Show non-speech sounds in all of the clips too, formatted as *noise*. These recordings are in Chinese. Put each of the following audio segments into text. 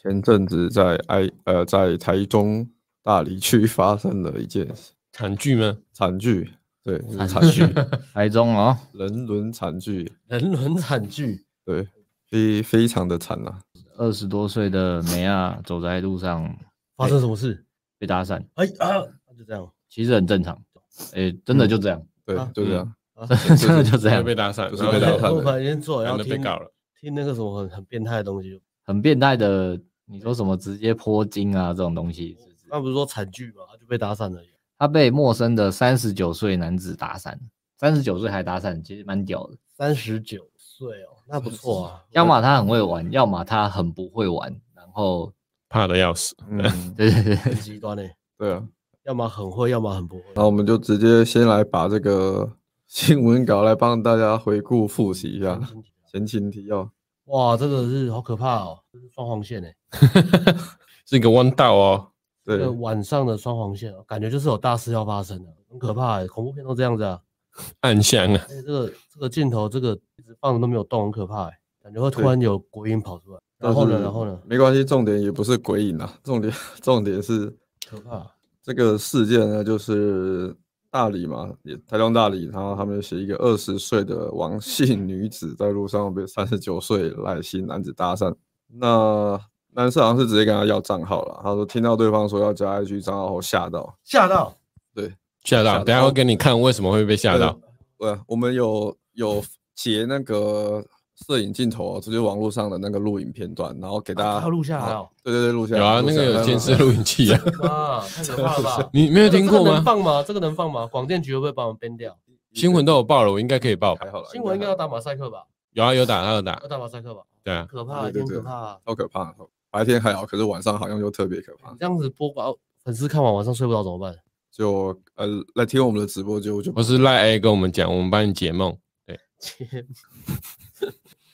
前阵子在埃呃在台中大理区发生了一件惨剧吗？惨剧， *laughs* 对，惨惨剧，台中哦，人伦惨剧，人伦惨剧，对，非非常的惨啊，二十多岁的梅亚走在路上发生什么事？被搭讪，哎啊，就这样。其实很正常。诶、真的就这样，对啊，就这样，啊真的就这样会，被打 *laughs* 散，就是然后被打就散我的反正做好然要后听被告了。听那个什么很很变态的东西，很变态的。你说什么直接泼金啊这种东西是不是那不是说惨剧嘛，他就被搭讪了。他被陌生的三十九岁男子搭讪，三十九岁还搭讪，其实蛮屌的。三十九岁哦，那不错啊。 *laughs* 要么他很会玩，要么他很不会玩。然后，怕的要死。嗯，对对对，很极端呢，对啊，要么很会，要么很不会。那我们就直接先来把这个 *laughs* 新闻稿来帮大家回顾复习一下前情提要，哇，这个是好可怕哦，这是双黄线哎，是一个弯道哦，这对，个晚上的双黄线哦，感觉就是有大事要发生了，很可怕哎，恐怖片都这样子啊。暗箱啊，而哎且这个这个镜头，这个一直放着都没有动，很可怕哎，感觉会突然有鬼影跑出来。然后但呢，是然后呢，没关系，重点也不是鬼影啊，重点 *laughs* 重点是可怕。这个事件呢，就是大理嘛，也台中大理，然后他们写一个二十岁的王姓女子在路上被三十九岁赖姓男子搭讪，那男生好像是直接跟他要账号了，他说听到对方说要加 IG 账号后吓到，吓到，吓吓到。到等一下会给你看为什么会被吓到。呃，我们有有截那个摄影镜头、哦这就是网络上的那个录影片段，然后给大啊家、他录下来哦，对对对，录下来，有啊，录那下个来有监视录影器啊，！哇，太可怕了吧你没有听过 *laughs* 这个能吗？放吗？这个能放吗？广电局会不会把我们编掉？新闻都有报了，我应该可以报吧还？好了，新闻应该要打马赛克吧？有啊，有打，他有打要，打马赛克吧？对啊，可怕，对一对定对可怕。超可怕的，白天还好，可是晚上好像又特别可怕。这样子播报，粉丝看完晚上睡不着怎么办？就呃来听我们的直播就就我是赖 A 跟我们讲，我们帮你解梦。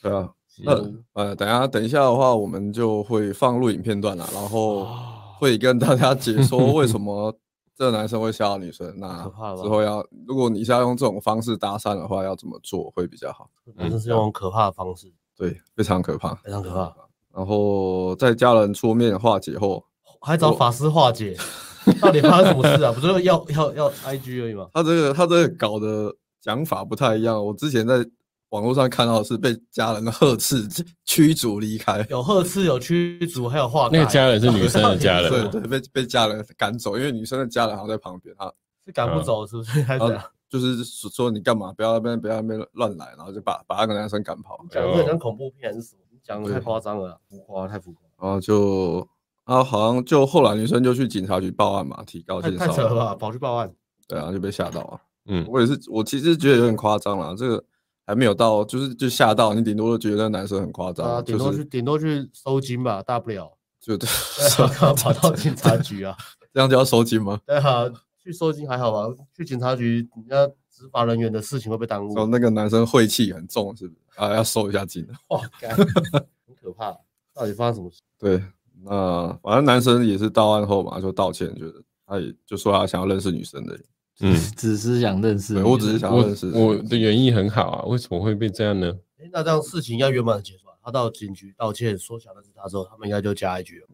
对啊。那呃，等一下等一下的话，我们就会放录影片段了，然后哦哦会跟大家解说 *laughs* 为什么这男生会吓到女生。那可怕了吧之后要，如果你是要用这种方式搭讪的话，要怎么做会比较好？嗯真是用可怕的方式，对，非常可怕。非常可哦怕。然后在家人出面化解后，还找法师化 *laughs* 解，到底发生什么事啊？不是要要要 IG 而已吗？他这个他这个搞的讲法不太一样。我之前在网络上看到的是被家人呵斥 *laughs* 驱逐离开。有呵斥，有驱逐，还有化改那个家人是女生的家对人，对，被被家人赶走，因为女生的家人好像在旁边，她是赶不走，是不是？还是怎样就是说说你干嘛，不要那边不要那边乱来，然后就把把那个男生赶跑，讲的很像恐怖片还是什么？你讲的太对夸张了，浮夸太浮夸，然后就啊好像就后来女生就去警察局报案嘛，提高太介太扯了绍，吧？跑去报案，对啊就被吓到啊，嗯我也是我其实觉得有点夸张啦，这个还没有到就是就吓到，你顶多就觉得那男生很夸张，啊，顶多就去是顶多去收金吧，大不 *laughs* 了。就对，对啊，跑到警察局啊， *laughs* 这样就要收紧吗？ *laughs* 对啊，去收金还好吧，去警察局，人家执法人员的事情会被耽误。说那个男生晦气很重是不是啊？要收一下紧。哇，干很可怕，啊到底发生什么事？对，那反正男生也是到案后嘛，就道歉，就是他也就说他想要认识女生的人，嗯，只是想认识对你。我只是想要我认识女生。我的原意很好啊，为什么会被这样呢？哎、那这样事情要圆满的结束啊。他到警局道歉，说想认识他之后，他们应该就加一句了，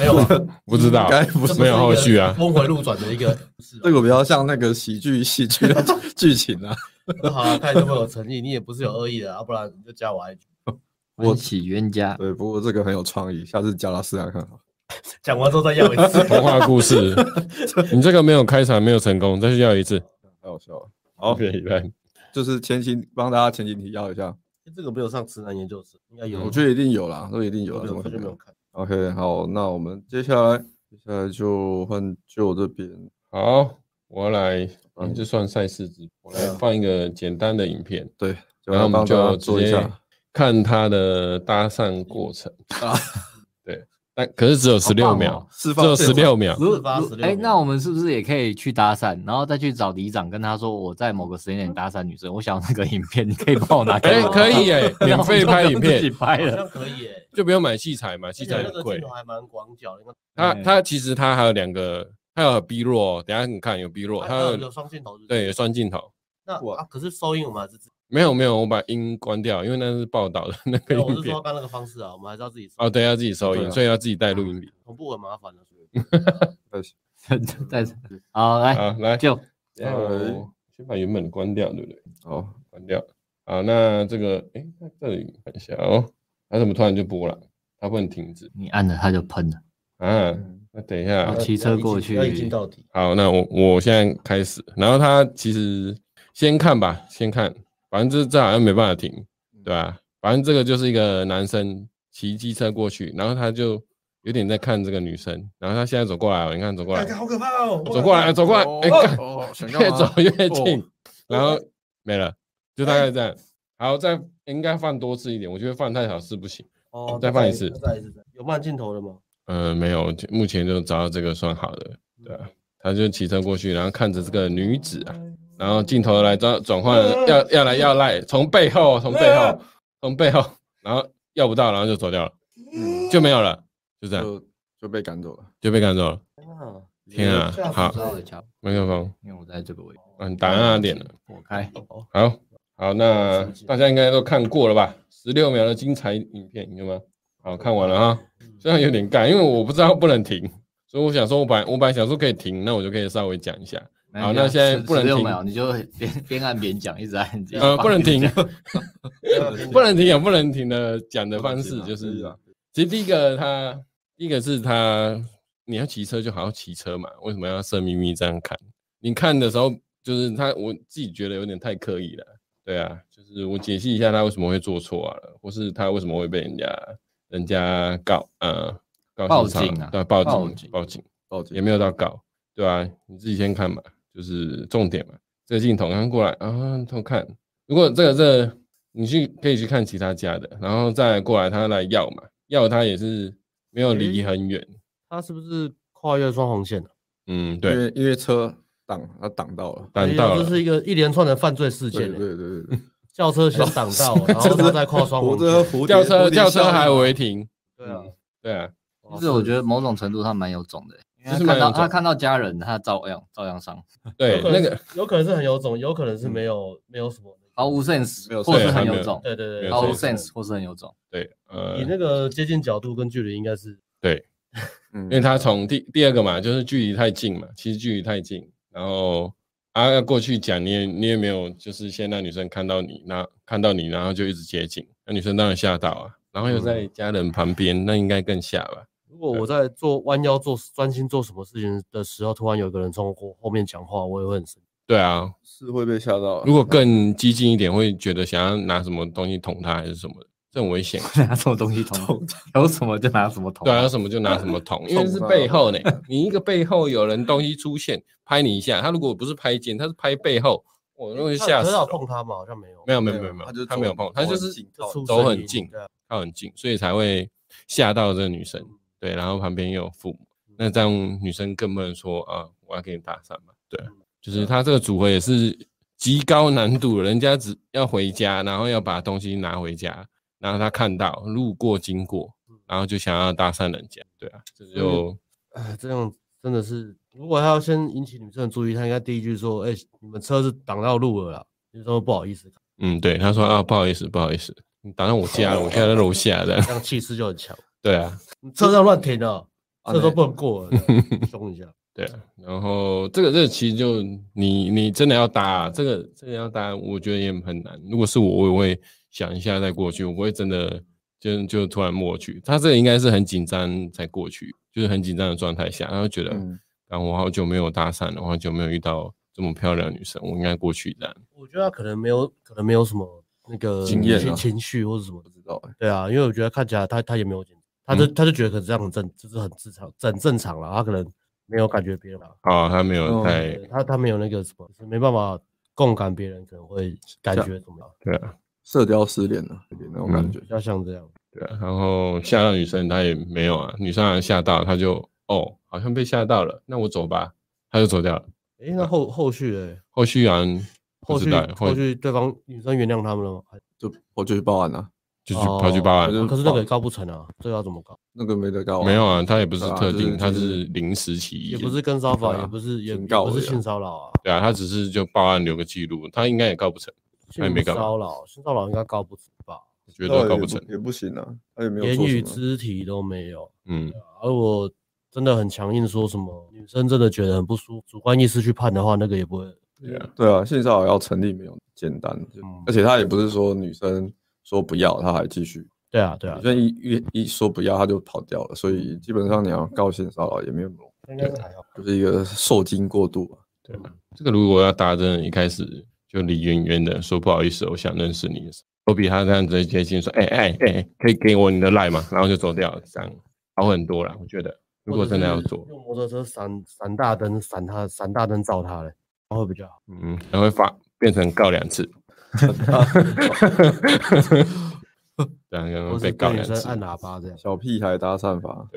没有啊吧？不知道应， *laughs* 该不是这不没有一个后续啊峰回路转的一个事、啊哎这个比较像那个喜剧戏剧的剧情啊。啊。好、啊，看你这么有诚意，你也不是有恶意的，啊，不然你就加我 IG。我起冤家，对，不过这个很有创意，下次叫他试下看好。讲完之后再要一次。童话故 *laughs* 事，你这个没有开场，没有成功，再去要一次。太好笑了。好，别来，就是前情帮大家前情提要一下， *laughs* 这个没有上直男研究室，应该有。我觉得一定有啦，这个一定有啦，有，怎么我可就没有能看。 ？OK，好，那我们接下来接下来就换就这边，好，我来嗯，这算赛事直播，我来对啊放一个简单的影片，对，就然要后我帮们大家就做直一接下。看他的搭讪过程 *laughs* 啊。哦对，但可是只有十好六棒秒，释只有啊放十六秒，如十八十六哎、秒那我们是不是也可以去搭讪，然后再去找里长，跟他说我在某个时间点搭讪女生，我想要那个影片，你可以帮我拿给哎、我吗。*laughs* *laughs* 可以耶、免费拍影自己片，拍好了。像可以耶、就不用买器材，买器而材且那啊个很贵镜头。还蛮广角的，应该它嗯它其实它还有两个，它有 B 哦弱，等一下你看有 B 弱，啊它啊有有双镜头是不是对有双镜头，那哇啊，可是收音我们还是自己没有没有，我把音关掉，因为那是报道的那个没有我音是频说。刚那个方式啊，我们还是要自己哦，对，要自己收对音，啊所以要自己带录音笔。同步很麻烦的，啊所以再好来好，来，就哎哦先把原本的关掉，对不对？好，关掉。好，那这个，哎，那这里看一下哦，它怎么突然就播了？它不能停止你按了它就喷了，啊嗯？那等一下好，啊骑车过去要一镜到底。好，那我我现在开始，然后他其实先看吧，先看，反正这这好像没办法停，嗯对吧、反正这个就是一个男生骑机车过去，然后他就有点在看这个女生，然后他现在走过来哦了，你看走过来哎，，好可怕哦！走过来，走过来，哎、干 *laughs* 哦，想越走越近，哦哎然后没了，就大概这样。好，再应该放多次一点，我觉得放太少次不行。哦再放一次再一次，有慢镜头的吗？呃，没有，就目前就找到这个算好的，对啊。他就骑车过去，然后看着这个女子啊，然后镜头来转转换，要要来要赖，从背后，从背后，从背后，然后要不到，然后就走掉了，嗯就没有了，就这样就就被赶走了。就被赶走了。啊，天啊吓死好人稍了微敲，麦克风，因为我在这个位置，嗯，答案那点了。我开。哦好好，那大家应该都看过了吧？十六秒的精彩影片有吗？好看完了哈，虽然有点干，因为我不知道不能停，所以我想说，我本来我本来想说可以停，那我就可以稍微讲一下。好那现在不能六停秒，你就边边按边讲，一直按。一直呃，放不能停， *laughs* 不能停有不能停的讲的的方式就是，其实第一个他第一个是他你要骑车就好好骑车嘛，为什么要色眯眯这样看？你看的时候就是他我自己觉得有点太刻意了，对啊，就是我解析一下他为什么会做错啊，或是他为什么会被人家人家告呃告报刑场警啊对报报警警报警报也警，没有到告，对啊，你自己先看嘛，就是重点嘛。这个镜头刚过来啊，偷看。如果这个这个你去可以去看其他家的，然后再过来他来要嘛，要他也是没有离很远。他是不是跨越双红线了？嗯，因对，为因为车挡他挡到了，挡到哎呀这了。是一个一连串的犯罪事对件欸。对 *laughs* 对对，轿车先挡道，然后他再跨双胡红车线。胡轿车轿车还哦违停，对啊，对啊，嗯其实我觉得某种程度他蛮有种的，因就为是他蛮看有到种他看到家人，他照样照样伤，*laughs* 对有可能那个有可能是很有种，有可能是没有没有什么。毫无没有 sense，错或是对很他没有有种，对对没对，有毫无错 sense，或是很有种。对呃你，那个接近角度跟距离应该是对，因因为他从第第二个嘛，就是距离太近嘛，其实距离太近，然后啊要过去讲，你也你也没有，就是先让女生看到你，那看到你，然后就一直接近，那女生当然吓到啊，然后又在家人旁边，那应该更吓吧？如果我在做弯腰做专心做什么事情的时候，突然有个人从我后面讲话，我也会很生气。对啊，是会被吓到啊。如果更激进一点，会觉得想要拿什么东西捅他还是什么的，这很危险。 *laughs* 拿什么东西捅？有什么就拿什么捅。对啊，有什么就拿什么捅，因为是背后呢，你一个背后有人东西出现，拍你一下，他如果不是拍肩，他是拍背后，我那会吓可死是要了。碰他吗？好像没有，没有没没有有没有没啊有，他就他没有走碰，他走就很是近就出走声很音近对啊靠很近，所以才会吓到这个女生。对，然后旁边又有父母，嗯那这样女生更不能说啊，我要给你打伞嘛。对，嗯啊就是他这个组合也是极高难度，人家只要回家，然后要把东西拿回家，然后他看到路过经过，嗯然后就想要搭讪人家。对啊，这就哎，这样真的是，如果他要先引起女生的注意，他应该第一句说：“哎、你们车子挡到路了啦。”就说不好意思，嗯，对，他说啊，不好意思，不好意思，你打到我家了，我家在楼下的。这样气势就很强。 *laughs* 对啊，你车上乱停了，啊车都对不能过了，*laughs* 这样凶一下。对啊，然后这个这个其实就你你真的要搭、这个这个要搭，我觉得也很难。如果是我，我也会想一下再过去，我不会真的就就突然默去。他这个应该是很紧张才过去，就是很紧张的状态下，然后觉得，嗯啊，我好久没有搭讪了，我好久没有遇到这么漂亮的女生，我应该过去这样。我觉得他可能没有，可能没有什么那个经验啊情情绪或者什么不。知道欸，对啊，因为我觉得看起来他他也没有紧张，他嗯就、他就觉得可能这样很正，就是很正常，很正常了。他可能没有感觉别人啦，啊，他没有嗯太、哦对他他没有那个什么，就是没办法共感别人可能会感觉怎么样，对啊，射雕失恋了，有点那种感觉嗯比。较像这样。对啊。然后吓到女生，他也没有啊，女生好像吓到，他就哦，好像被吓到了，那我走吧，他就走掉了。哎、那后后续哎、后续好像不后知续道后后续对方女生原谅他们了吗？还哦就我就去报案啊了，就去跑去报案哦就，是可是那报个也告不成啊，这个要怎么告？那个没得告啊，没有啊，他也不是对啊特就是定，他就是是临时起意也的，不是跟骚对法，啊也不是也警也告不是而已啊性骚扰啊，对啊，他只是就报案留个记录，他应该也告不成，他也没性干嘛骚扰，性骚扰应该告不成吧？我觉得告也不成。也不行啊，他也没有言做什语么肢体都没有，嗯，而我真的很强硬，说什么女生真的觉得很不舒服，主观意识去判的话，那个也不会。对啊，对啊，性骚扰要成立没有简单，就嗯而且他也不是说女生说不要，他还继续，对啊，对啊女，生一一一说不要，他就跑掉了，所以基本上你要告性骚扰也没有什么，应该是还好。就是一个受惊过度吧。对啊。这个如果要搭，真的一开始就离远远的，说不好意思，我想认识你的时候，我比他这样直接接近说，哎哎哎，可以给我你的赖吗？然后就走掉了，这样好很多啦。我觉得，如果真的要做，用摩托车闪闪大灯，闪他闪大灯照他嘞，然后会比较好。嗯，然后会发变成告两次，这样刚或刚嗯被是告跟女两生次啊按。喇叭这样。小屁孩搭讪法，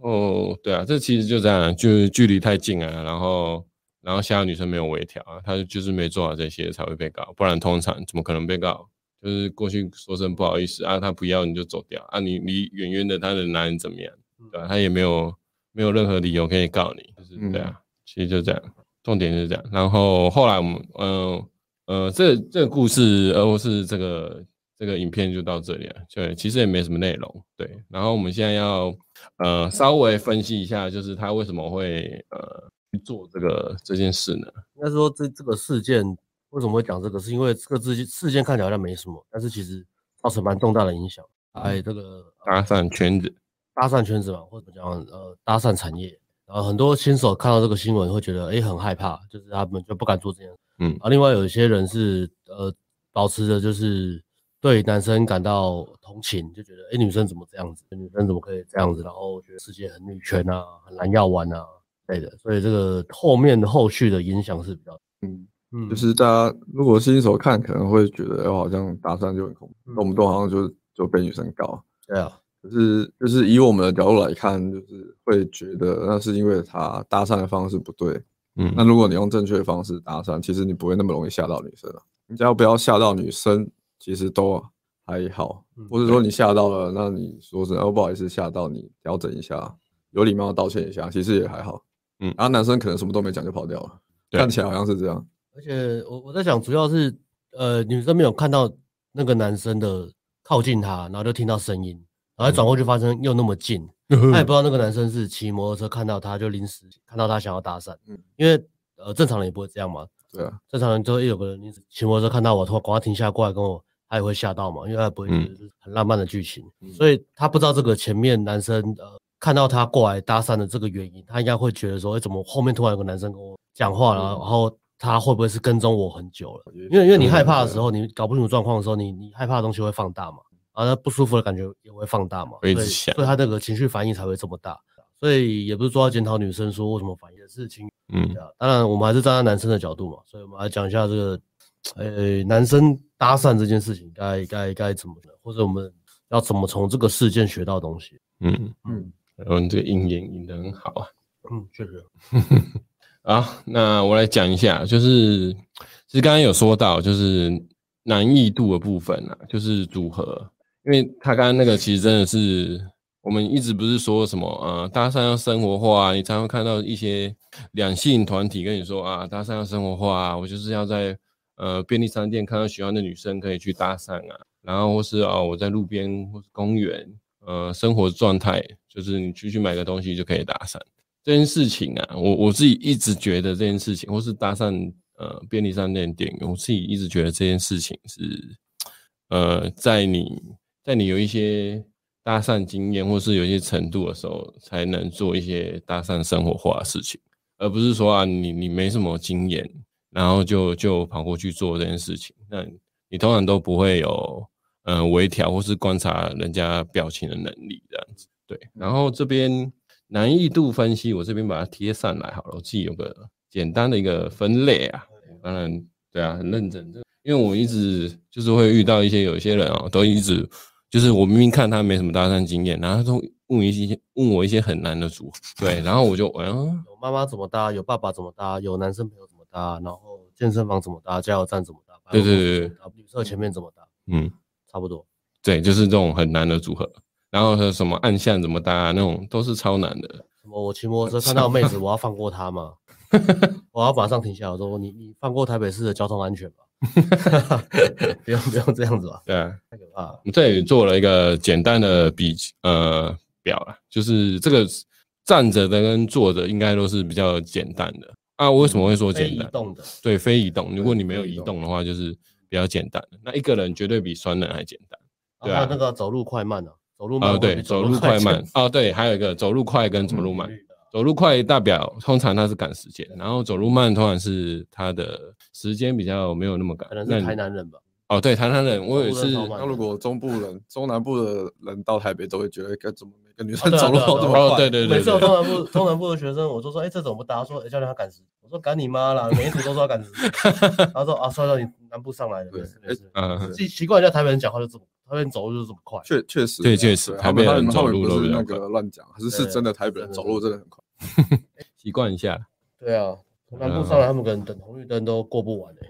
哦，对啊，这其实就这样啊，就是距离太近啊，然后然后吓到女生没有微调啊，她就是没做好这些才会被告，不然通常怎么可能被告？就是过去说声不好意思啊，她不要你就走掉啊，你离远远的，她能拿你怎么样？对啊吧、她也没有没有任何理由可以告你，就是对啊，其实就这样，重点就是这样。然后后来我们，嗯呃这这个故事，呃，或是这个这个影片就到这里了，对，其实也没什么内容，对。然后我们现在要。呃，稍微分析一下，就是他为什么会呃去做这个这件事呢？应该说这这个事件为什么会讲这个，是因为这个事件事件看起来好像没什么，但是其实造成蛮重大的影响。哎，这个搭讪圈子，搭讪圈子嘛，或者怎么讲呃搭讪产业，然后很多新手看到这个新闻会觉得哎、很害怕，就是他们就不敢做这件事。嗯啊，另外有一些人是呃保持着就是对男生感到同情，就觉得哎、女生怎么这样子，女生怎么可以这样子，然后觉得世界很女权啊，很难要玩啊之类的，所以这个后面后续的影响是比较嗯，嗯就是大家如果新手看可能会觉得，哦，好像搭讪就很恐怖，嗯动不动好像就就被女生告。对啊。可是，就是以我们的角度来看，就是会觉得那是因为他搭讪的方式不对，嗯那如果你用正确的方式搭讪，其实你不会那么容易吓到女生啊。你只要不要吓到女生，其实都还好嗯。或者说你吓到了，那你说声哦不好意思吓到你，调整一下，有礼貌地道歉一下，其实也还好。嗯然后男生可能什么都没讲就跑掉了，对看起来好像是这样。而且我我在想，主要是呃女生没有看到那个男生的靠近她，然后就听到声音，然后转过去发生又那么近，嗯她也不知道那个男生是骑摩托车看到她就临时看到她想要搭讪，嗯因为呃正常人也不会这样嘛，对啊，正常人就一有个人临时骑摩托车看到我，突然赶快停下来过来跟我，他也会吓到嘛，因为他也不会觉嗯得这是很浪漫的剧情，嗯所以他不知道这个前面男生呃看到他过来搭讪的这个原因，他应该会觉得说，哎、怎么后面突然有个男生跟我讲话了，嗯然后他会不会是跟踪我很久了？因因为因为你害怕的对啊时候，你搞不清楚状况的时候，你你害怕的东西会放大嘛，啊，那不舒服的感觉也会放大嘛，会一所直以想所以他那个情绪反应才会这么大，所以也不是说要检讨女生说为什么反应，也是情嗯对啊，当然我们还是站在男生的角度嘛，所以我们来讲一下这个，呃，男生搭讪这件事情该该该怎么，或者我们要怎么从这个事件学到东西。嗯嗯嗯，然后你这个引言引的很好啊。嗯，确实，好，那我来讲一下，就是其实刚刚有说到，就是难易度的部分啊，就是组合，因为他刚刚那个其实真的是我们一直不是说什么呃搭讪要生活化、啊，你常会看到一些两性团体跟你说啊搭讪要生活化、啊，我就是要在呃便利商店看到喜欢的女生可以去搭讪啊，然后或是啊、我在路边或是公园，呃生活状态就是你出去买个东西就可以搭讪。这件事情啊，我我自己一直觉得这件事情，或是搭讪呃便利商店店员，我自己一直觉得这件事情是，呃，在你在你有一些搭讪经验，或是有一些程度的时候，才能做一些搭讪生活化的事情，而不是说啊你你没什么经验，然后就就跑过去做这件事情，那你通常都不会有呃微调或是观察人家表情的能力这样子。对，然后这边难易度分析，我这边把它贴上来好了，我自己有个简单的一个分类啊。当然，对啊，很认真，这因为我一直就是会遇到一些有一些人啊、都一直就是我明明看他没什么搭讪经验，然后他都问一些问我一些很难的组合，对，然后我就嗯。有妈妈怎么搭，有爸爸怎么搭，有男生朋友怎么搭，然后健身房怎么搭，加油站怎么搭，对对对百货公司怎么搭，旅社前面怎么搭，嗯差不多。对，就是这种很难的组合。然后和什么暗巷怎么搭、啊、那种都是超难的。什么我骑摩 *laughs* 托车看到妹子，我要放过她吗？我要马上停下来，我说你你放过台北市的交通安全吧。 *laughs* *laughs* 不用不用这样子吧，对啊，太可怕了。我们这里做了一个简单的比呃表啦，就是这个站着的跟坐着应该都是比较简单的啊。我为什么会说嗯非简移单？动的，对，非移动。如果对你没有非移移动动的话，就是比较简单的。那一个人绝对比双人还简单。对然啊后那个走路快慢啊，走路慢啊，会对，比走路快慢，啊，对，还有一个走路快跟走路嗯慢。啊走路快代表通常它是赶时间，然后走路慢通常是它的时间比较没有那么赶。可能那是你台南人吧，哦，对，台南人，我也走路是人超慢那如果中部人、中南部的人到台北，都会觉得，该怎么每个女哦生对啊走路对啊都这对啊么哦快？对对对每次我中南 *laughs* 部中南部的学生，我就说，哎，这怎么不搭？他说哎教练他赶时间，我说赶你妈啦，每一组都说要赶 *laughs* 时间，他说啊，算了，你南部上来的，对没事没事。嗯，奇奇怪，人家台北人讲话就这么，台北人走路就是这么快，确确实，啊对确实对台他们北他人们走他们路不都是比较那个乱讲，可是是对真的台北人对走路真的很快。习惯一下。对啊，从南部上呃来，他们可能等红绿灯都过不 *laughs* 完哎、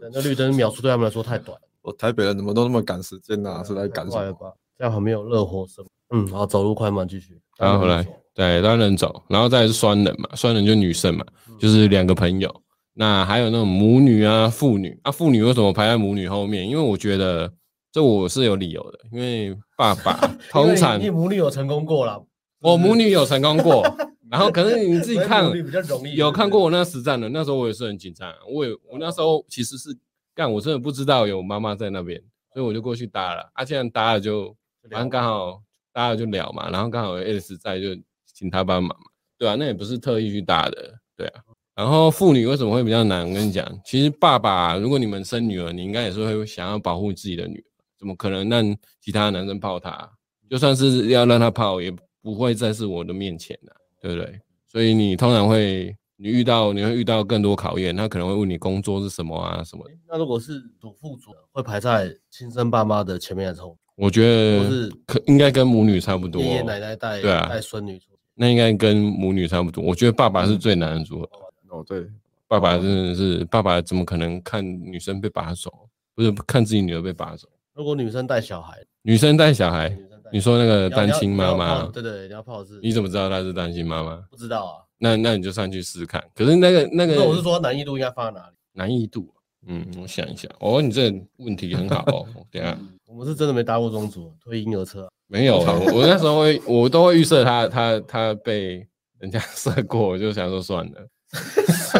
等那绿灯秒数对他们来说太短，我台北人怎么都那么赶时间啊啊呐？是在赶什太快了么？吧？这样很没有热火生。嗯，好，走路快慢继续。然后后来对，单人走，然后再来是双人嘛，双人就女生嘛，嗯就是两个朋友。那还有那种母女啊、父女啊，父女为什么排在母女后面？因为我觉得这我是有理由的，因为爸爸通常 *laughs* 因为母女有成功过啦，我母女有成功 *laughs* 过，然后可是你自己看所以母女比较容易有看过我那实战的，那时候我也是很紧张，啊我也我那时候其实是干，我真的不知道有妈妈在那边，所以我就过去搭了。啊，既然搭了就反正刚好搭了就聊嘛，然后刚好 S 在就请他帮忙嘛，对啊，那也不是特意去搭的，对啊。然后妇女为什么会比较难？我跟你讲，其实爸爸如果你们生女儿，你应该也是会想要保护自己的女儿，怎么可能让其他男生泡她？就算是要让她泡，也不会再是我的面前了、对不对？所以你通常会，你遇到你会遇到更多考验，他可能会问你工作是什么啊什么的。那如果是祖父祖的会排在亲生爸妈的前面还是后面？我觉或得是可应该跟母女差不多，爷爷奶奶带对啊带孙女出去，那应该跟母女差不多。我觉得爸爸是最难的组合，哦，对，爸爸真的是爸爸怎么可能看女生被拔走？不是看自己女儿被拔走，如果女生带小孩，女生带小孩，女生带你说那个你要单亲妈你要你要妈泡，对对，你要泡的是你怎么知道她是单亲妈妈？不知道啊？那那你就上去试试看。可是那个那那我是个说难易度应该放在哪里？难易度，嗯，我想一想。哦，你这个问题很好 *laughs* 哦，等一下。我们是真的没搭过中组，推婴儿车 *laughs* 啊、没有啊，我我那时候会，我都会预设他他他被人家 *laughs* 射过，我就想说算了。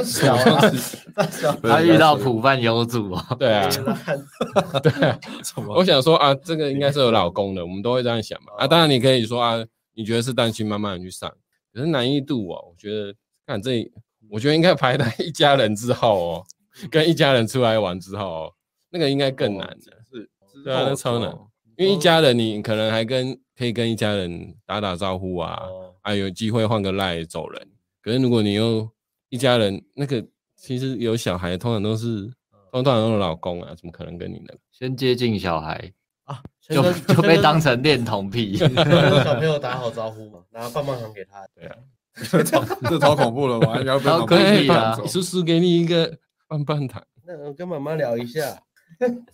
小啊，小啊，他遇到普泛有主哦，对啊，对啊， *laughs* 什么我想说啊，这个应该是有老公的，我们都会这样想嘛。啊，当然你可以说啊，你觉得是单亲妈妈你去上，可是难易度哦，我觉得看这，我觉得应该排在一家人之后哦，跟一家人出来玩之后哦，那个应该更难的，是，对啊那超难因为一家人你可能还跟可以跟一家人打打招呼啊， *laughs* 哦啊，有机会换个赖走人。可是如果你又一家人，那个其实有小孩，通常都是通常都是老公啊，怎么可能跟你呢？先接近小孩，啊，先就跟就被当先成恋童癖。跟 *laughs* 小朋友打好招呼嘛，拿棒棒糖给他，这哦 *laughs* 超恐怖了，我还要被超老可婆以带啊走叔叔给你一个棒棒 *laughs* 糖，那个跟妈妈聊一下。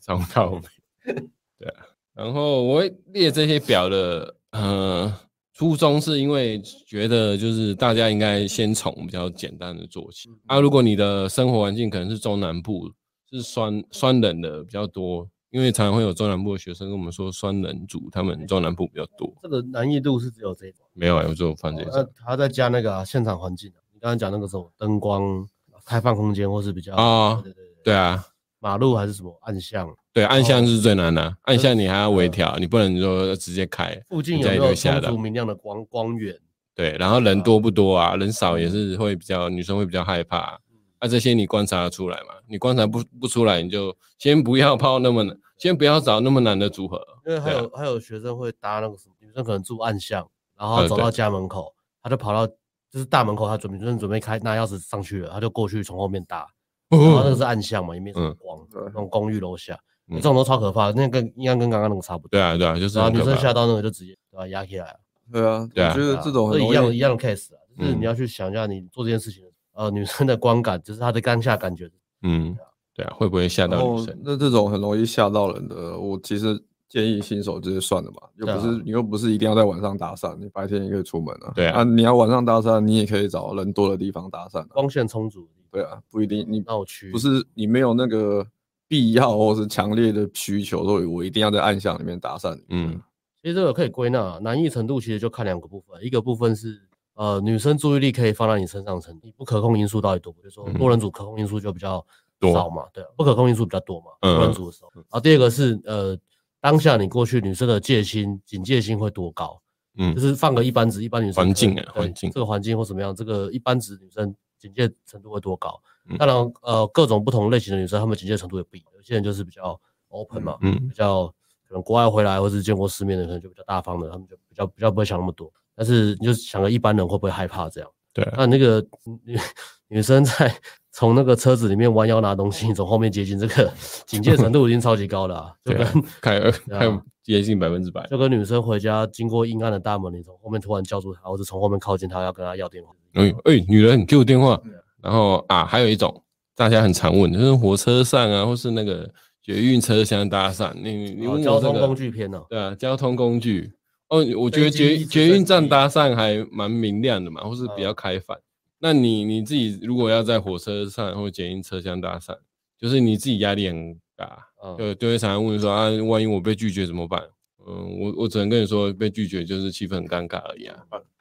糟糕。 *laughs* 对啊，然后我会列这些表的，呃，初衷是因为觉得就是大家应该先从比较简单的做嗯起。啊，如果你的生活环境可能是中南部，是酸酸人的比较多，因为常常会有中南部的学生跟我们说酸人族，他们中南部比较多。这个难易度是只有这一种，没有啊，我就放这哦那哦种。他再加那个、啊、现场环境啊、你刚刚讲那个什么灯光、开放空间，或是比较哦对对对对，对啊，马路还是什么暗巷，对，啊暗巷是最难的、啊暗巷你还要微嗯调，你不能说直接开。附近你有再没留有下充的啊足明亮的光光源？对，然后人多哦不多啊？人少嗯也是会比较，女生会比较害怕啊。啊这些你观察得出来嘛？你观察不不出来，你就先不要泡那么难，先不要找那么难的组合。因为还对啊有、还有学生会搭那个什么，女生可能住暗巷，然呃后走对到家门口，他就跑到就是大门口，他准备准备准备开拿钥匙上去了，他就过去从后面搭，然后那个是暗巷嘛，也没什么哦嗯光，对那种公寓楼下，嗯这种都超可怕，那跟应该跟刚刚那个差不多。对啊，对啊，就是然后很女可生吓怕。到那个就直接对吧压起来了，对啊，我对啊觉对得啊这种很这容易一样一样的 case 啊，就是嗯你要去想一下你做这件事情的时候，呃，女生的观感就是她的当下感觉，嗯，对啊，会不会吓然到后女生？那这种很容易吓到人的，我其实建议新手就是算了吧，又对啊不是你又不是一定要在晚上搭讪，你白天也可以出门啊。对啊啊，你要晚上搭讪，你也可以找哦人多的地方搭讪啊。光线充足的地方，对啊，不一定你闹区不是你没有那个必要或是强烈的需求，所以我一定要在暗巷里面搭讪。嗯，其实这个可以归纳，啊难易程度其实就看两个部分，一个部分是呃女生注意力可以放在你身上的程度，你不可控因素到底多不多，就是说嗯多人组可控因素就比较多少嘛，对啊，不可控因素比较多嘛，嗯多人组的时候。然后第二个是呃当下你过去女生的戒心、警戒心会多高，嗯就是放个一般值，一般女生环境啊可能对环境这个环境或怎么样，这个一般值女生警戒程度会多高嗯？当然，呃，各种不同类型的女生，她们警戒程度也不一样。有些人就是比较 open 嘛，嗯比较可能国外回来或是见过世面的，可能就比较大方的，他们就比较比较不会想那么多。但是你就是想个一般人会不会害怕这样？对啊，那那个女女生在从那个车子里面弯腰拿东西，从后面接近，这个警戒程度已经超级高了啊、就对跟啊，看啊看接近百分之百，就跟女生回家经过阴暗的大门，你从后面突然叫住她，或者从后面靠近她，要跟她要电话。哎哎，女人你给我电话，然后啊，还有一种大家很常问，就是火车上啊，或是那个捷运车厢搭讪，你你哦问交我这通个工具篇呢、对啊，交通工具。哦，我觉得飞捷机捷直运升啊嗯站机搭讪还蛮明亮的嘛，或是比较开放。那你你自己如果要在火车上或捷运车厢搭讪，就是你自己压力很大，哦嗯，就就会常常问说啊，万一我被拒绝怎么办？嗯，我我只能跟你说，被拒绝就是气氛很尴尬而已啊，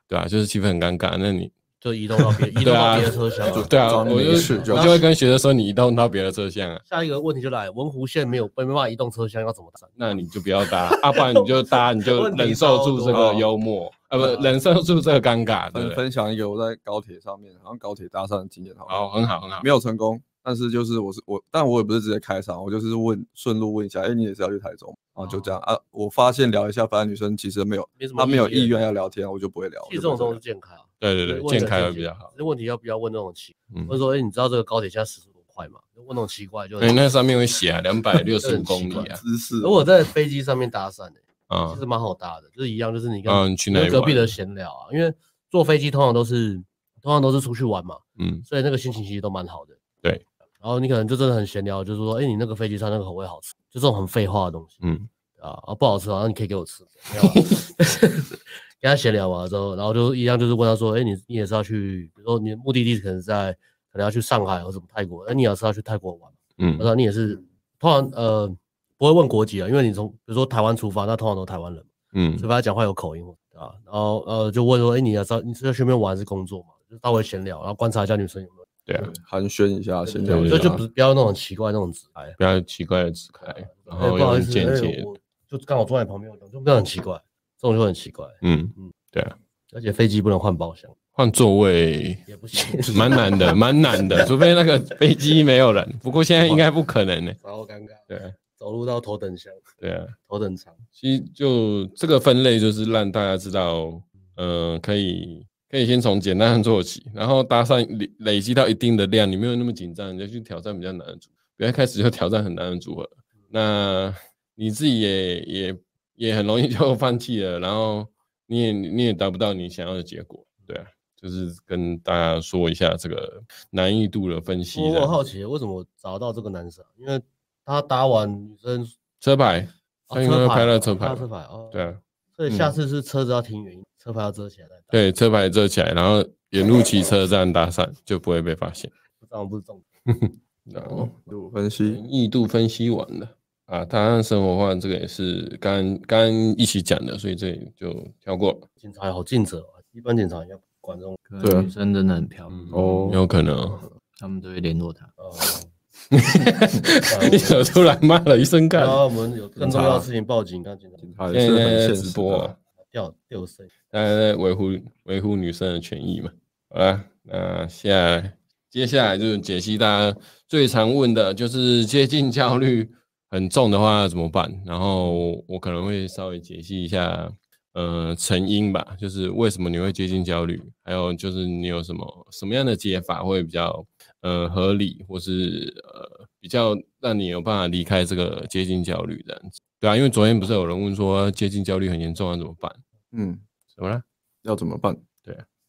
对啊，就是气氛很尴尬。那你就移动到 *laughs* 别嗯移动对到啊别的车厢、啊。对啊，装我没就事就我好就会跟学生说，你移动到别的车厢啊，下一个问题就来，文湖线没有没办法移动车厢，要怎么站？那你就不要搭，啊，不然你就搭，你 *laughs* 就问题忍受超哦住这多个幽默，啊，不对啊，忍受住这个尴尬，对不分对？分享一个我在高铁上面，好像高铁搭讪的经验好了，好，很好，很好。没有成功，但是就是我是我，但我也不是直接开场，我就是问顺路问一下，哎、你也是要去台中啊？就这哦样啊。我发现聊一下，反正女生其实没有，没什么她没有意见意愿要聊天，我就不会聊。其实这种东西西，健康啊，对对对，问健的开这会些比较好。。问题要不要问那种奇？嗯或者，说，哎，你知道这个高铁现在时速多快吗？问那种奇怪就很。哎，那上面会写啊，*laughs* 两百六十五公里啊，姿势如果在飞机上面搭讪呢，啊其实蛮好搭的，就是一样，就是你跟啊，你去哪里跟隔壁玩的闲聊啊，因为坐飞机通常都是通常都是出去玩嘛，嗯，所以那个心情其实都蛮好的。对，然后你可能就真的很闲聊，就是说，哎、你那个飞机上那个口味好吃，就这种很废话的东西。嗯啊啊，不好吃，好像你可以给我吃，没 *laughs* 有啊 *laughs* 跟他闲聊完之后，然后就一样就是问他说，哎、你你也是要去，比如说你的目的地可能在可能要去上海或什么泰国，哎、你也是要去泰国玩吗，他嗯，说你也是，通常呃不会问国籍啊，因为你从比如说台湾出发，那通常都是台湾人嘛。嗯所以他讲话有口音嘛，对吧？然后呃，就问说，哎、你要知道你是在去那边玩还是工作嘛？就稍微闲聊，然后观察一下女生有没有，对啊，寒暄一下，先对聊一就下。就不是不要那种很奇怪那种直白，不要奇怪的指开，然哎后不好又意很思，简哎洁，我就刚好坐在你旁边，我讲就不要很奇怪，这种就很奇怪，嗯嗯，对啊，而且飞机不能换包厢，换座位 *laughs* 也不行，蛮难的，蛮难的，除非那个飞机没有人，不过现在应该不可能呢，超尴尬，对啊走路到头等箱、对啊。 *laughs* 头等舱，其实就这个分类，就是让大家知道，呃，可以可以先从简单做起，然后搭上累累积到一定的量，你没有那么紧张，你就去挑战比较难的组，不要一开始就挑战很难的组合，那你自己也也也很容易 *laughs* 就放弃了，然后你也你也达不到你想要的结果，对啊，就是跟大家说一下这个难易度的分析我我的好奇为什么找到这个男生啊，因为他搭完女生车牌，啊他应该拍到哦车拍到牌吧，车牌哦，对啊。所以下次是车子要停远一点，车牌要遮起来再搭，对，车牌遮起来，然后沿路骑车这样搭讪就不会被发现。这样不是重点。然后就分析，易度分析完了啊，答案生活化这个也是刚刚一起讲的，所以这里就跳过了。警察也好尽责哦，一般警察也要管这种。可对啊能女生真的很嗯漂亮，哦有可能哦。 *laughs* 他们都会联络她。呃，你怎么突然骂了一声干然？后我们有更重要的事情报警，看警察警察也现哦是很在现直实播哦的。，掉掉谁？大家在维护维护女生的权益嘛。好啦，那下来接下来就是解析大家最常问的，就是接近焦虑很重的话怎么办？然后我可能会稍微解析一下，呃，成因吧，就是为什么你会接近焦虑，还有就是你有什么什么样的解法会比较呃合理，或是呃比较让你有办法离开这个接近焦虑这样子。对啊，因为昨天不是有人问说啊接近焦虑很严重啊，怎么办？嗯，怎么了？要怎么办？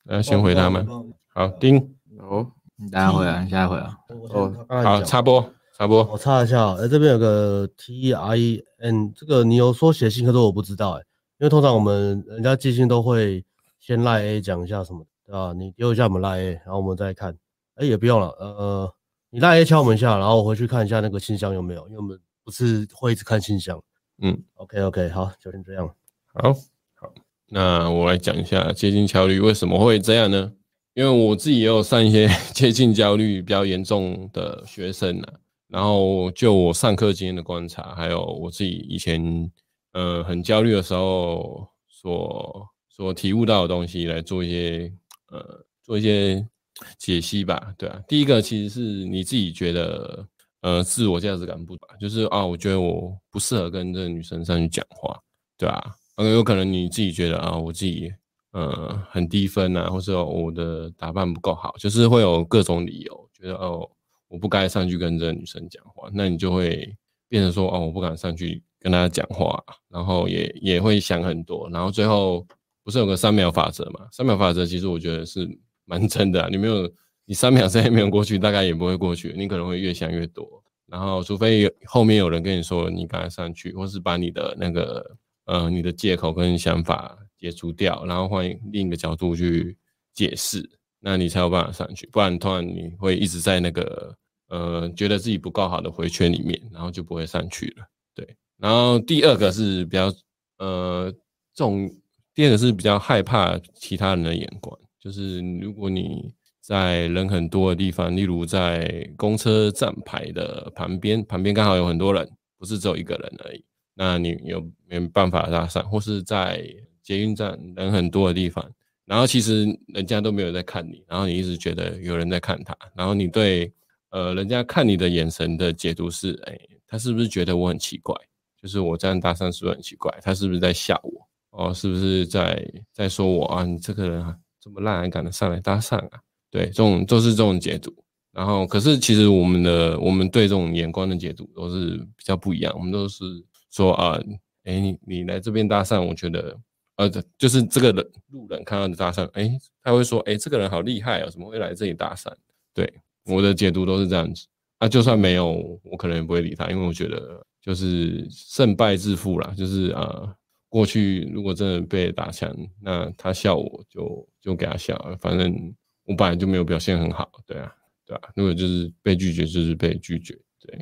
那先呃回他哦们。好，丁，哦，你等下回嗯来，你下一回啊。哦，好，插播，插播。我插一下哦，哎，这边有个 T R E N，这个你有说写信，可是我不知道哎，因为通常我们人家寄信都会先赖 A 讲一下什么的，对吧？你丢一下我们赖 A，然后我们再看。哎，也不用了，呃，你大爷敲门一下，然后我回去看一下那个信箱有没有，因为我们不是会一直看信箱。嗯，OK OK，好，就先这样。好，好，那我来讲一下接近焦虑为什么会这样呢？因为我自己也有上一些 *laughs* 接近焦虑比较严重的学生啊，然后就我上课经验的观察，还有我自己以前呃很焦虑的时候所所体悟到的东西来做一些呃做一些解析吧，对啊，第一个其实是你自己觉得呃自我价值感不足，就是啊，我觉得我不适合跟这个女生上去讲话，对啊，呃，有可能你自己觉得啊，我自己呃很低分啊，或是哦我的打扮不够好，就是会有各种理由，觉得哦我不该上去跟这个女生讲话，那你就会变成说哦我不敢上去跟她讲话，然后也也会想很多，然后最后不是有个三秒法则嘛？三秒法则其实我觉得是 *laughs* 蛮真的、啊，你没有你三秒之内没有过去，大概也不会过去，你可能会越想越多，然后除非有后面有人跟你说你赶快上去，或是把你的那个呃你的借口跟想法解除掉，然后换另一个角度去解释，那你才有办法上去，不然突然你会一直在那个呃觉得自己不够好的回圈里面，然后就不会上去了。对，然后第二个是比较呃重，第二个是比较害怕其他人的眼光，就是如果你在人很多的地方，例如在公车站牌的旁边，旁边刚好有很多人，不是只有一个人而已，那你有没有办法搭讪，或是在捷运站人很多的地方，然后其实人家都没有在看你，然后你一直觉得有人在看他，然后你对呃人家看你的眼神的解读是，哎、他是不是觉得我很奇怪？就是我这样搭讪是不是很奇怪？他是不是在笑我？哦，是不是在在说我啊？你这个人啊，这么烂还敢上来搭讪啊？对，这种都是这种解读。然后，可是其实我们的我们对这种眼光的解读都是比较不一样。我们都是说啊，哎，你你来这边搭讪，我觉得，呃，就是这个人路人看到你搭讪，哎，他会说，哎，这个人好厉害哦，怎么会来这里搭讪？对，我的解读都是这样子。啊，就算没有，我可能也不会理他，因为我觉得就是胜败自负啦，就是啊、呃过去如果真的被打枪，那他笑我就就给他笑，反正我本来就没有表现很好，对啊，对啊，如果就是被拒绝，就是被拒绝，对。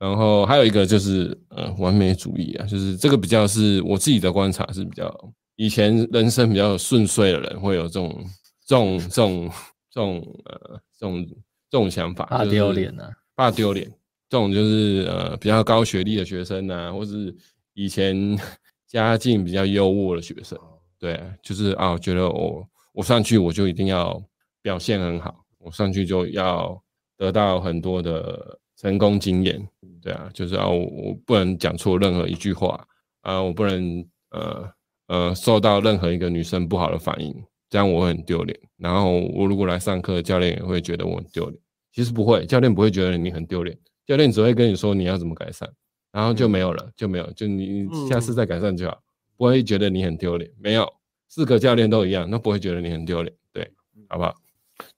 然后还有一个就是呃完美主义啊，就是这个比较是我自己的观察是比较以前人生比较顺遂的人会有这种这种这种这种呃这种这种想法，怕就是丢脸啊，怕丢脸。这种就是呃比较高学历的学生啊，或是以前 *laughs* 家境比较优渥的学生，对啊，就是啊，我觉得我我上去我就一定要表现很好，我上去就要得到很多的成功经验，对啊，就是啊，我我不能讲错任何一句话啊，我不能呃呃受到任何一个女生不好的反应，这样我会很丢脸。然后我如果来上课，教练也会觉得我很丢脸。其实不会，教练不会觉得你很丢脸，教练只会跟你说你要怎么改善，然后就没有了，就没有，就你你下次再改善就好，不会觉得你很丢脸。没有，四个教练都一样，都不会觉得你很丢脸，对，好不好？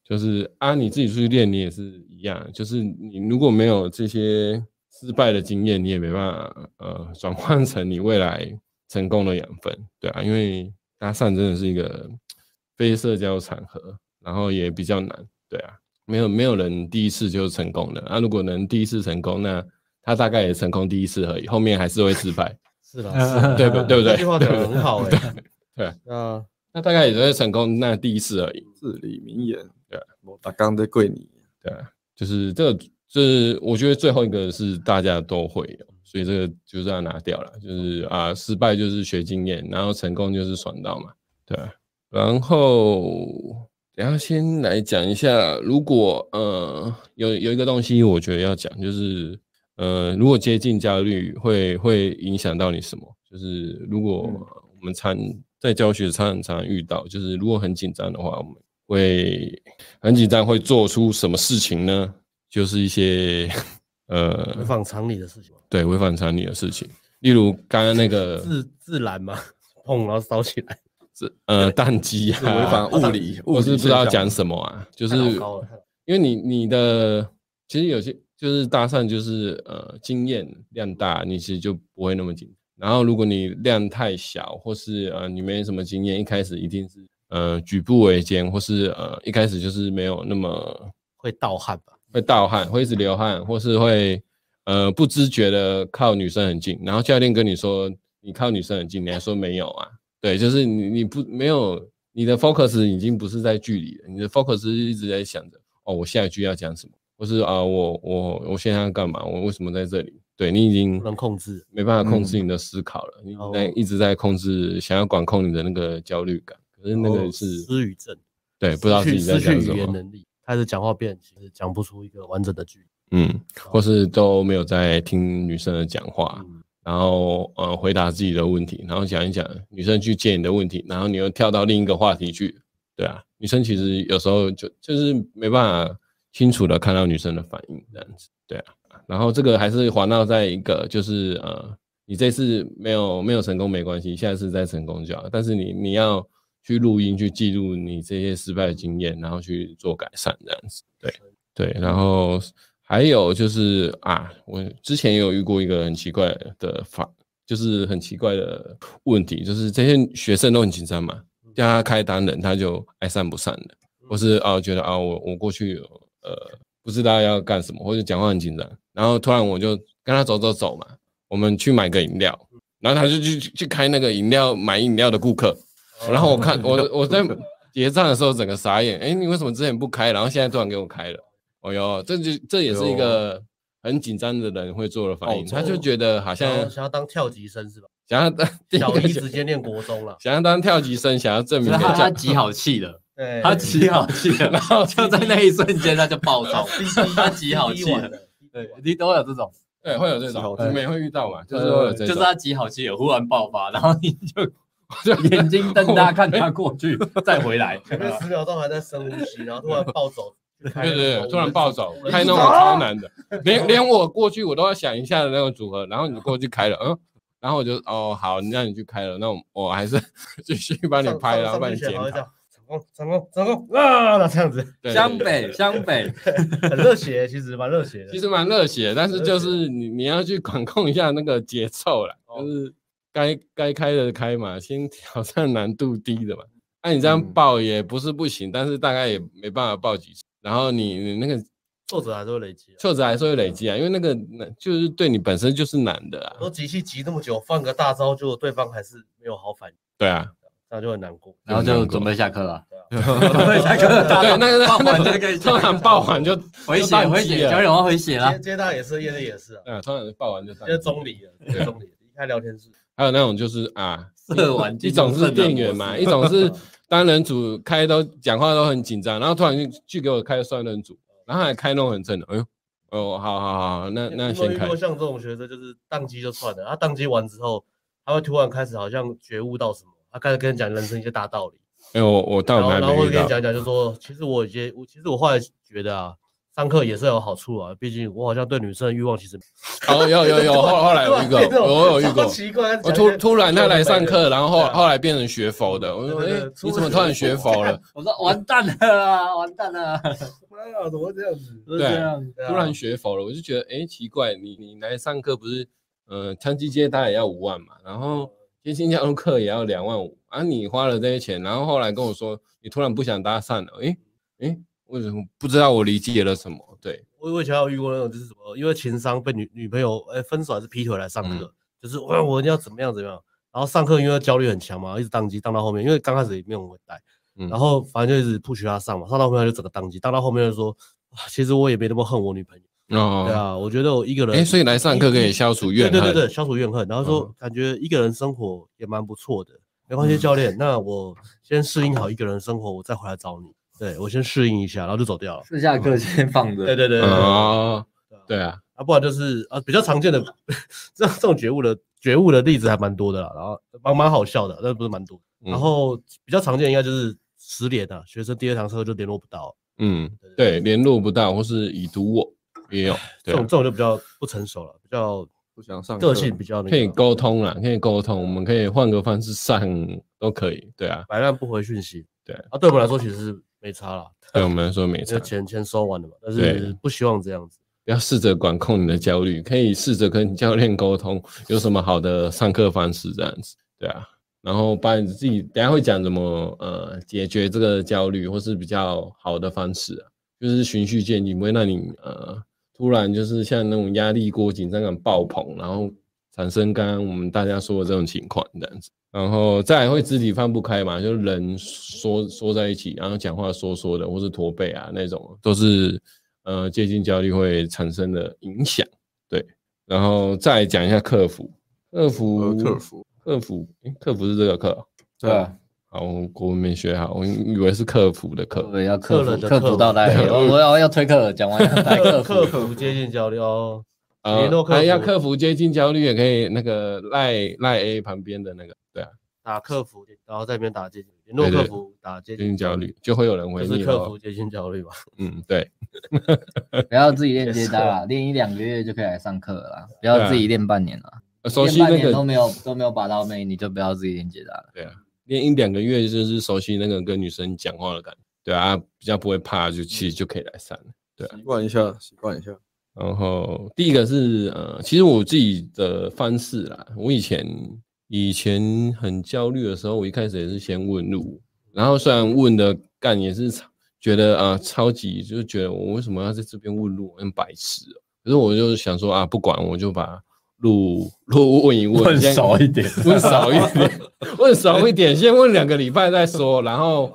就是啊，你自己出去练，你也是一样，就是你如果没有这些失败的经验，你也没办法呃转换成你未来成功的养分，对啊，因为搭讪真的是一个非社交场合，然后也比较难，对啊。没有没有人第一次就成功的。那、如果能第一次成功，那他大概也成功第一次而已，后面还是会 *laughs* 失败，是啦，是啦对不 *laughs* 对不对这句话讲的很 *laughs* 好啊哎、对那那大概也只会成功那第一次而已。至理名言，对，我打刚在跪你，对啊，就是这个，就是我觉得最后一个是大家都会有，所以这个就是要拿掉了，就是啊，失败就是学经验，然后成功就是爽到嘛，对啊、然后等一下先来讲一下，如果呃有有一个东西，我觉得要讲就是呃，如果接近焦虑会会影响到你什么？就是如果嗯我们常在教学常常常遇到，就是如果很紧张的话，我们会很紧张，会做出什么事情呢？就是一些 *laughs* 违呃，反常理的事情 *laughs* 嘛，对违反常理的事情，例如刚刚那个自自然嘛， *laughs* 碰然后烧起来，这呃宕机啊，是违反物理，物 *laughs* 我理是不知道讲么，什么啊，就 *laughs* 是太老高了太老因为你你的其实有些就是搭讪就是呃经验量大，你其实就不会那么紧。然后如果你量太小，或是呃你没什么经验，一开始一定是呃举步维艰，或是呃一开始就是没有那么会盗汗吧？会盗汗，会一直流汗，或是会呃不知觉的靠女生很近，然后教练跟你说你靠女生很近，你还说没有啊？对，就是你你不没有你的 focus 已经不是在距离了，你的 focus 是一直在想着哦，我下一句要讲什么，或是啊、我我我现在要干嘛，我为什么在这里？对你已经不能控制。哦没办法控制你的思考了，你在一直在控制，想要管控你的那个焦虑感，可是那个是、哦失语症，对，不知道自己在失去想失去什语言么，能力，开始讲话变形，就是讲不出一个完整的句子。嗯，或是都没有在听女生的讲话，嗯然后呃回答自己的问题，然后讲一讲女生去接你的问题，然后你又跳到另一个话题去，对啊，女生其实有时候就就是没办法清楚的看到女生的反应这样子，对啊，然后这个还是环绕在一个就是呃，你这次没有没有成功没关系，下次再成功就好，但是你你要去录音去记录你这些失败的经验，然后去做改善这样子，对对，然后还有就是啊，我之前也有遇过一个很奇怪的法，就是很奇怪的问题，就是这些学生都很紧张嘛，叫他开单人他就爱散不散的，或是啊觉得啊我我过去呃不知道要干什么，或者讲话很紧张，然后突然我就跟他走走走嘛，我们去买个饮料，然后他就去去开那个饮料买饮料的顾客， *laughs* 然呃后我看我我在结账的时候整个傻眼，哎你为什么之前不开，然后现在突然给我开了？哦哟，这就这也是一个很紧张的人会做的反应，哦他就觉得好想要像想要当跳级生 *laughs* 是吧？想要当，小一直接念国中了想要当跳级生，想要证明所以给他他教挤好气了， *laughs* 对他挤好气 *laughs* 了，然后就在那一瞬间他就暴他躁，逼他挤好气了。了，对，你都有这种，对，会有这种，对你们也会遇到嘛，就是会有这呃就是种，他挤好气了，忽然爆发，然后你 *laughs* 就就眼睛瞪大看他过 *laughs* 去，再回来。前面十秒钟还在深呼吸，然后突然暴 *laughs* 走，对对对，突然暴走，开开那了种个超难的，连连我过去我都要想一下的那种组合，然后你过去开了，嗯，然后我就哦好，那你去开了，那我我还是 *laughs* 继续帮你上拍，上然后上帮你去前检还会这讨，样成功成功成功啊！ *laughs* 那这样子对湘北，湘北，很热血，欸其实蛮热血的。其实蛮热血，但是就是你你要去管控一下那个节奏啦，哦就是该该开的开嘛，先挑战难度低的嘛。那、你这嗯样报也不是不行，但是大概也没办法报几次。然后你你那个挫折还是会累积啊，挫折还是会累积啊，因为那个难就是对你本身就是难的啊哦都。集气集那么久，放个大招，结果对方还是没有好反应，对啊，这样就很难过。然后就准备下课了， *laughs* 啊准备下课了，大对，那个爆那完就可 *laughs* 个以突然报 *laughs* 完就啊回就血，宕回机血，了教练我要回血了接。接大也是，业内也是啊，啊对啊，啊突然报完就接宕机。中理了，接中理了，离开聊天室。还有那种就是啊，射完 *laughs* 一种是店员嘛，一种是单人组开都讲话都很紧张，然后突然就去给我开双人组，然后还开那种很正的，哎呦，哦，好好好好，那那你有没有先遇开过，像这种学生，就是宕机就算了，他宕机完之后，他会突然开始好像觉悟到什么，他开始跟你讲人生一些大道理，哎我我但然我后们然后还会没遇跟你到，讲一讲，就说其实我已经，我其实我后来觉得啊，上课也是有好处啊，毕竟我好像对女生的欲望其实哦有有有，后后来有 *laughs* 遇过，我有遇过超。奇怪，我突突然他来 *laughs* 上课，然后后对啊后来变成学佛的，我说对对哎对，你怎么突然学佛了？我说完蛋了啊，完蛋了啊，妈呀，怎么会这样子？就是这样。对啊突然学佛了，我就觉得哎奇怪，你你来上课不是，呃，枪击街他也要五万嘛，然嗯后接新加入课也要两万五啊，你花了这些钱，然后后来跟我说你突然不想搭讪了，诶诶，为什么不知道我理解了什么？对，我我以前还有遇过那种，就是什么，因为情商被女女朋友哎、分手还是劈腿来上课，就是哇我要怎么样怎么样，然后上课因为焦虑很强嘛，一直宕机宕到后面，因为刚开始也没有人会带，嗯然后反正就一直不许他上嘛，上到后面他就整个宕机，宕到后面就说，哇其实我也没那么恨我女朋友，对哦，啊，我觉得我一个人，诶，所以来上课可以消除怨对对对恨对，，消除怨恨，然后说、嗯感觉一个人生活也蛮不错的，没关系，教练，那我先适应好一个人生活，我再回来找你，对我先适应一下，然后就走掉了，是下课先放着。对对对对对哦，对啊对啊，啊，不然就是啊，比较常见的这这种觉悟的觉悟的例子还蛮多的啦，然后蛮蛮好笑的，但不是蛮多。嗯然后比较常见应该就是失联啊，学生第二堂课就联络不到，嗯，对，联络不到或是已读我也有，这对种啊这。种就比较不成熟了，比较不想上个课性比较那可以个，沟通啦，可以沟通，我们可以换个方式上都可以，对啊，摆烂不回讯息。对啊，对我们来说其实是没差啦，对我们来说没因为差。钱钱收完了嘛，但对是不希望这样子。不要试着管控你的焦虑，可以试着跟教练沟通有什么好的上课方式这样子，对啊。然后把你自己等一下会讲怎么呃解决这个焦虑，或是比较好的方式啊。就是循序渐进，不会让你呃突然就是像那种压力锅、紧张感爆棚，然后产生刚刚我们大家说的这种情况这样子。然后再来会肢体放不开嘛，就是人缩缩在一起，然后讲话缩缩的，或是驼背啊那种，都是呃接近焦虑会产生的影响。对，然后再讲一下克服，克服，呃克，服，克服，诶克服是这个克哦。对啊，好，我国文没学好，我以为是克服的克。对，要克客人服的克客服到来，对我我要要推客，讲完 *laughs* 要带克客服克服接近交流哦，呃联络，克服还要克服接近焦虑，也可以那个赖赖 A 旁边的那个，对啊，打客服，然后在那边打接近，联络对客对服打接接近近焦焦虑虑，就会有人回就是你克服咯。接近焦虑嘛。嗯，对，不要自己练接 *laughs* 单啊啦，练一两个月就可以来上课了啦，不对要啊自己练半年啦，呃熟悉练半那年都个，没有都没有把到妹，你就不要自己练接单 *laughs* 了。对啊，练一两个月就是熟悉那个跟女生讲话的感觉，对啊，比较不会怕，就其实就可以来上了。对啊习惯一下，习惯一下。然后第一个是呃，其实我自己的方式啦，我以前以前很焦虑的时候，我一开始也是先问路，然后虽然问的干也是超觉得啊、超级就是觉得我为什么要在这边问路，很白痴哦、可是我就想说啊，不管我就把路路问一问，先一点，问少一点，问少一点，先问两个礼拜再说。然后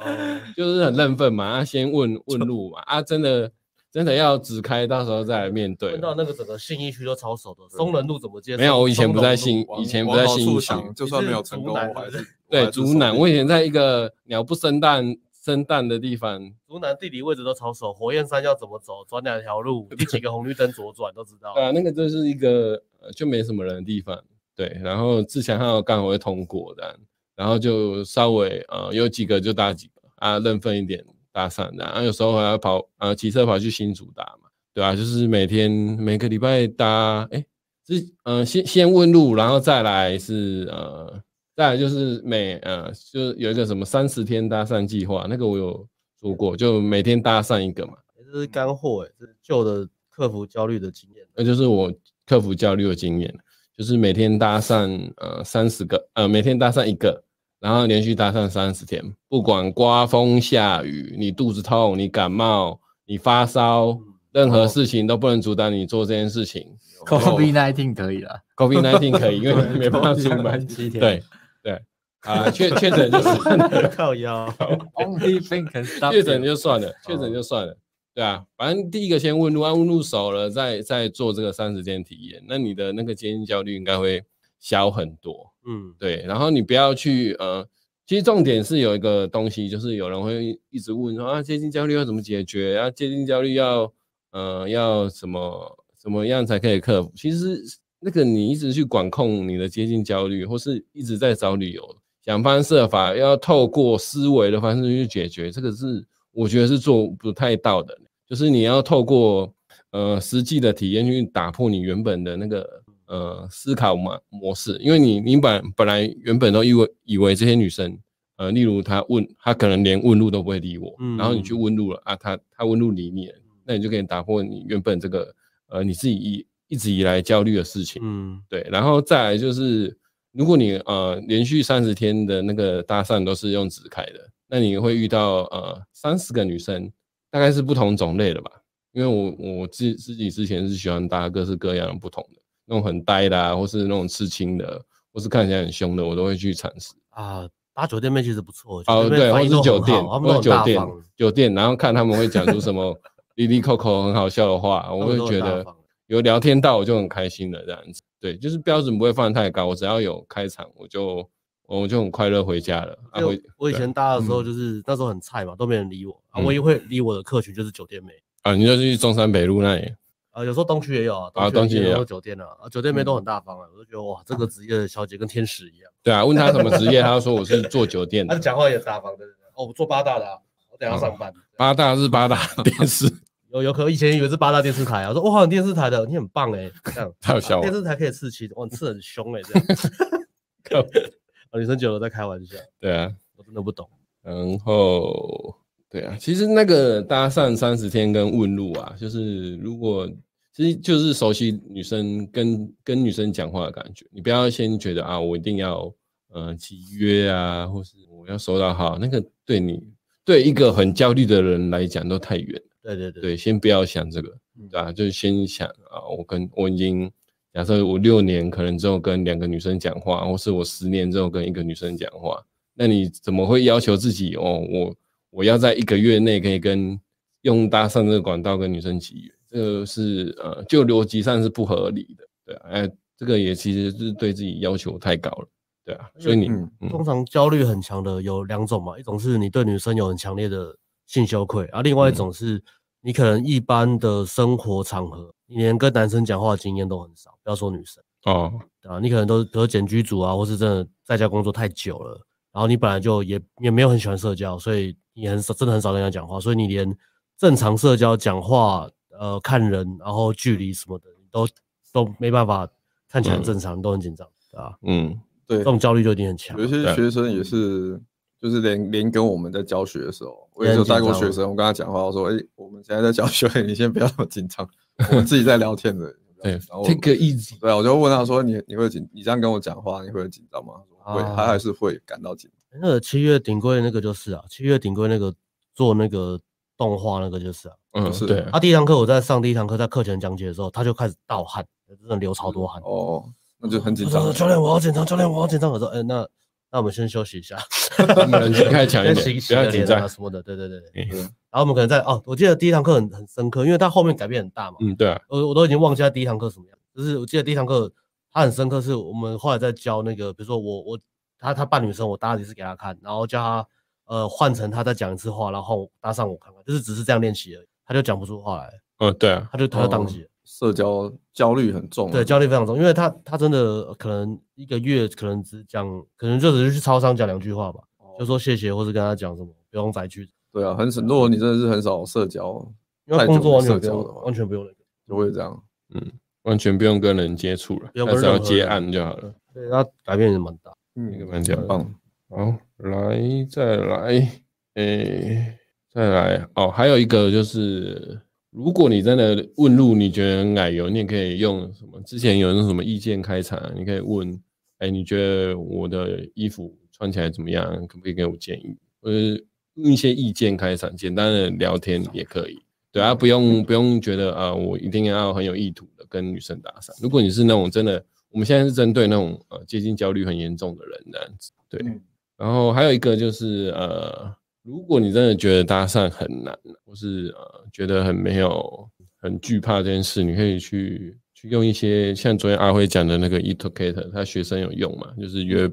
就是很认份嘛，啊、先问问路嘛，啊，真的真的要直开，到时候再来面对问。到那个整个信义区都超熟的，松仁路怎么接？没有我以前不在信松仁路以前往不在好信处义想区就你算是没有成竹功，南我还对是对，竹南，我为以前在一个鸟不生蛋生蛋的地方，竹南地理位置都超熟，火焰山要怎么走，转哪条路，第几个红绿灯左转都知 *laughs* 道。啊，那个就是一个呃就没什么人的地方，对。然后自强号刚好会通过的，然后就稍微呃有几个就搭几个啊，认份一点搭上的，啊有时候还要跑呃骑车跑去新竹搭嘛，对啊，就是每天每个礼拜搭，哎，是呃先先问路，然后再来是呃再来就是每呃就是有一个什么三十天搭讪计划，那个我有做过，就每天搭讪一个嘛。欸这是干货哎，这是旧的克服焦虑的经 *laughs* 验。那就是我克服焦虑的经验，就是每天搭讪呃三十个，呃每天搭讪一个，然后连续搭讪三十天，不管刮风下雨，你肚子痛，你感冒，你发烧，任何事情都不能阻挡你做这件事情。 COVID nineteen 可以了， COVID 19可 *laughs* 以，因为你没办法出门。七天。对对，啊确确诊就 *laughs* 算了，靠 *laughs* 腰， ，Only thing can stop 确诊 you 就算了，确诊就算了。对啊，反正第一个先问路，啊问路熟了，再再做这个三十天体验，那你的那个接近焦虑应该会小很多。嗯，对，然后你不要去呃，其实重点是有一个东西，就是有人会一直问说啊，接近焦虑要怎么解决？啊，接近焦虑要呃要什么怎么样才可以克服？其实那个你一直去管控你的接近焦虑，或是一直在找理由，想方设法要透过思维的方式去解决，这个是我觉得是做不太到的，就是你要透过呃实际的体验去打破你原本的那个呃思考模模式，因为你你本本来原本都以为以为这些女生，呃，例如她问她可能连问路都不会理我，嗯然后你去问路了啊，她她问路理你了，那你就可以打破你原本这个呃你自己一一直以来焦虑的事情，嗯，对，然后再来就是，如果你呃连续三十天的那个搭讪都是用直开的，那你会遇到呃三十个女生，大概是不同种类的吧。因为我我自自己之前是喜欢搭各式各样的不同的，那种很呆的啊，或是那种刺青的，或是看起来很凶的，我都会去尝试。啊，搭酒店妹其实不错，哦，酒店妹对，或反是应都酒很店，好他们都或很是酒大店方，酒店，然后看他们会讲出什么 *laughs* 里里扣扣很好笑的话，我他会们都觉很得大方有聊天到我就很开心了，这样子。对，就是标准不会放太高，我只要有开场，我就我就很快乐回家了。啊，因回为哎我以对前搭的时候，就是那时候很菜嘛，都没人理我啊。嗯我也会理我的客群就是酒店妹啊，你就去中山北路那里，啊，有时候东区也有啊啊，东区也有嗯有酒店啊，啊酒店妹都很大方啊，我就觉得哇，这个职业的小姐跟天使一样，对啊，问他什么职业，他就说我是做酒 *laughs* 店她的，讲话也大方的。哦，我做八大的啊，我等下上班。八大是八大电视，有有可以前以为是八大电视台啊，我说哇，你电视台的你很棒哎，这样 *laughs* 太好笑电了。视台可以刺青，哇，你刺得很凶哎，这样。 *laughs* *laughs* 啊，女生久了在开玩笑，对啊，我真的不懂。然后对啊，其实那个搭讪三十天跟问路啊，就是如果其实就是熟悉女生跟跟女生讲话的感觉，你不要先觉得啊，我一定要呃契约啊，或是我要收到好，那个对你对一个很焦虑的人来讲都太远了。对对对对，先不要想这个，嗯对吧、就是先想啊，我跟我已经假设我六年可能只有跟两个女生讲话，或是我十年只有跟一个女生讲话，那你怎么会要求自己哦？我我要在一个月内可以跟用搭讪这个管道跟女生起约，这个是呃，就逻辑上是不合理的，对啊，哎，这个也其实是对自己要求太高了，对啊，所以你嗯嗯通常焦虑很强的有两种嘛，一种是你对女生有很强烈的性羞愧，啊，另外一嗯种是你可能一般的生活场合，你连跟男生讲话的经验都很少，不要说女生，哦，对啊，你可能都是比如检居组啊，或是真的在家工作太久了，然后你本来就也也没有很喜欢社交，所以你很少真的很少跟人家讲话，所以你连正常社交、讲话、呃看人，然后距离什么的，你都都没办法看起来很正常，都很紧张，对啊，嗯，嗯对这，种焦虑就已经很强了有。一些对学生也是，就是连连跟我们在教学的时候，我也也是有很紧带过张学吗生，我跟他讲话，我说：“哎、我们现在在教学， *laughs* 你先不要那么紧张，我们自己在聊天的。”对啊然后我，take it easy，对啊，我就问他说：“你你会紧？你这样跟我讲话，你会紧张吗？”他说：“会，他啊还是会感到紧张。那个七月顶规那个就是啊，七月顶规那个做那个动画那个就是啊。嗯，是对啊，他第一堂课我在上第一堂课，在课前讲解的时候，他就开始盗汗，真的流超多嗯汗。哦，那就很紧他张说了。教练我好紧张，教练我好紧张。我说，哎、那那我们先休息一 *laughs* 下，我们冷静开强一先洗点，洗不个要紧脸张嗯啊，什么的。对对对对。对然后我们可能在哦，我记得第一堂课很很深刻，因为他后面改变很大嘛。嗯，对啊，我我都已经忘记他第一堂课什么样，就是我记得第一堂课他很深刻，是我们后来在教那个，比如说我我他他扮女生，我搭了几次给他看，然后叫他呃换成他再讲一次话，然后搭上我看看，就是只是这样练习而已，他就讲不出话来，嗯，对啊，他就他就宕哦机了。社交焦虑很重啊。对，焦虑非常重，因为他他真的呃可能一个月可能只讲，可能就只是去超商讲两句话吧，哦就说谢谢，或是跟他讲什么不用再去，对啊，很少。如果你真的是很少社交，因为太工久作没完全社不交了嘛用完全不用那个。就会这样。完全不用跟人接触了，不用但跟是要任何接人案就好了。对，他改变也蛮大。嗯那个蛮简很单棒。好，来，再来，诶、再来哦，还有一个就是，如果你真的问路你觉得很奶油，你也可以用什么？之前有那种什么意见开场，你可以问，哎、你觉得我的衣服穿起来怎么样？可不可以给我建议？或者是用呃一些意见开场，简单的聊天也可以。对啊，不用不用觉得啊、我一定要很有意图的跟女生搭讪。如果你是那种真的，我们现在是针对那种呃接近焦虑很严重的人这样子，对。嗯然后还有一个就是呃，如果你真的觉得搭讪很难，或是呃觉得很没有很惧怕这件事，你可以去去用一些像昨天阿辉讲的那个 e t o k a t o r 他学生有用嘛，就是约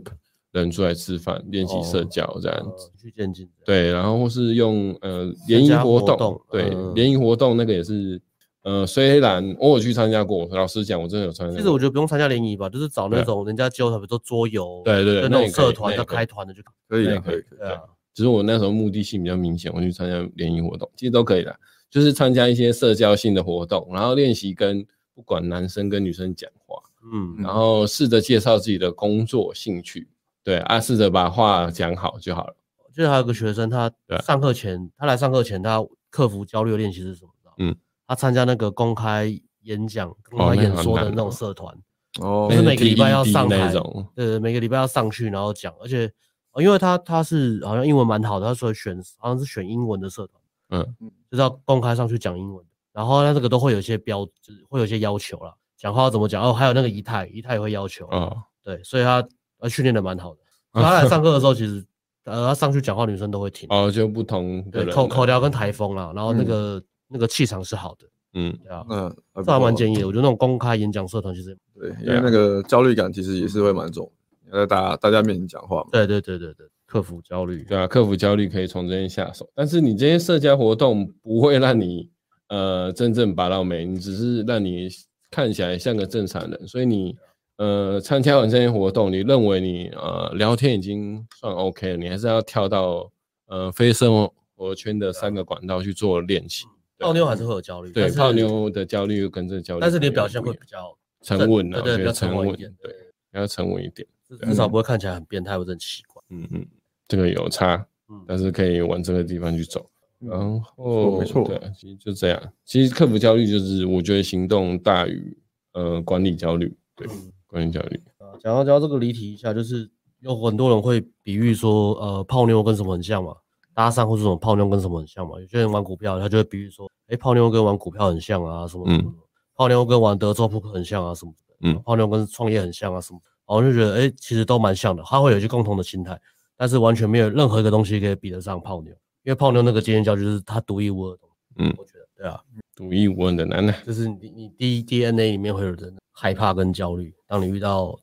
人出来吃饭，练习社哦交这样子。呃，去渐进。对，然后或是用呃联谊加活活动，动对嗯联谊活动那个也是，呃，虽然我有去参加过，老实讲，我真的有参加过。其实我觉得不用参加联谊吧，就是找对那啊种人家教他，比如说桌游，对对对就那那也种可社以团那也要可以开团的就可以对啊，可可以以，可以。对啊，只是我那时候目的性比较明显，我去参加联谊活动，其实都可以的，就是参加一些社交性的活动，然后练习跟不管男生跟女生讲话，嗯，然后试着介绍自己的工作兴趣，对啊，试着把话讲好就好了。就是还有个学生，他对啊上课前，他来上课前，他克服焦虑的练习是什么？嗯，他参加那个公开演讲、公开那演很说的难那种哦社团，哦哎就，是每个礼拜要 TED 上台那种，对，每个礼拜要上去然后讲，而且呃因为他他是好像英文蛮好的，他所以选好像是选英文的社团，嗯嗯，就是要公开上去讲英文的。然后他这个都会有一些标，就是会有一些要求啦，讲话要怎么讲哦，还有那个仪态，仪态也会要求，哦，对，所以他呃训练的蛮 *laughs* 好的。所以他来上课的时候，其实呃他上去讲话，女生都会听，哦，就不同的对，人口了口条跟台风啦，然后那嗯个、那个气场是好的，嗯，对啊，那不这还蛮错建议的。我觉得那种公开演讲社团其实，对，因对为啊那个焦虑感其实也是会蛮重的，你要在大家大家面前讲话嘛。对对对对对，克服焦虑，对啊，克服焦虑可以从这边下手，但是你这些社交活动不会让你呃真正拔到眉，你只是让你看起来像个正常人，所以你呃参加完这些活动，你认为你呃聊天已经算 OK 了，你还是要跳到呃非生活圈的三个管道去做练习。对泡妞还是会有焦虑，对啊但是泡妞的焦虑跟这焦虑不但一样，是你的表现会比较沉稳啊，对对我觉比得较沉沉稳稳一点，对，嗯要沉稳一点。至至少不会看起来很变态或者很奇怪。嗯嗯，这个有差，嗯但是可以往这个地方去走。然后嗯没错对，其实就这样。其实克服焦虑就是，我觉得行动大于呃管理焦虑，对，嗯管理焦虑，啊讲呃到讲到这个离题一下，就是有很多人会比喻说，呃，泡妞跟什么很像嘛？搭讪或是什么泡妞跟什么很像嘛。有些人玩股票，他就会比喻说，哎、泡妞跟玩股票很像啊，什么什么什么，泡妞跟玩德州扑克很像啊，什么什么的嗯，泡妞跟创业很像啊，什么，然后就觉得，哎、其实都蛮像的，他会有一些共同的心态，但是完全没有任何一个东西可以比得上泡妞，因为泡妞那个经验教育就是它独一无二的东西，嗯我觉得，对啊，独一无二的啊男人。就是你你第一 DNA 里面会有的害怕跟焦虑，当你遇到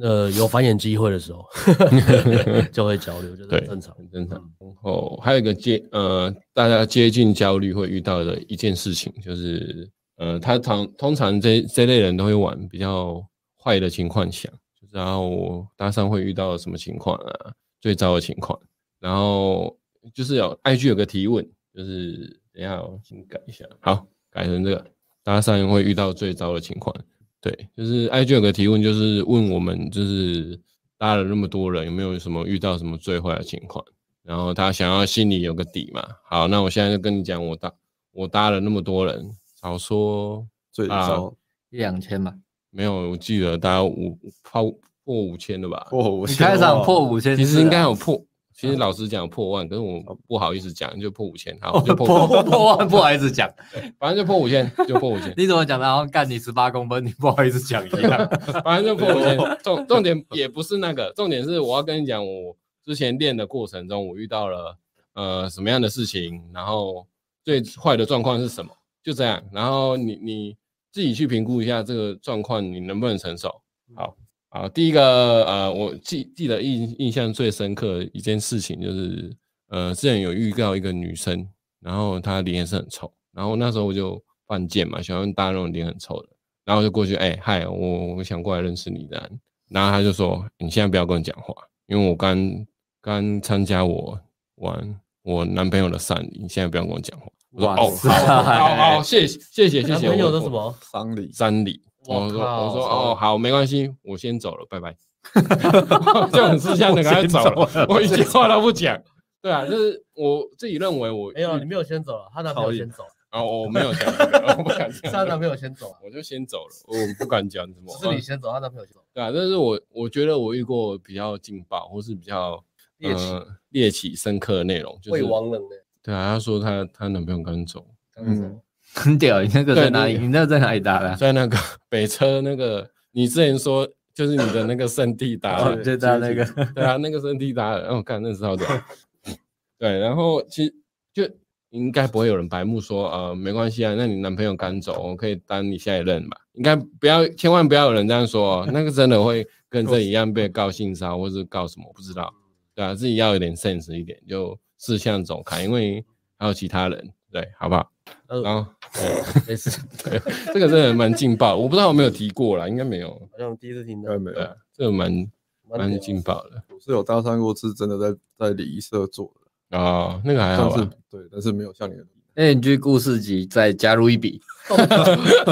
呃有繁衍机会的时候， *laughs* 就会焦虑，我觉得对很正常。嗯很正常。然后还有一个接呃，大家接近焦虑会遇到的一件事情，就是呃，他常通常这这类人都会往比较坏的情况想，就是然后搭讪会遇到什么情况啊，最糟的情况，然后就是有 IG 有个提问，就是等一下我先改一下，好，改成这个搭讪会遇到最糟的情况。对，就是 IG 有个提问，就是问我们就是搭了那么多人，有没有什么遇到什么最坏的情况？然后他想要心里有个底嘛。好，那我现在就跟你讲，我搭我搭了那么多人，少说最啊糟一两千吧。没有，我记得大概五破破五千的吧。破五你千开万场破五千次啊，嗯哦其实应该有破，其实老实讲有破万，可是我不好意思讲，就破五千。好， *laughs* 就破破五破千，破万，不好意思讲。反正就破五千，就破五千。你怎么讲的？然后干你十八公分，你不好意思讲一样。 *laughs* 反正就破五千。重重点也不是那个，重点是我要跟你讲，我之前练的过程中，我遇到了呃什么样的事情，然后最坏的状况是什么，就这样。然后你你自己去评估一下这个状况，你能不能承受？好。好，第一个呃，我记记得印印象最深刻的一件事情就是，呃，之前有遇到一个女生，然后她脸也是很臭，然后那时候我就犯贱嘛，喜欢搭那种脸很臭的，然后我就过去，哎、嗨，我我想过来认识你的。然后他就说，你现在不要跟我讲话，因为我刚刚参加我玩我男朋友的丧礼，你现在不要跟我讲话。我说哇哦，塞好，好，好，谢谢，谢谢，谢男谢。朋友我的什？么？丧礼，丧礼。我我说，靠我说，糟哦了，好，没关系，我先走了，拜 *laughs* 拜。就很识相的赶快走了，我一句话都不 *laughs* 讲。对啊，就是我自己认为我没有，你没有先走了，她男朋友先走，啊，我没有讲这个，我不敢是她男讲，朋友先走啊，我就先走了， *laughs* 我不敢讲什么。哦是你先走，她男朋友先走。对啊，但是我我觉得我遇过比较劲爆或是比较猎奇呃猎奇深刻的内容，就未是亡人呢？对啊，她说她她男朋友刚走，刚刚嗯走 *laughs* 很屌，哦你那个在哪里？对你那个在哪里打的啊？在那个 *laughs* 北车那个，你之前说就是你的那个圣地达哦，尔，对就在那个， *laughs* 对啊，那个圣地达尔，哦，干认识好久， *laughs* 对，然后其实就应该不会有人白目说呃没关系啊，那你男朋友刚走，我可以当你下一任吧，应该不要，千万不要有人这样说、哦，那个真的会跟这一样被告性骚扰或是告什么，我不知道。对啊，自己要有点 sense 一点，就四项走开，因为还有其他人，对，好不好？呃然后没事，对，这个真的蛮劲爆，我不知道有没有提过啦，应该没有。好像第一次听应到该，没有对，啊，这个蛮 *laughs* 蛮劲爆的我是有搭讪过，是真的在在礼仪社做的，啊、哦，那个还好但是吧？对，但是没有像你的， NG 哎故事集再加入一笔， *laughs*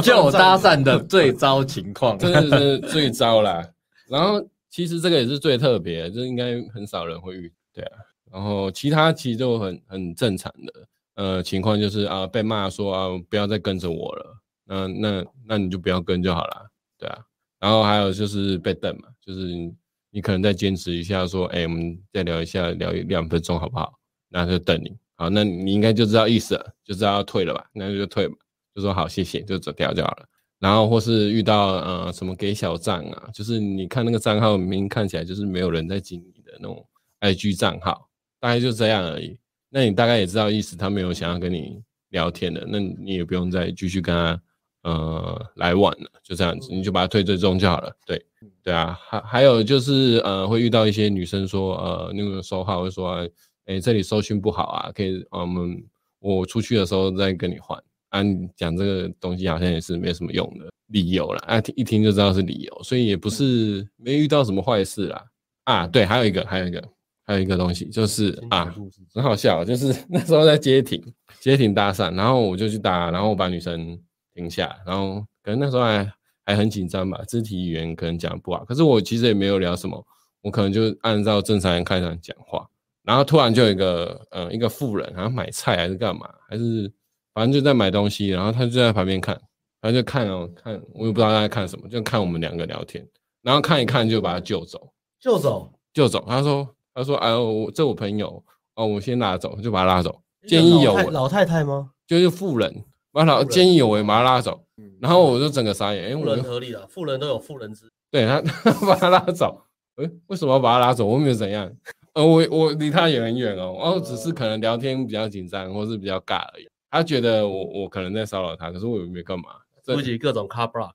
就搭讪的最糟情况。这个是最糟啦。然后其实这个也是最特别的，就是应该很少人会遇，对啊。然后其他其实就很很正常的，呃，情况就是啊、被骂说啊、不要再跟着我了，那那那你就不要跟就好啦，对啊。然后还有就是被瞪嘛，就是你你可能再坚持一下，说，哎、我们再聊一下，聊一两分钟好不好？然后就瞪你，好，那你应该就知道意思了，就知道要退了吧，那就退吧，就说好，谢谢，就走掉就好了。然后或是遇到呃什么给小账啊，就是你看那个账号明明看起来就是没有人在经营的那种 IG 账号，大概就这样而已。那你大概也知道意思，他没有想要跟你聊天的，那你也不用再继续跟他呃来往了，就这样子，你就把他退追踪就好了。对，对啊，还还有就是呃会遇到一些女生说呃那个收号会说，哎、这里收讯不好啊，可以呃我们我出去的时候再跟你换。啊，你讲这个东西好像也是没什么用的理由啦，啊，听一听就知道是理由，所以也不是没遇到什么坏事啦。啊，对，还有一个，还有一个，还有一个东西就是啊，很好笑，就是那时候在街亭，街亭搭讪，然后我就去搭，然后我把女生停下，然后可能那时候还还很紧张吧，肢体语言可能讲得不好，可是我其实也没有聊什么，我可能就按照正常人开场讲话，然后突然就有一个呃一个富人，好像买菜还是干嘛，还是反正就在买东西，然后他就在旁边看，他就看哦看，我也不知道他在看什么，就看我们两个聊天，然后看一看就把他救走，就走，就走。他说：“他说，哎呦，我这我朋友，哦、哦，我先拉走，就把他拉走。见义勇老为太，老太太吗？就是富人，把他富老人嗯见义勇为把他拉走，然后我就整个傻眼，哎、富我人就合理啦，富人都有富人之对他 *laughs* 他把他拉走，诶、为什么要把他拉走？我没有怎样，呃，我我离他也很远哦，哦，只是可能聊天比较紧张，或是比较尬而已。他觉得我我可能在骚扰他，可是我也 *laughs* 没干嘛，这顾及各种 car block，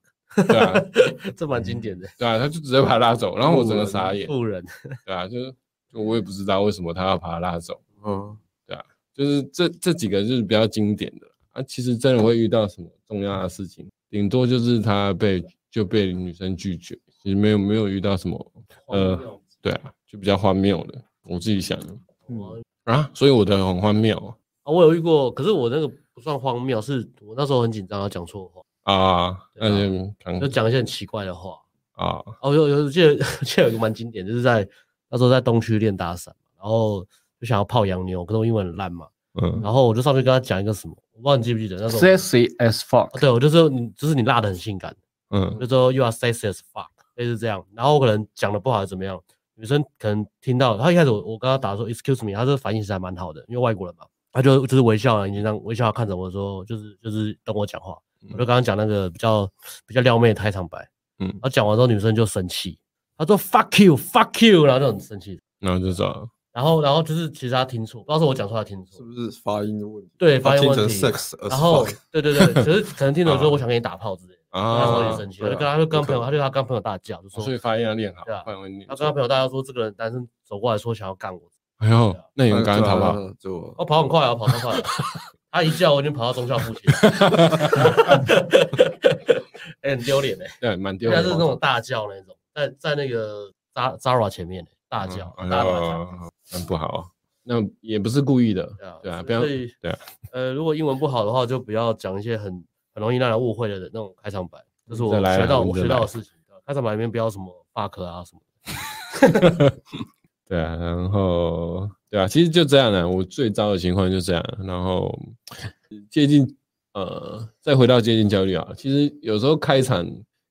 对啊这蛮经典的。对啊，他就直接把他拉走，然后我整个傻眼，富人对啊，就是就我也不知道为什么他要把他拉走，嗯，就是这这几个就是比较经典的啊。其实真的会遇到什么重要的事情，顶多就是他被就被女生拒绝，其实没有没有遇到什么呃，对啊，就比较荒谬的。我自己想的嗯啊，所以我的很荒谬啊啊，我有遇过，可是我那个不算荒谬，是我那时候很紧张，要讲错话，啊，对啊那就看就讲一些很奇怪的话。啊，哦，有有，我记得 *laughs* 我记得有一个蛮经典，就是在那时候在东区练打伞，然后就想要泡洋妞，可是我英文很烂嘛，嗯然后我就上去跟他讲一个什么，我不知道你记不记得那时候，哦 sexy as fuck，对我就说你就是你辣的很性感，嗯就说 you are sexy as fuck，类似这样。然后我可能讲的不好还是怎么样，女生可能听到，她一开始我我跟她打说 excuse me，她这个反应其实还蛮好的，因为外国人嘛，她就就是微笑，眼啊睛上微笑看着我说，就是就是等我讲话。我就刚刚讲那个比较比较撩妹的开场白，嗯然后讲完之后女生就生气，她说 fuck you fuck you，然后就很生气。然后就说然后然后就是其实她听错，不知道是我讲错还是听是错，不是发音的问题？对发音听问成题 sex，as 然后 *laughs* fuck 对对对，可是可能听懂说嗯 *laughs* 啊我想跟你打炮之类的，那时候啊也，生气，对啊我就跟她就跟不可朋友，能她就她跟朋友大叫，就说哦所以发音要练好对啊，不然会念他跟他朋友大家说，这个人男生走过来说想要干我，哎呦，啊那你们赶快逃跑，嗯就我我跑很快啊，跑超快了。他一叫我已经跑到中校附近了，哎、很丢脸哎！对，啊蛮丢应该脸哦是的。那种大叫那种，在在那个 Za- Zara 前面、欸大叫，嗯大哎呦乱叫。那不好啊，那也不是故意的，对啊，不要所以对啊，呃，如果英文不好的话，就不要讲一些很很容易让人误会的那种开场白，这是我再来啊学到你我再学到来的事情。开场白里面不要什么 fuck 啊什么的，对啊，然后对啊，其实就这样的。我最糟的情况就这样，然后接近呃，再回到接近焦虑啊。其实有时候开场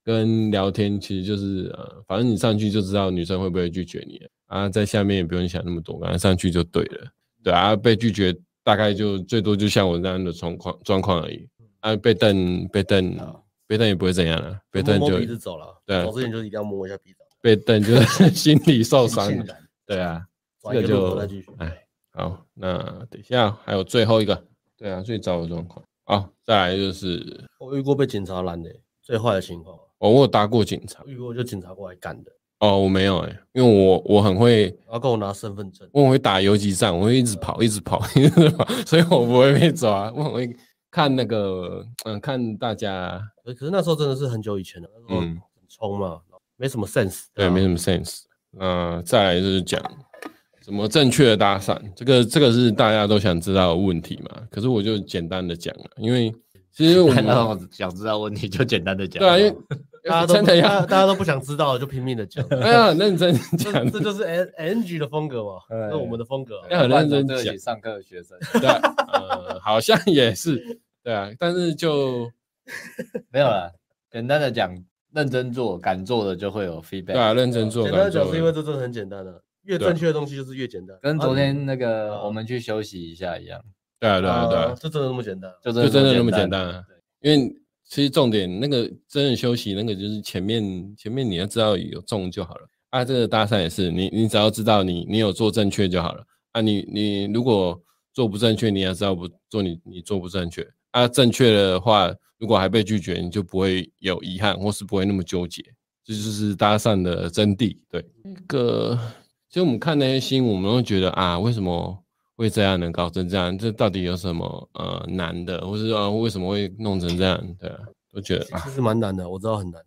跟聊天其实就是呃，反正你上去就知道女生会不会拒绝你了啊，在下面也不用想那么多，反正上去就对了。对啊，被拒绝大概就最多就像我那样的状况状况而已嗯啊，被瞪被瞪啊被瞪也不会怎样了、被就瞪哦摸就摸鼻子走了。对啊走之前就一定要摸一下鼻子。啊被瞪就是 *laughs* 心理受伤性了，感对啊。转这一个个路口再继就续。哎，好，那等一下还有最后一个，对啊，最糟的状况。好，再来就是我遇过被警察拦的、最坏的情况，哦，我有搭过警察我遇过就警察过来干的，哦，我没有哎、因为我我很会，然后跟我拿身份证，我很会打游击战，我会一直跑，一直跑， *laughs* 一直跑，所以我不会被抓，我很会看那个，嗯，看大家，可可是那时候真的是很久以前了，那时候嗯很冲嘛，没什么 sense，对，没什么 sense。那再来就是讲怎么正确的搭讪，这个这个是大家都想知道的问题嘛。可是我就简单的讲了，因为其实我 *laughs* 们 *laughs* 看到我想知道问题就简单的讲。对啊，因为大家都真不的大要家大家都不想知道，就拼命的讲， *laughs* 哎呀，认真这讲，哎这就是 N NG 的风格嘛，哎这是我们的风格啊。要很认真讲。上课的学生对啊，呃，好像也是，对啊，但是就 *laughs* 没有了，简单的讲，认真做，敢做的就会有 feedback。对啊，认真做简单感地讲是因为觉。这真的很简单的，越对啊正确的东西就是越简单。跟昨啊天那个啊我们去休息一下一样，对啊，对啊，对啊啊，这真的那么简单？就就真的那么单。简单啊。因为其实重点那个真人休息那个就是前面前面你要知道有中就好了啊，这个搭讪也是，你你只要知道你你有做正确就好了啊，你你如果做不正确，你也知道不做你你做不正确啊，正确的话，如果还被拒绝，你就不会有遗憾，或是不会那么纠结，这就是搭讪的真谛。对，那个其实我们看那些新闻，我们会觉得啊，为什么？会这样呢？搞成这样，这到底有什么呃难的，或是啊为什么会弄成这样？对啊，都觉得啊，其实蛮难的，我知道很难。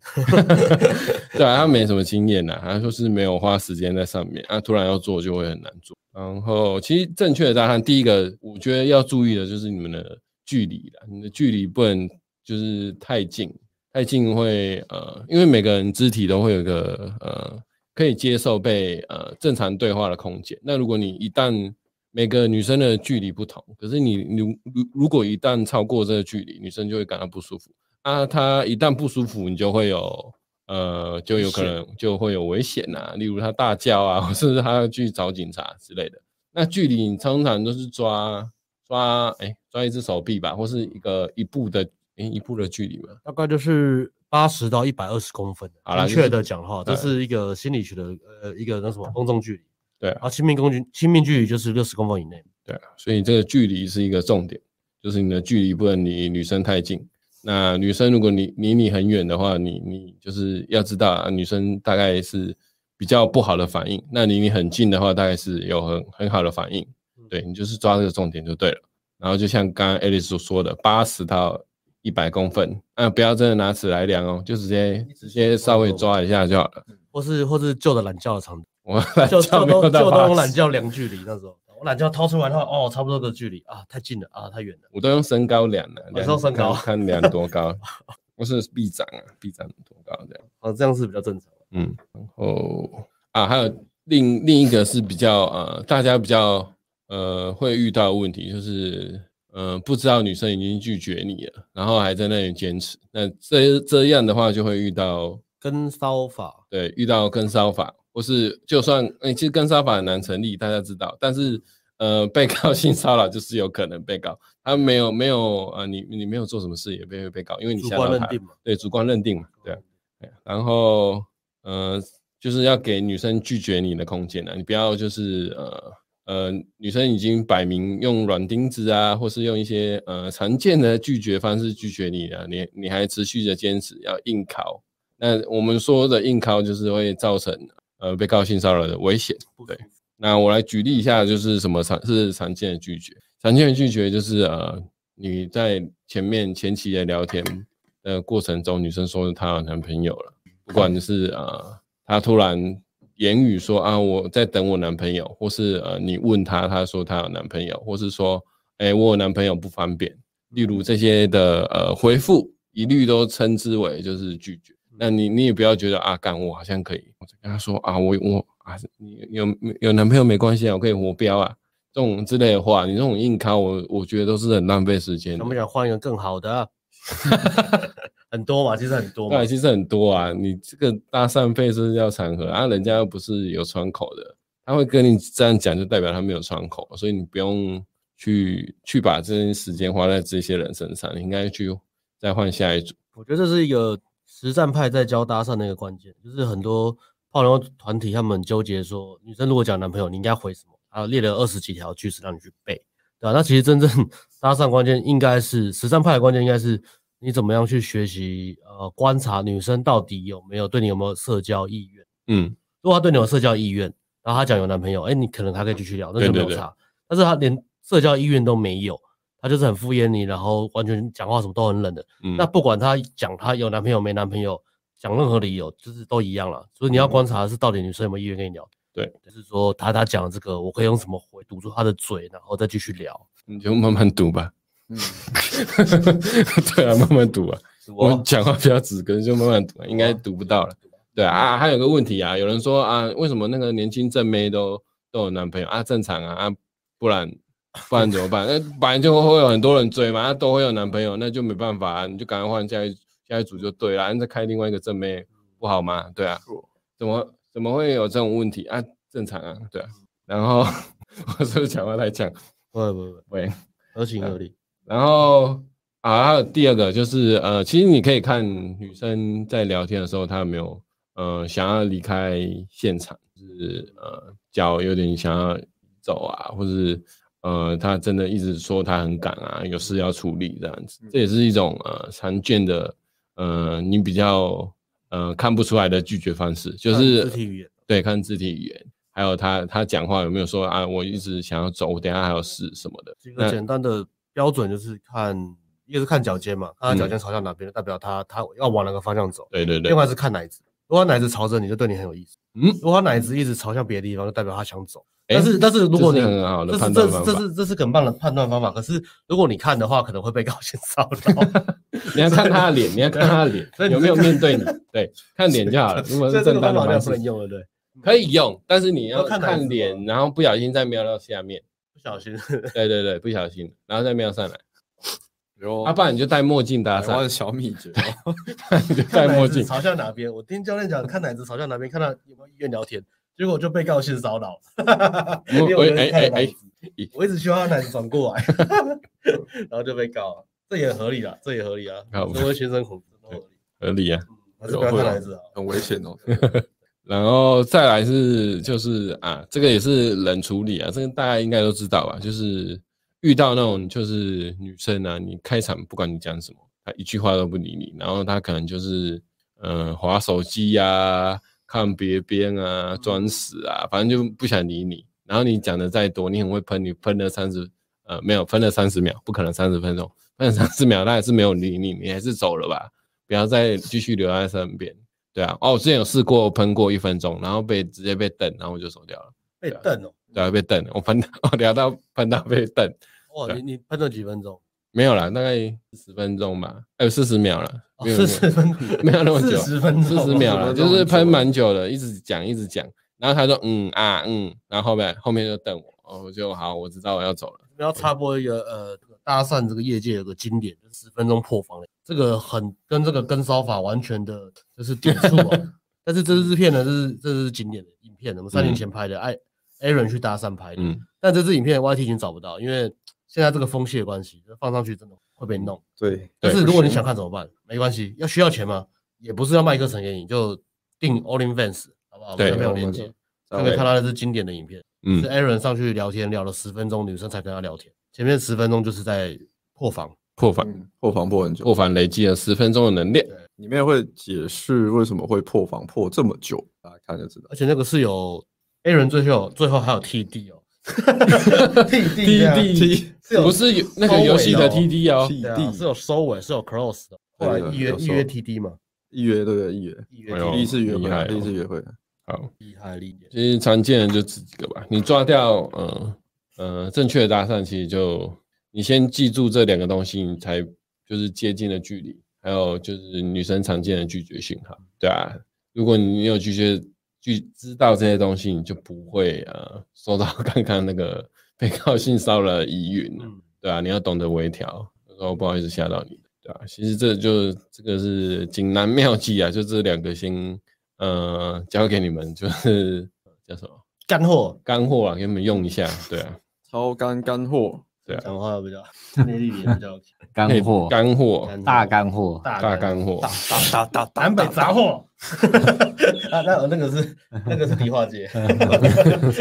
对啊，他没什么经验呐，他就是没有花时间在上面，啊，突然要做就会很难做。然后其实正确的搭讪，第一个我觉得要注意的就是你们的距离啦，你的距离不能就是太近，太近会呃，因为每个人肢体都会有一个呃可以接受被呃正常对话的空间。那如果你一旦每个女生的距离不同，可是你你如如如果一旦超过这个距离，女生就会感到不舒服啊。她一旦不舒服，你就会有呃，就啊 *laughs* 有可能就会有危险呐、例如她大叫啊，或是她要去找警察之类的。那那距离你通常都是抓抓哎、抓一只手臂吧，或是一个一步的哎、一步的距离嘛。大概就是八十到一百二十公分。好啦明就是呃确的讲的话，这对是一个心理学的呃一个那什么公众距离。对然后亲密工具亲密距离就是六十公分以内。对啊，所以这个距离是一个重点，就是你的距离不能离女生太近。那女生如果你离你很远的话，你你就是要知道、啊、女生大概是比较不好的反应。那离你很近的话，大概是有很很好的反应。嗯对你就是抓这个重点就对了。然后就像刚刚爱丽丝说的，八十到一百公分，啊，不要真的拿尺来量哦，就直接直接稍微抓一下就好了。或是或是旧的懒觉的长度，我 *laughs* 懒旧觉旧没有嗯都到旧都用80懒觉量距离那时候，我懒觉掏出来的话，哦，差不多的距离啊，太近了啊，太远了。我都用身高量的、我量是用哦身高看看量多高。我是臂展啊，臂展多高这样。啊，这样是比较正常的。嗯，然后啊，还有另另一个是比较呃，大家比较呃会遇到的问题就是。呃，不知道女生已经拒绝你了，然后还在那里坚持，那这这样的话就会遇到跟骚法，对，遇到跟骚法，或是就算诶、其实跟骚法很难成立，大家知道，但是呃，被告 *laughs* 性骚扰就是有可能被告，他没有没有呃，你你没有做什么事也被被告，因为你主吓观到认他，定嘛，哦对，主观认定嘛，对啊，对啊然后呃，就是要给女生拒绝你的空间啊，你不要就是呃。呃，女生已经摆明用软钉子啊，或是用一些呃常见的拒绝方式拒绝你了、你你还持续的坚持要硬考，那我们说的硬靠就是会造成呃被告性骚扰的危险。对，那我来举例一下，就是什么常是常见的拒绝。常见的拒绝就是呃你在前面前期的聊天的过程中，女生说她有男朋友了，不管是呃她突然言语说啊我在等我男朋友，或是呃你问她，她说她有男朋友，或是说哎、我有男朋友不方便，例如这些的呃回复，一律都称之为就是拒绝。那你你也不要觉得啊，干我好像可以，我就跟他说啊，我我啊，你有有男朋友没关系啊，我可以活标啊，这种之类的话，你这种硬靠我，我觉得都是很浪费时间的想不。想换一个更好 *laughs* 的啊、很多嘛，其实很多嘛对啊，。其实很多啊，你这个搭讪费是要场合啊，人家又不是有窗口的，他会跟你这样讲，就代表他没有窗口，所以你不用去去把这些时间花在这些人身上，你应该去再换下一组。我觉得这是一个实战派在教搭讪的一个关键，就是很多泡妞团体他们很纠结说，女生如果讲男朋友，你应该回什么？啊，列了二十几条句子让你去背，对啊吧、那其实真正 *laughs* 搭讪关键应该是实战派的关键应该是你怎么样去学习，呃，观察女生到底有没有对你有没有社交意愿。嗯，如果她对你有社交意愿，然后她讲有男朋友，哎、你可能还可以继续聊，那对就没对有对差。但是她连社交意愿都没有，她就是很敷衍你，然后完全讲话什么都很冷的。嗯那不管她讲她有男朋友没男朋友，讲任何理由，就是都一样了。所以你要观察的是到底女生有没有意愿跟你聊。嗯对，就是说她她讲的这个，我可以用什么回堵住她的嘴，然后再继续聊。你就慢慢读吧。 *laughs* 嗯，对啊，慢慢读啊。我们讲话比较直，可能就慢慢读、啊，应该读不到了。对啊啊，还有个问题啊，有人说啊，为什么那个年轻正妹都都有男朋友啊？正常啊，啊不然不然怎么办？ *laughs* 那本来就会有很多人追嘛，啊、都会有男朋友，那就没办法、啊，你就赶快换下一下一组就对了、啊，你再开另外一个正妹不好吗？对啊，怎么怎么会有这种问题啊？正常啊，对啊。然后 *laughs* 我是不是讲话太呛？不不不，喂。嗯合情合理。然后啊，还有第二个就是呃，其实你可以看女生在聊天的时候，她有没有呃想要离开现场，就是呃脚有点想要走啊，或是呃她真的一直说她很赶啊，有事要处理这样子，嗯这也是一种呃常见的呃你比较呃看不出来的拒绝方式，就是看肢体语言对，看肢体语言。还有她她讲话有没有说啊？我一直想要走，我等一下还有事什么的。一个简单的标准就是看，一个是看脚尖嘛，看他脚尖朝向哪边，代表他他要往哪个方向走。对嗯对对另，外是看奶子，如果他奶子朝着你，就对你很有意思。嗯如果他奶子一直朝向别的地方，就代表他想走。诶但是但是如果你哎这是很好的这是判这断是方这法，是这是很棒的判断方法。可是如果你看的话，可能会被告性骚 *laughs* 扰。你要看他的脸，你要看他的所以脸你有没有 *laughs* 面对你，对，看脸就好了。如果所是以这正个当方的法方不能式，用了，对，可以用，但是你要要看哪一只啊看脸，吗然后不小心再瞄到下面，不小心。对对对，不小心，然后再瞄上来，啊有要不然你就戴墨镜搭台湾讪，小秘诀，你 *laughs* 就看 *laughs* *laughs* 戴奶墨子镜，朝向哪边？我听教练讲，看奶子朝向哪边，看他有没有意愿聊天，结果就被告性骚 *laughs* 扰。因我为我哎就是哎看了哎脑子我一直希望他男转过来，然后就被告了，这也合理啦，这也合理啊，靠身为先生恐都合理，合理啊。嗯还是不要看男子啊，很危险哦。然后再来是就是啊，这个也是冷处理啊，这个大家应该都知道吧？就是遇到那种就是女生啊，你开场不管你讲什么，她一句话都不理你，然后她可能就是嗯划手机呀、看别边啊、装死啊，反正就不想理你。然后你讲的再多，你很会喷，你喷了三十呃没有喷了三十秒，不可能三十分钟，喷了三十秒，她还是没有理你，你还是走了吧，不要再继续留在身边。对啊，哦，我之前有试过喷过一分钟，然后被直接被瞪，然后我就走掉了。被瞪哦，对啊，被瞪，我喷，我聊到 *laughs* 喷到被瞪，哇，你你喷了几分钟？没有啦，大概十分钟吧，哎、有四十秒了，哦没有四十分钟 *laughs* 没有那么久四十分四钟，十秒啊了，了就是喷蛮久的，一直讲一直讲，然后他说嗯啊嗯，然后后面后面就瞪我，哦，我就好，我知道我要走了。嗯我们要插播一个呃，这个搭讪这个业界有个经典，就是十分钟破防的，这个很跟这个跟骚法完全的就是抵触 *laughs* 啊。但是这支片呢，这是这是经典的影片，我们三年前拍的，艾、Aaron 哎去搭讪拍的。嗯，但这支影片 YT 已经找不到，因为现在这个风气的关系，放上去真的会被弄。对，对但是如果你想看怎么办？没关系，要需要钱吗？也不是要卖课程给你，就订 OnlyFans 好不好？对我们有我链们接，这就样可以看到那支经典的影片，嗯是 Aaron 上去聊天，聊了十分钟，女生才跟他聊天，前面十分钟就是在破防。破防，嗯破防破很久，破防累积了十分钟的能量。里面会解释为什么会破防破这么久，大家看就知道。而且那个是有 A 人最后最后还有 TD 哦，弟弟啊 TD 是有不是有那个游戏的 TD 哦，弟对啊弟是有收尾，是有 close 的。对后来有预约有预收约 TD 嘛，预约对不对？预约，预哎约呦 TD 第一次约厉会害哦啊，第一次约会啊，好，厉害厉害。其实常见的就这几个吧。你抓掉，呃呃，正确的搭讪，其实就你先记住这两个东西，你才就是接近的距离，还有就是女生常见的拒绝信号，对啊。如果你有拒绝拒知道这些东西，你就不会呃受到刚刚那个被告性骚扰的疑云了嗯，对啊。你要懂得微调，有时候不好意思吓到你，对啊。其实这就这个是锦囊妙计啊，就这两个先呃交给你们，就是叫什么？干货干货啊，给你们用一下。对啊，超干干货，讲话比较魅力也比较干嘿货，干货，干大干货，大大干货，大大大南北杂货，啊，那那个是那个是梨花街，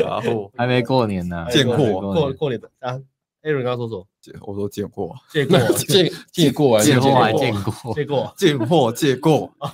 杂货，还没过年呢，贱货还没过过过年的啊，Aaron 刚刚说什么？借我说 *laughs* 贱货，借过借借过啊，年，见借过还过见过，借过，贱货借 *laughs* 过，啊。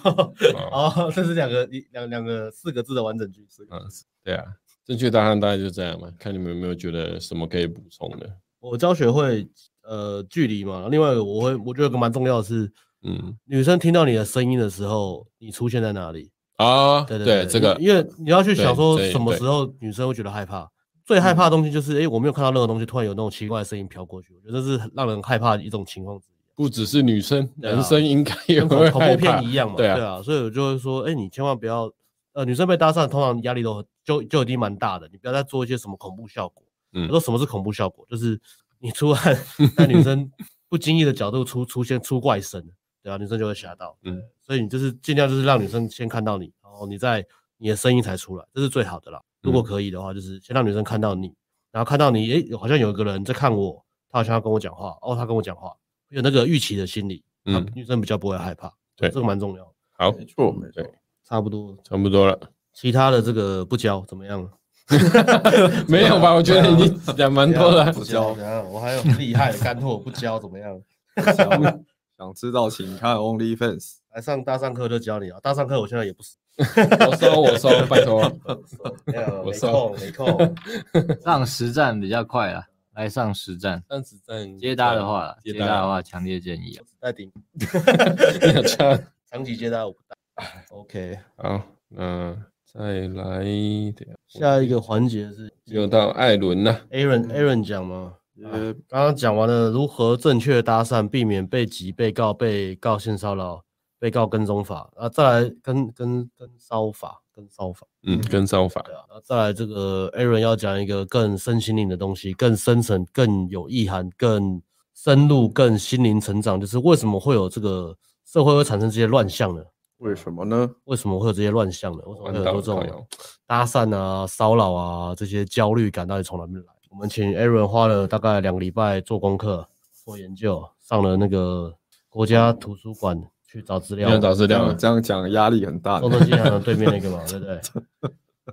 哦，这是两个一两两个四个字的完整句，四个嗯，对啊，正确答案大概就这样嘛。看你们有没有觉得什么可以补充的？我教学会呃距离嘛，另外一个我会我觉得有个蛮重要的是，嗯女生听到你的声音的时候，你出现在哪里？啊，对对，对，这个因因为你要去想说对对嗯什么时候女生会觉得害怕，最害怕的东西就是哎、诶我没有看到任何东西，突然有那种奇怪的声音飘过去，我觉得这是很让人害怕的一种情况之一，不只是女生，对啊男生应该也跟恐会恐害怖怕片。一样嘛，对啊所以我就会说，哎、你千万不要，呃，女生被搭讪通常压力都很就就已经蛮大的，你不要再做一些什么恐怖效果。嗯我说什么是恐怖效果？就是你突 *laughs* 然在女生不经意的角度出出现出怪声，对啊，女生就会吓到。嗯嗯，所以你就是尽量就是让女生先看到你，然后你再你的声音才出来，这是最好的啦。如果嗯可以的话，就是先让女生看到你，然后看到你，诶，好像有一个人在看我，他好像要跟我讲话，哦，他跟我讲话，有那个预期的心理，那嗯女生比较不会害怕。对这个蛮重要的。好，没错没错，差不多，差不多了。其他的这个不教怎么样？没有吧？我觉得已经讲蛮多了。不教啊怎样？我还有厉害的干货，不教怎么样？想想知道请看 OnlyFans，来上大上课就教你啊，大上课我现在也不是，啊我收，我收，拜托。 *laughs* 没有，我没上 *laughs* 空，没空。上实战比较快啦，来上实战。但是站接搭的，话啦，接接搭搭的话，强烈建 *laughs* 议啊。带顶你有这样长期接待我不带。OK，好，那再来等一下下一个环节是又到艾伦了。嗯 Aaron Aaron 讲吗？也刚刚讲完了如何正确搭讪，避免被挤、被告、被告性骚扰、被告跟踪法啊，再来跟跟跟骚法、跟骚法，嗯，跟骚法对啊，然后再来这个 Aaron 要讲一个更身心灵的东西，更深层、更有意涵、更深入、更心灵成长，就是为什么会有这个社会会产生这些乱象呢？为什么呢？为什么会有这些乱象呢？为什么会有完很蛋多了这靠腰种搭讪啊、骚扰啊这些焦虑感到底从哪边来？我们请 Aaron 花了大概两个礼拜做功课、做研究，上了那个国家图书馆去找资要料，找这资料样，这样讲压力很大呢中。正纪念堂啊对面那 *laughs* 个嘛，对不对？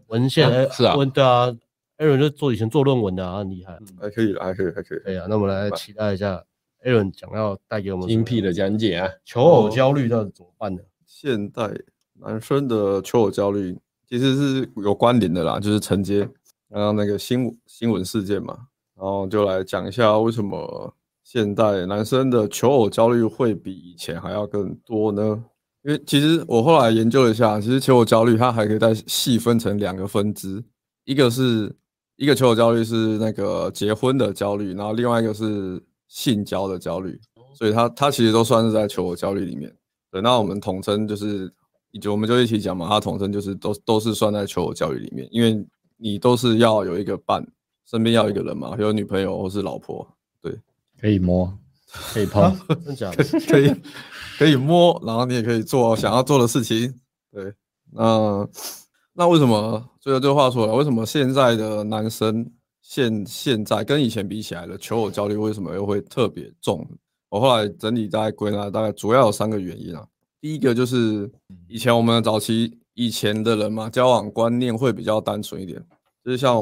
文嗯献是啊文对啊，Aaron 就做以前做论文的啊，很厉害。还可以啦，还可以，还可以。对啊，那我们来期待一下 Aaron 讲要带给我们精辟的讲解啊，求偶焦虑到底怎么办呢？现代男生的求偶焦虑其实是有关联的啦，就是承接刚刚那个新闻新闻事件嘛，然后就来讲一下为什么现代男生的求偶焦虑会比以前还要更多呢？因为其实我后来研究了一下，其实求偶焦虑它还可以再细分成两个分支，一个是一个求偶焦虑是那个结婚的焦虑，然后另外一个是性交的焦虑，所以它它其实都算是在求偶焦虑里面。对，那我们统称就是，以及我们就一起讲嘛，它统称就是都都是算在求偶教育里面，因为你都是要有一个伴，身边要有一个人嘛，有女朋友或是老婆，可以摸，可 *laughs* 以碰，啊真假的？哦可以 *laughs* 可以摸，然后你也可以做想要做的事情。对，那那为什么？最后就话说了，为什么现在的男生现现在跟以前比起来的求偶焦虑为什么又会特别重？我后来整理大概归纳，大概主要有三个原因啊。第一个就是以前我们早期以前的人嘛，交往观念会比较单纯一点，就是像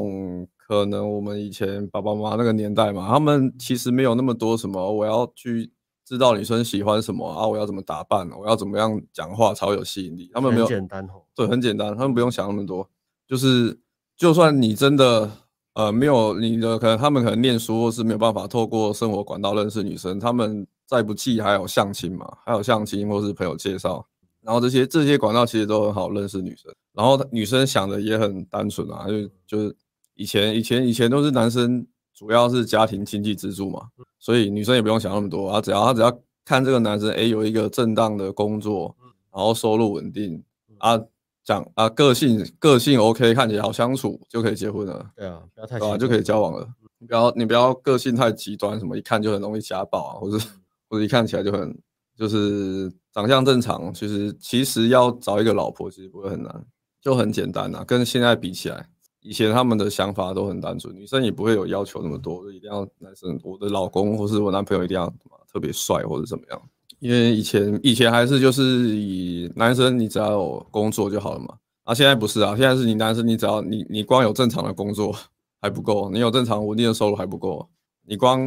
可能我们以前爸爸妈妈那个年代嘛，他们其实没有那么多什么哦我要去知道女生喜欢什么啊，我要怎么打扮，我要怎么样讲话才会有吸引力，他们没有很简单哦。对，很简单，他们不用想那么多。就是就算你真的呃没有你的可能，他们可能念书或是没有办法透过生活管道认识女生，他们再不济还有相亲嘛，还有相亲或是朋友介绍，然后这些这些管道其实都很好认识女生。然后女生想的也很单纯啊，就就是以前以前以前都是男生主要是家庭经济支柱嘛，所以女生也不用想那么多啊，只要她只要看这个男生诶有一个正当的工作，然后收入稳定啊，讲啊个性个性 OK，看起来好相处就可以结婚了，对啊，不要对太奇吧、怪就可以交往了。你不要你不要个性太极端，什么一看就很容易家暴啊，或者嗯或者一看起来就很就是长相正常，其实其实要找一个老婆其实不会很难，就很简单呐、跟现在比起来，以前他们的想法都很单纯，女生也不会有要求那么多，就一定要男生我的老公或是我男朋友一定要什么特别帅或者怎么样。因为以前以前还是就是以男生你只要有工作就好了嘛，啊现在不是啊，现在是你男生你只要你你光有正常的工作还不够，你有正常稳定的收入还不够，哦你光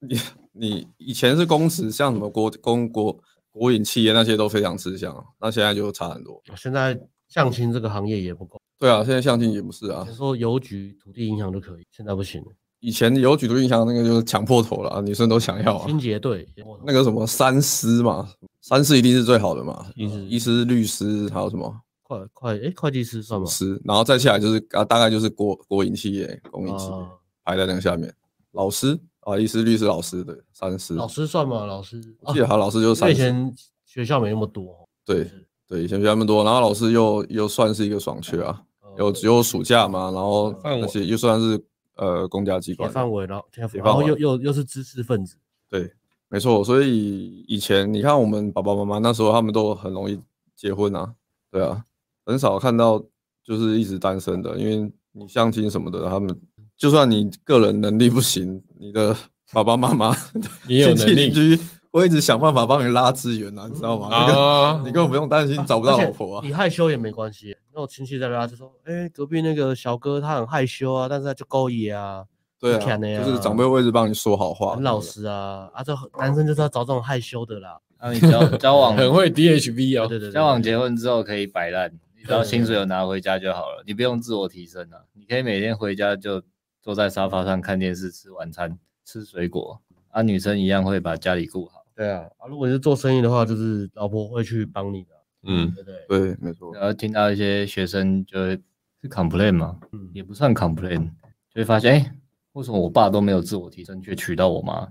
你你以前是公职，像什么国公国国营企业那些都非常吃香啊，那现在就差很多。现在相亲这个行业也不够，对啊，现在相亲也不是啊以前，说邮局、土地银行都可以，现在不行了。以前有举足印象那个就是抢破头了啊，女生都想要啊。清洁队那个什么三师嘛，三师一定是最好的嘛，意思医师、律师还有什么会会诶，会计师算吗？师，然后再下来就是啊，大概就是国国营企业、公营企业、啊，排在那个下面，老师啊，医师、律师、老师对，三师。老师算吗？老师啊我记得还有老师就是因三为以师，前学校没那么多，哦对对，以前比他们多，然后老师又又算是一个爽缺啊，哦呃有只有暑假嘛，然后饭那碗些又算是呃公家机铁关，范围，然后铁铁然饭后碗又又又是知识分子，没错，所以以前你看我们爸爸妈妈那时候，他们都很容易结婚啊，对啊，很少看到就是一直单身的，因为你相亲什么的，他们就算你个人能力不行，你的爸爸妈妈也有亲戚能邻力居会一直想办法帮你拉资源啊，你知道吗？那个啊你，根本不用担心找不到而且老婆啊，你害羞也没关系。那我亲戚在那就说，哎，隔壁那个小哥他很害羞啊，但是他就勾引啊，对你看的啊，呀就是长辈会一直帮你说好话，很老实啊，啊，这男生就是要找这种害羞的啦。让你交交往 *laughs* 很会 DHB 对哦，对对，对交往结婚之后可以摆烂，你只要薪水有拿回家就好了，你不用自我提升了、你可以每天回家就坐在沙发上看电视、吃晚餐、吃水果，啊，女生一样会把家里顾好。对啊，啊，如果你是做生意的话，就是老婆会去帮你的，嗯，对不对？对，没错，然后听到一些学生就会是 complain 吗？嗯也不算 complain，就会发现哎。诶为什么我爸都没有自我提升，却娶到我 *laughs* 妈？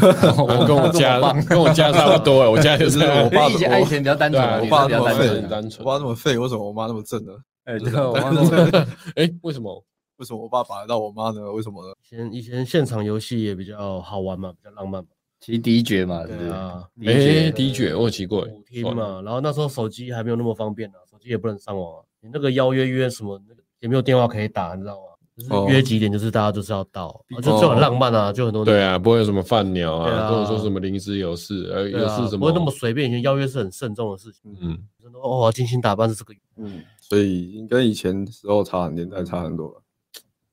我我哦跟我 *laughs* 家爸这么棒跟我家差不多了，我 *laughs* 家就是是我爸以前啊以前比较单纯对啊啊，我女爸生比那么较单我废纯很啊，单纯我爸那么废，为什么我妈那么正呢？哎，对，我 *laughs* 妈说哎，为什么？为什么我爸把得到我妈呢？为什么呢？以前以前现场游戏也比较好玩嘛，比较浪漫嘛。骑迪爵嘛，是不对是？啊，迪哎，爵的确我有骑过，舞厅嘛，然后那时候手机还没有那么方便啊，手机也不能上网啊，你那个邀约约什么，那个也没有电话可以打，你知道吗？就是哦约几点，就是大家就是要到，啊就哦就很浪漫啊，就很多对啊，不会有什么饭鸟对啊，啊或者说什么临时有事，呃，对有啊，事什不么会那么随便，以前邀约是很慎重的事情，嗯，女生都哦我要精心打扮是这个，嗯，所以已经跟以前时候差年代差很多了。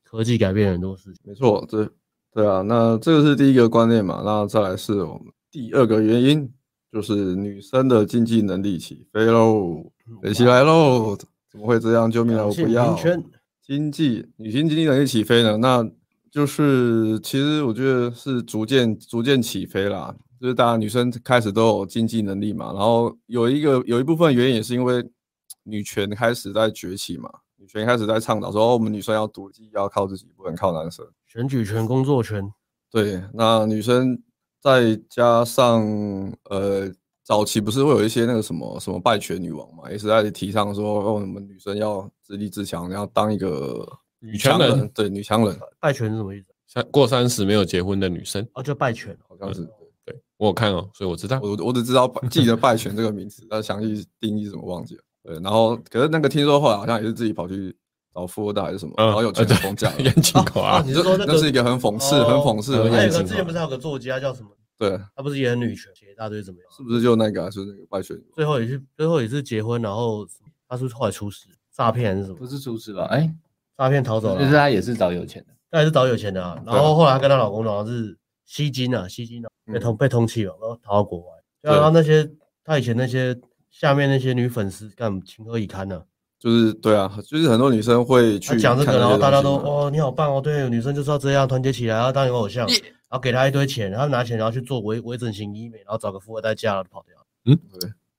科技改变很多事情，没错，这对啊，那这个是第一个观念嘛，那再来是我们第二个原因，就是女生的经济能力起飞喽，嗯飞起来喽！怎么会这样？救命啊！我不要两性平权经济女性经济能力起飞呢？那就是其实我觉得是逐渐逐渐起飞啦，就是大家女生开始都有经济能力嘛，然后有一个有一部分原因也是因为女权开始在崛起嘛，女权开始在倡导说、哦、我们女生要独立，要靠自己，不能靠男生。选举权、工作权，对，那女生再加上呃，早期不是会有一些那个什么什么败犬女王嘛，也是在提倡说，哦，我们女生要自立自强，要当一个女强人人，对，女强人拜权是什么意思？三过三十没有结婚的女生，啊，就拜权，好像是。对我有看哦，所以我知道。 *laughs* 我我只知道败记得败犬这个名词，但详细定义怎么忘记了。对，然后可是那个听说后来好像也是自己跑去找富二代还是什么，啊嗯然呃后有钱人封架 *laughs* 了。眼睛口啊啊，你是说那那是一个？个很讽刺、很讽刺哦的还有一一个个情之前况不是。还有个作家叫什么？对，他不是也很女权，写一大堆怎么样？是不是就那个啊就是那个败犬女王？最后也是最后也是结婚，然后他是不是后来出事诈骗还是什不么？是厨师吧？哎，诈骗逃走了就是啊，他也是找有钱的，那也是找有钱的啊。然后后来她跟她老公好像是吸金啊，吸金啊，被通被通缉了，然后逃到国外。对嗯啊，对然后那些她以前那些下面那些女粉丝干情何以堪呢？就是对啊，就是很多女生会她去讲这看个，然那后些大家都东西嘛哦你好棒哦，对，女生就是要这样团结起来，要当一个偶像，然后给她一堆钱，然后拿钱然后去做微微整形医美，然后找个富二代嫁了就跑掉。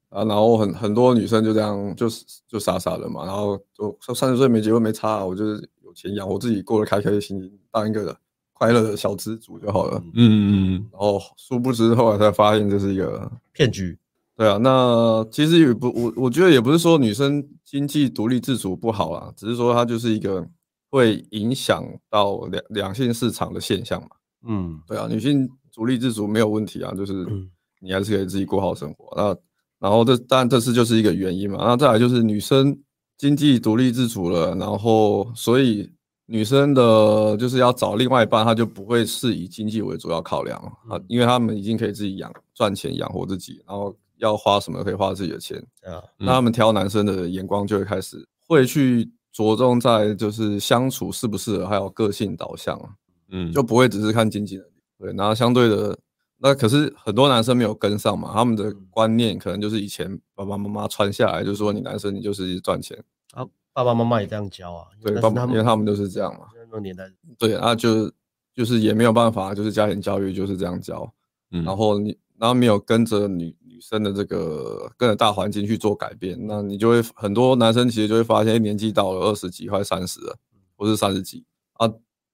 啊，然后很很多女生就这样，就是就傻傻的嘛，然后就三十岁没结婚没差、啊，我就是有钱养我自己，过得开开心心，当一个快乐的小资主就好了。嗯嗯嗯，然后殊不知后来才发现这是一个，骗局，对啊，那其实也不，我我觉得也不是说女生经济独立自主不好啦，只是说它就是一个会影响到两两性市场的现象嘛。嗯，对啊，女性独立自主没有问题啊，就是嗯你还是可以自己过好生活。那然后这当然这次就是一个原因嘛。那再来就是女生经济独立自主了，然后所以女生的就是要找另外一半，她就不会是以经济为主要考量了啊嗯，因为她们已经可以自己养赚钱养活自己，然后要花什么可以花自己的钱。对啊，那嗯他们挑男生的眼光就会开始会去着重在就是相处适不适合，还有个性导向啊。嗯，就不会只是看经济能力。对，然后相对的，那可是很多男生没有跟上嘛，他们的观念可能就是以前爸爸妈妈传下来，就是说你男生你就是赚钱，啊，爸爸妈妈也这样教啊，对，但爸是爸，因为他们就是这样嘛，那个年代，对，啊，就就是也没有办法，就是家庭教育就是这样教，嗯然后你然后没有跟着女女生的这个跟着大环境去做改变，那你就会很多男生其实就会发现，诶年纪到了二十几快三十了，或是三十几啊，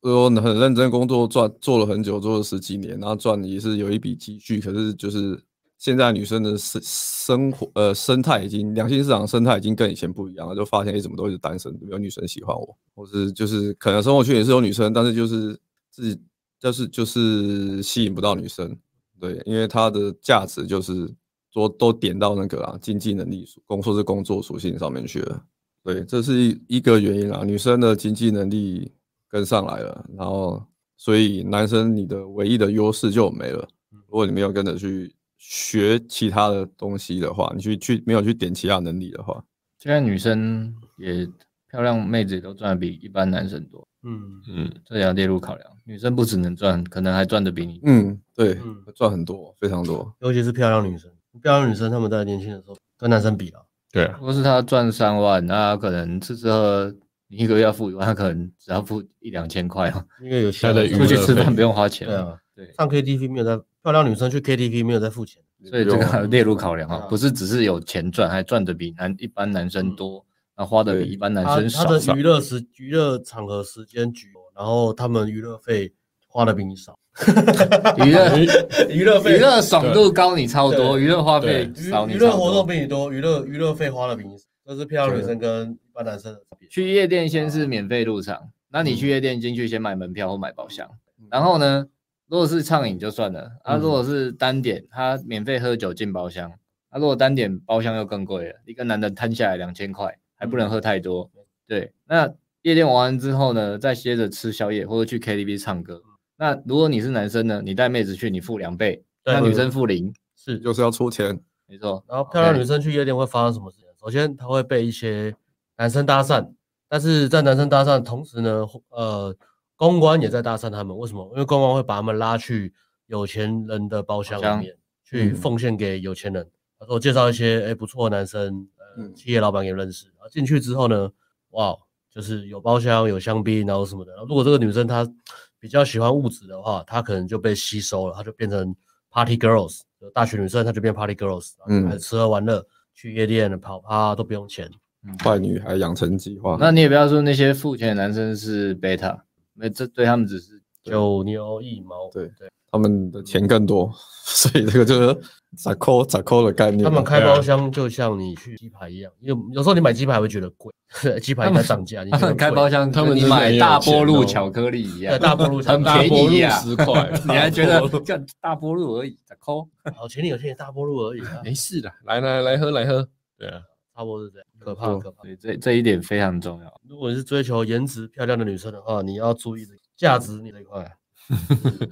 说很认真工作赚做了很久，做了十几年，然后赚也是有一笔积蓄，可是就是。现在女生的生生活呃生态已经两性市场生态已经跟以前不一样了，就发现诶怎么都是单身，没有女生喜欢我，或是就是可能生活圈也是有女生，但是就是自己就是就是吸引不到女生，对，因为它的价值就是说都点到那个啊经济能力属工作是工作属性上面去了。对，这是一一个原因啦。女生的经济能力跟上来了，然后所以男生你的唯一的优势就没了。嗯如果你没有跟着去学其他的东西的话，你去去没有去点其他能力的话，现在女生也漂亮，妹子也都赚的比一般男生多，嗯，嗯这也要列入考量。女生不只能赚，可能还赚的比你。嗯，对嗯，赚很多，非常多。尤其是漂亮女生，漂亮女生她们在年轻的时候跟男生比啊，对啊，如果是她赚三万，那她可能吃吃喝喝，你一个月要付一万，她可能只要付一两千块哦，因为有她的娱乐出去吃费饭不用花钱。对啊，对，上 KTV 没有在漂亮女生去 KTV 没有在付钱，所以这个还要列入考量对啊啊，不是只是有钱赚，还赚的比男一般男生嗯多，那花的对比一般男她生她少。的娱乐时娱乐场合时间局，然后她们娱乐费花的比你 *laughs* 少，娱乐娱乐娱乐爽度高你超多，对娱乐花费娱少你娱超乐活动多。比你多，娱乐娱乐费花的比你少，这是漂亮女对生跟一般男生的差别。去夜哦嗯店先是免费入场，那你去夜店进去先买门票或买包厢，然后呢，如果是畅饮就算了，啊，嗯如果是单点，他免费喝酒进包厢，啊，如果单点包厢又更贵了，一个男的摊下来两千块，还嗯不能喝太多。对，那夜店玩完之后呢，再接着吃宵夜或者去 KTV 唱嗯歌。那如果你是男生呢，你带妹子去，你付两倍，对那女生付零，是就是要出钱，没错。然后漂亮 OK 女生去夜店会发生什么事情？首先，她会被一些男生搭讪，但是在男生搭讪的同时呢，呃，公关也在搭讪他们。为什么？因为公关会把他们拉去有钱人的包厢包厢里面去嗯奉献给有钱人。他说介绍一些哎不错的男生，呃，嗯企业老板给认识。然后进去之后呢，哇，就是有包厢、有香槟，然后什么的。然后如果这个女生她比较喜欢物质的话，她可能就被吸收了，她就变成 party girls，就大学女生她就变 party girls，然后就开始嗯吃喝玩乐、去夜店、跑趴都不用钱。坏女孩养成计哦划。那你也不要说那些付钱的男生是 beta，那这对他们只是九牛一毛，对对，嗯他们的钱更多， *laughs* 所以这个就是咋扣咋扣的概念。他们开对啊包厢就像你去鸡排一样，因为有时候你买鸡排会觉得贵， *laughs* 鸡排他在们涨价，你他们开包厢厢，他们你真的很买有大钱波路哦巧克力一样对，大波路巧很克大力波便宜路啊呀、，十块你还觉得叫大波路而已，咋抠？有钱你有钱你大波路而已哎啊， *laughs* 没事的，来来来喝来喝，对啊，差不多是这样，可没怕错可怕所。以这这一点非常重要。如果你是追求颜值漂亮的女生的话，你要注意这价值你这一块，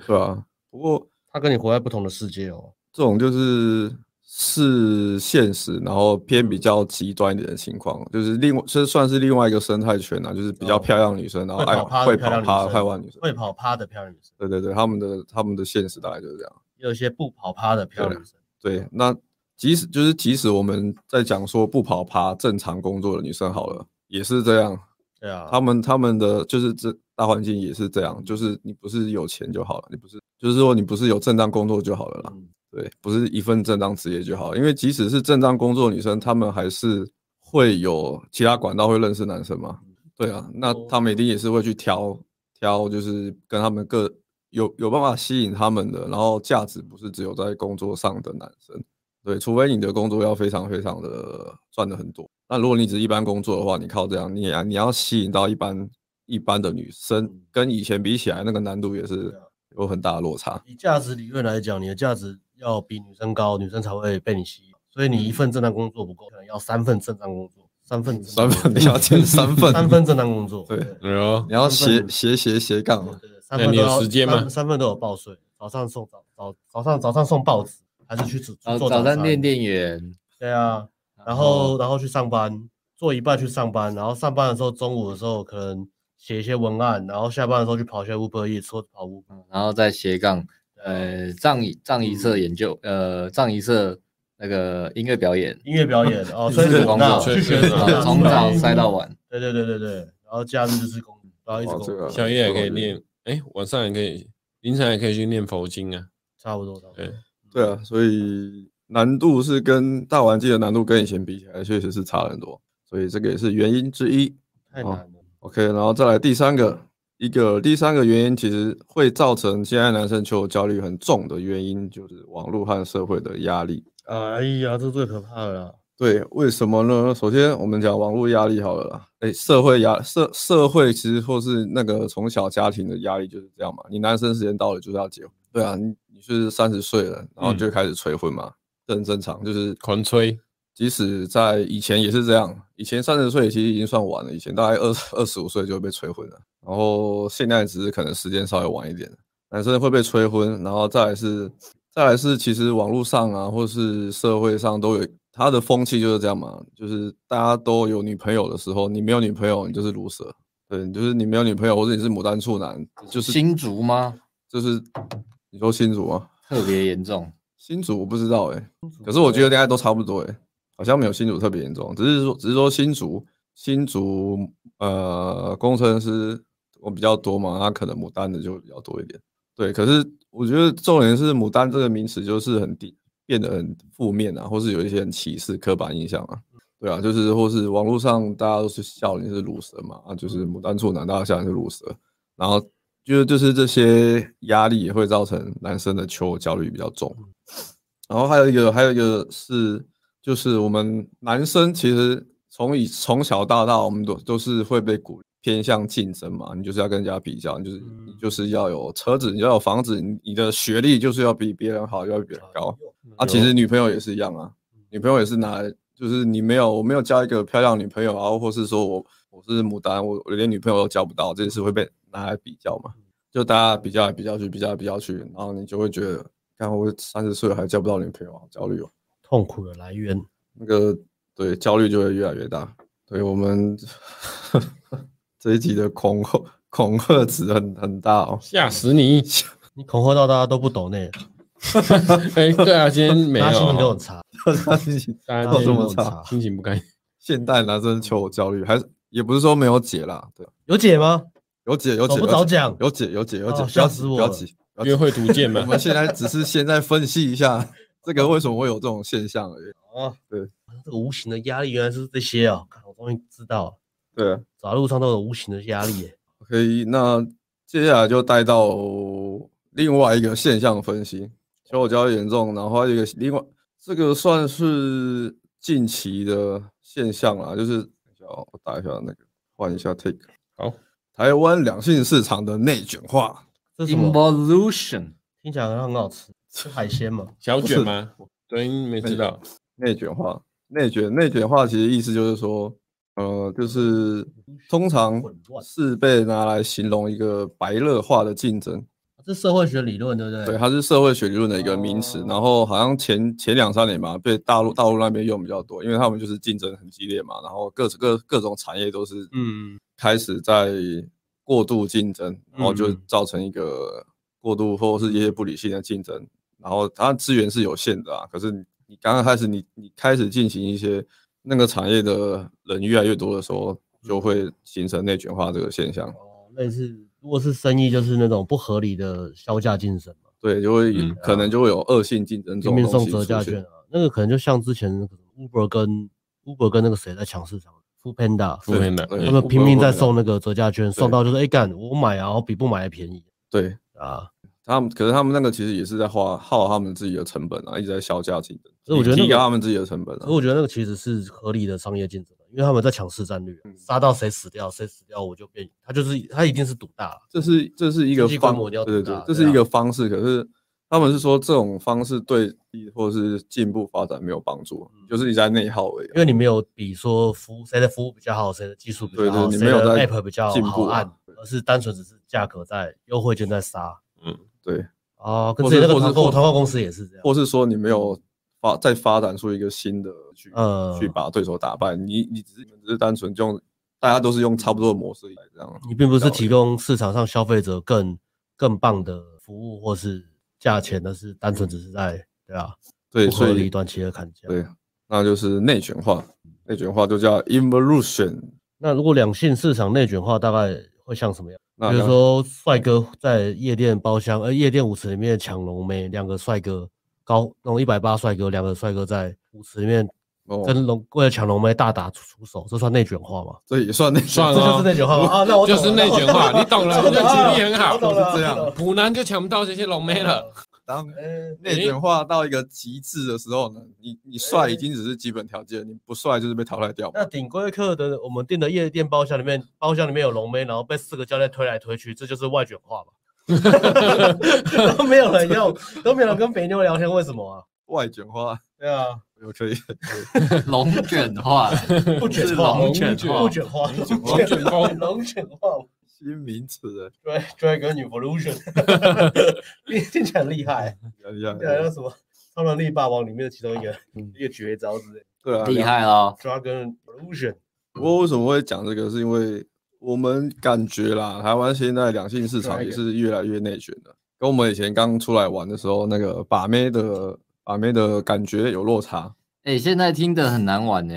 对啊，不过她跟你活在不同的世界哦。这种就是是现实，然后偏比较极端一点的情况，就是另外这算是另外一个生态圈啊，就是比较哦漂亮的女生，然后会爱跑趴会的漂跑亮趴女会生，玩女生。会跑趴的漂亮女生，对对对，他们的他们的现实大概就是这样。也有一些不跑趴的漂亮女生。对，啊那即使就是即使我们在讲说不跑趴正常工作的女生好了，也是这样，对啊，他们他们的就是这大环境也是这样，就是你不是有钱就好了，你不是就是说你不是有正当工作就好了啦，嗯对，不是一份正当职业就好了，因为即使是正当工作的女生，她们还是会有其他管道会认识男生嘛，对啊，那哦她们一定也是会去挑挑，就是跟他们各有有办法吸引他们的，然后价值不是只有在工作上的男生。对，除非你的工作要非常非常的赚的很多。那如果你只是一般工作的话，你靠这样，你啊也你要吸引到一般一般的女生，跟以前比起来，那个难度也是有很大的落差。以价值理论来讲，你的价值要比女生高，女生才会被你吸引。所以你一嗯份正当工作不够，可能要三份正当工作，三份正当三工作份你要减三份，三份正当工作。 *laughs* 对哎呦你要斜三份斜斜斜杠啊，对对三份那你都有要时间吗三三份都有报税，早上送早早早上早上送报纸，还是去做然后做早餐餐店？店员，对啊，然后然后去上班，做一半去上班，然后上班的时候中午的时候可能写一些文案，然后下班的时候去跑一些 Uber Eats 或者跑 u 嗯然后再斜杠，呃，藏仪藏仪社研究，呃，藏仪社那个音乐表演，音乐表演 *laughs* 哦，所以这个唢工呐作吹去学唢唢呐呐，从早塞到晚。对对对对对，然后假日就是工，然后一直哇工，这个宵夜也可以练，哎，晚上也可以，凌晨也可以去念佛经啊，差不多差不多对。对啊，所以难度是跟大环境的难度跟以前比起来，确实是差很多，所以这个也是原因之一。太哦难了。 OK，然后再来第三个，一个第三个原因，其实会造成现在男生求偶焦虑很重的原因，就是网络和社会的压力。哎呀，这最可怕的啦！对，为什么呢？首先，我们讲网络压力好了啦。哎，社会压社社会其实或是那个从小家庭的压力就是这样嘛。你男生时间到了就是要结婚，对啊，你你是三十岁了，然后就开始催婚嘛，这很正常。就是狂吹，即使在以前也是这样，以前三十岁其实已经算晚了，以前大概二二十五 *laughs* 岁就被催婚了，然后现在只是可能时间稍微晚一点，男生会被催婚，然后再来是再来是其实网络上啊，或是社会上都有他的风气就是这样嘛，就是大家都有女朋友的时候，你没有女朋友你就是 loser，对，你就是你没有女朋友或者你是牡丹处男，就是新竹吗？就是你说新主吗？特别严重，新主我不知道哎、可是我觉得大家都差不多哎、好像没有新竹特别严重，只是说只是说新竹新竹呃工程师我比较多嘛，他可能牡丹的就比较多一点。对，可是我觉得重点是牡丹这个名词就是很低，变得很负面啊，或是有一些很歧视、刻板印象啊。对啊，就是或是网络上大家都是笑你是乳蛇嘛，啊，就是牡丹处男，大家笑你是乳蛇，然后就是就是这些压力也会造成男生的求偶焦虑比较重。然后还有一个，还有一个是，就是我们男生其实从以从小到大，我们都都是会被鼓励偏向竞争嘛，你就是要跟人家比较，你就是你就是要有车子，你要有房子，你你的学历就是要比别人好，要比别人高啊。其实女朋友也是一样啊，女朋友也是拿来，就是你没有我没有交一个漂亮女朋友啊，或是说我我是牡丹，我我连女朋友都交不到，这件事会被拿来比较嗯嘛。就大家比较来比较去，比较来比较去，然后你就会觉得，看我三十岁了还交不到女朋友，好焦虑哦。痛苦的来源。那个对焦虑就会越来越大。对我们 *laughs* 这一集的恐吓恐吓值很很大哦。 *laughs* 吓 *laughs* 死你！你恐吓到大家都不抖内，哎，对啊，今天没有大家心情都哦很，差，大家大家有这么心今天情都很差差？心情 *laughs* 不开心。现代男生求我焦虑，还是也不是说没有解啦，对，啊有解吗？有解有早解不早讲，有解有解有解，不哦要吓急死我不要了急，不约要急。会图鉴 *laughs* 我嘛，们现在只是现在分析一下这个为什么会有这种现象而已。这个无形的压力原来是这些啊！看我终于知道了，对，走在路上都有无形的压力耶。可以，那接下来就带到另外一个现象分析，求偶焦虑严重，然后还有一个另外这个算是近期的现象啦，就是等一下哦我打一下那个换一下 take，好，台湾两性市场的内卷化，这是什么？ Evolution 听起来好像很好吃，是海鲜嘛？小卷吗？对，没知道。内卷化，内卷，内卷化其实意思就是说，呃，就是通常混乱是被拿来形容一个白热化的竞争。这社会学理论对不对？对，啊它是社会学理论的一个名词，然后好像前前两三年吧，被大陆大陆那边用比较多，因为他们就是竞争很激烈嘛，然后各各各种产业都是嗯，开始在过度竞争，然后就嗯造成一个过度或是一些不理性的竞争，然后它资源是有限的啊，可是你你刚刚开始你你开始进行一些那个产业的人越来越多的时候，就嗯会形成内卷化这个现象，哦，类似如果是生意，就是那种不合理的销价竞争嘛，对，就会嗯可能就会有恶性竞争这种拼命东啊送西折价出券现啊。，那个可能就像之前那个 Uber 跟 Uber 跟那个谁在抢市场，Food Panda，负面的，对嗯他们拼命在 Uber- 送那个折价券，送到就是哎干，我买啊，我比不买还便宜对。啊。他们可是他们那个其实也是在花耗他们自己的成本啊，一直在削价竞争，所以我觉得那提个高他们自己的成本可啊是。我觉得那个其实是合理的商业竞争，因为他们在抢市占率，嗯杀到谁死掉，谁死掉我就变，他就是他一定是赌大了。这是这是一个经济规方模一定要对对大对，这对是一啊个方式。可是他们是说这种方式对或是进步发展没有帮助，就是你在内耗而已啊嗯因。为你没有比说服务谁的服务比较好，谁的技术比对较好，对，你谁没有的在 app 比较进好步按啊，，而是单纯只是价格在优惠券在杀对，哦，跟或之前是那个或是团购或团购公司也是这样，或是说你没有发再发展出一个新的去呃去把对手打败，你你只是只是单纯用大家都是用差不多的模式来这样。你并不是了解提供市场上消费者更更棒的服务或是价钱，而是单纯嗯只是在对啊，对，不合所以理短期的砍价。对，那就是内卷化，内卷化就叫 evolution。那如果两性市场内卷化，大概会像什么样？那比如两说，帅哥在夜店包厢，呃，夜店舞池里面抢龙妹，两个帅哥高那种一百八帅哥，两个帅哥在舞池里面哦，跟龙、为了抢龙妹大打出出手，这算内卷化吗？这也算内算卷了这化。就是内卷化吗？啊，那我懂了就是内卷 *laughs* 化，你懂了，我这懂了举例很好，我懂了是这我懂 *laughs* 样，湖南就抢不到这些龙妹了。当嗯内卷化到一个极致的时候呢，你你帅已经只是基本条件，你不帅就是被淘汰掉嘛。那顶规客的我们订的夜店包厢里面，包厢里面有龙妹，然后被四个教练推来推去，这就是外卷化吧？都没有人用，都没有人跟肥妞聊天，为什么啊？外卷化对啊，有可以，龙卷化，不卷是化，龙卷化不卷化，龙卷龙卷化，风龙卷化新名词哎，Drag Dragon Evolution，听听起来很厉害，比较厉害听起来像什么超能力霸王里面的其中一个一个绝招之类对啊，厉害哦！ ，Dragon Evolution，不过为什么会讲这个，是因为我们感觉啦，台湾现在两性市啊场也是越来越内卷的，跟我们以前刚出来玩的时候那个把妹的把妹的感觉有落差。哎、现在听的很难玩呢、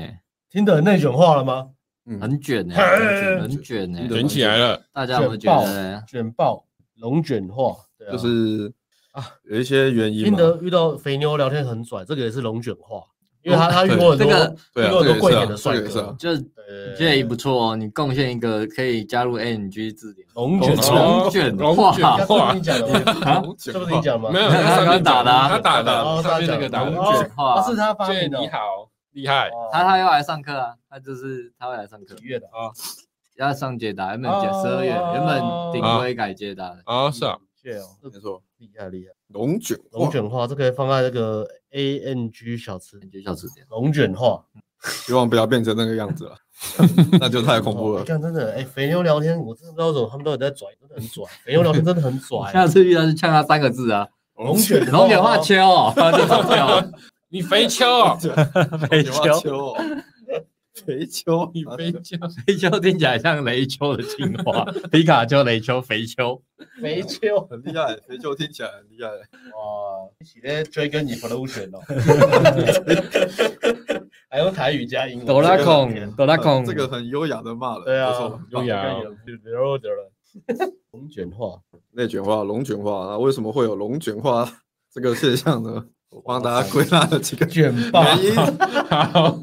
听得很内卷化了吗？嗯，啊很卷呢、哎很卷呢、对卷起来了，大家有没有卷觉爆得呢？，卷爆，龙卷化，对啊就是啊有一些原因听嘛。得遇到肥妞聊天很拽，这个也是龙卷化，因为他他遇过很这多，个对啊遇过哦很多这个贵也是啊点的帅这个也是哥啊，就对建议不错哦，你贡献一个可以加入 NG 字典。龙卷化，哦卷龙化卷这不是化你，讲的吗？这 *laughs* 不是你讲的吗？没有，他上面刚打的啊他打哦的，上面那个打他的讲龙卷化哦是他发对，明的哦。你好，厉害，哦他他要来上课啊，他就是他会来上课几。月的啊？要上捷达，原本减十二月，哦原本顶规改捷达的，啊，是啊，谢哦，没错，厉害厉害。龙卷龙哇卷化这可以放在那个 A N G 小吃。感觉小吃店。龙卷化希望不要变成那个样子 *laughs* 了，那就太恐怖你了。看真的，哎、肥牛聊天，我真的不知道为什么他们到底在拽，真的很拽。肥牛聊天真的很 *laughs* 拽。下次遇到就呛他三个字啊，龙卷龙卷化缺哦，就走掉了。 *laughs* 你肥秋哦， *laughs* 雷龙丘，卷哦， *laughs* 肥啊丘，你肥秋， *laughs* 雷丘听起来像雷丘的进化， *laughs* 皮卡丘、雷丘、肥丘。肥丘很厉害，肥丘听起来很厉害。哇，一起在追跟 evolution 哦，还用台语加英文。哆啦孔，哆啦呃孔，这个很优雅的骂了，对啊不错，优雅哦流流了。龙卷化，内卷化、龙卷化，那为什么会有龙卷化 *laughs* 这个现象 *laughs* 呢？我帮大家归纳了几个卷原因， *laughs* 好，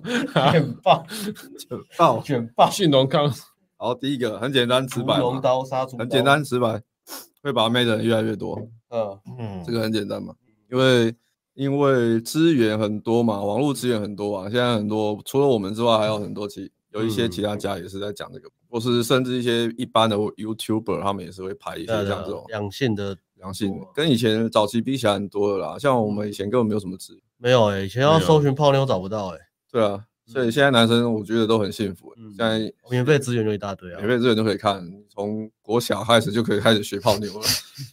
卷霸，卷爆。卷霸，驯龙刚 *laughs* 好，第一个很简单直屠白嘛，龙刀杀猪，很简。单直白，会把妹的人越来越多，嗯，嗯这，个很简单嘛，因为因为资源很多嘛，网络资源很多啊，现在很多除了我们之外，还有很多其有一些嗯其他家也是在讲这个，或是甚至一些一般的 YouTuber 他们也是会拍一些对啊像这哦种对，两性的良性的，跟以前早期比起来很多了啦。像我们以前根本没有什么资源，没有哎、以前要搜寻泡妞找不到哎、对啊，所以现在男生我觉得都很幸福、嗯现在免费资源就一大堆啊免，费资源都可以看，从国小开始就可以开始学泡妞了。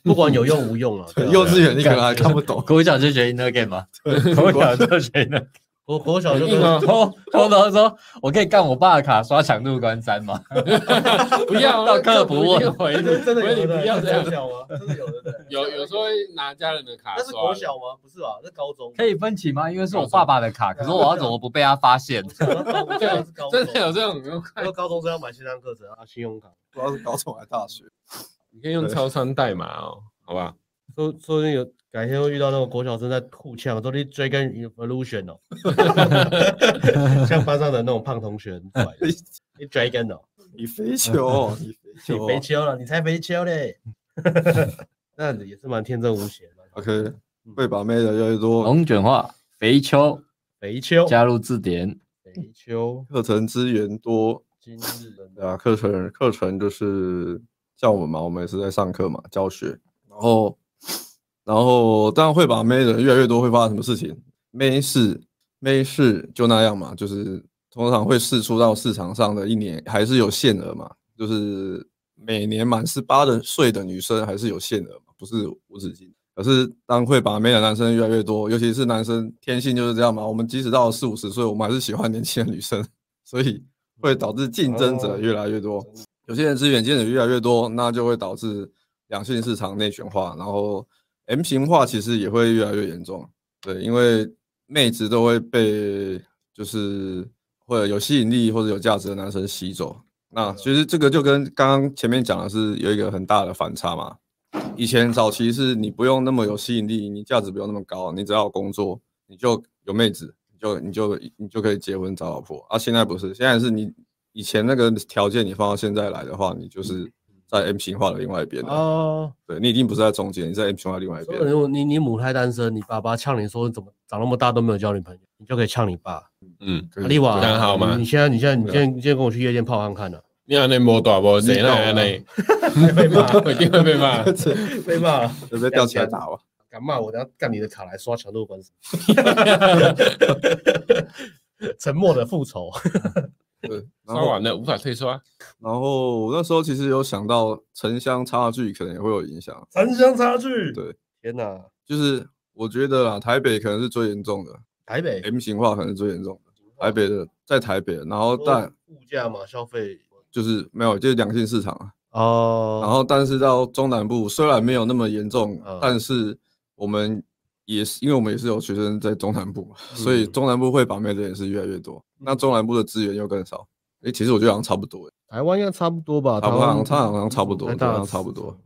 不管有用无用 *laughs* 啊。对啊 *laughs* 幼稚园你可能还看不懂，国小就学 inner game 啊吧，国 *laughs* 小就学 inner 国国小就跟 *laughs* 然后后头说，我可以干我爸的卡刷强度关山吗？ *laughs* 不要道客不问回真的真的回你有的，不 *laughs* 要这样。小吗？真的有的对不对。有有时候会拿家人的卡那是刷国的小吗？不是吧？那高中。可以分期吗？因为是我爸爸的卡，可是我要怎么不被他发现？这样是高中啊真的有这种，你用看那高中生要买线上课程啊，信用卡。主要是高中还大学。你可以用超商代码哦，好吧？说说不定有改天会遇到那种国小生在互呛，说你追跟 evolution 哦，像班上的那种胖同学，很拽的你追跟哦，你肥球，哦 *laughs* 你肥你球。肥秋了，你才肥秋嘞，那也是蛮天真无邪的。 OK，会把妹的越来越多，龙卷化肥丘肥秋，加入字典，肥秋，课程资源多，今日人对啊，课程课程就是像我们嘛，我们也是在上课嘛，教学，然后然后当然会把妹的人越来越多，会发生什么事情？妹事妹事就那样嘛，就是通常会试出到市场上的一年还是有限额嘛，就是每年满十八的岁的女生还是有限额嘛，不是无止境。可是当会把妹的男生越来越多，尤其是男生天性就是这样嘛，我们即使到了四五十岁，我们还是喜欢年轻的女生， *laughs* 所以会导致竞争者越来越多。有些人资源进的越来越多，那就会导致两性市场内卷化，然后 M 型化其实也会越来越严重。对，因为妹子都会被就是或者有吸引力或者有价值的男生吸走。那其实这个就跟刚刚前面讲的是有一个很大的反差嘛。以前早期是你不用那么有吸引力，你价值不用那么高，你只要有工作，你就有妹子，你就你就你就可以结婚找老婆啊。现在不是，现在是你以前那个条件你放到现在来的话，你就是在 M 型化的另外一边了。哦，对你已经不是在中间，你在 M 型化另外一说边可。能你你母胎单身，你爸爸呛你说你怎么长那么大都没有交女朋友，你就可以呛你爸。嗯，可以阿丽瓦，这样好吗啊你现在你现在你现在你现在跟我去夜店泡看看啊呢？你安尼无大无谁那安尼，被骂，一定 *laughs* 会被骂。 *laughs* 被骂了，要不要吊起来打吧？ *laughs* 敢骂我，等下干你的卡来刷强度关 *laughs* 系。沉默的复仇，对，然刷后完了无法退刷，然后我那时候其实有想到城乡差距可能也会有影响，城乡差距对，天哪，就是我觉得啊，台北可能是最严重的台北，M 型化可能是最严重的，哎台北的在台北，然后哦但物价嘛，消费就是没有，就是良性市场啊。哦，然后但是到中南部虽然没有那么严重嗯，但是我们也是因为我们也是有学生在中南部嘛，嗯所以中南部会把妹的也是越来越多，那中南部的资源又更少。诶，其实我觉得好像差不多，欸台湾应该差不多吧，差不多，台好湾像差好像差不多，太对大好像差不多。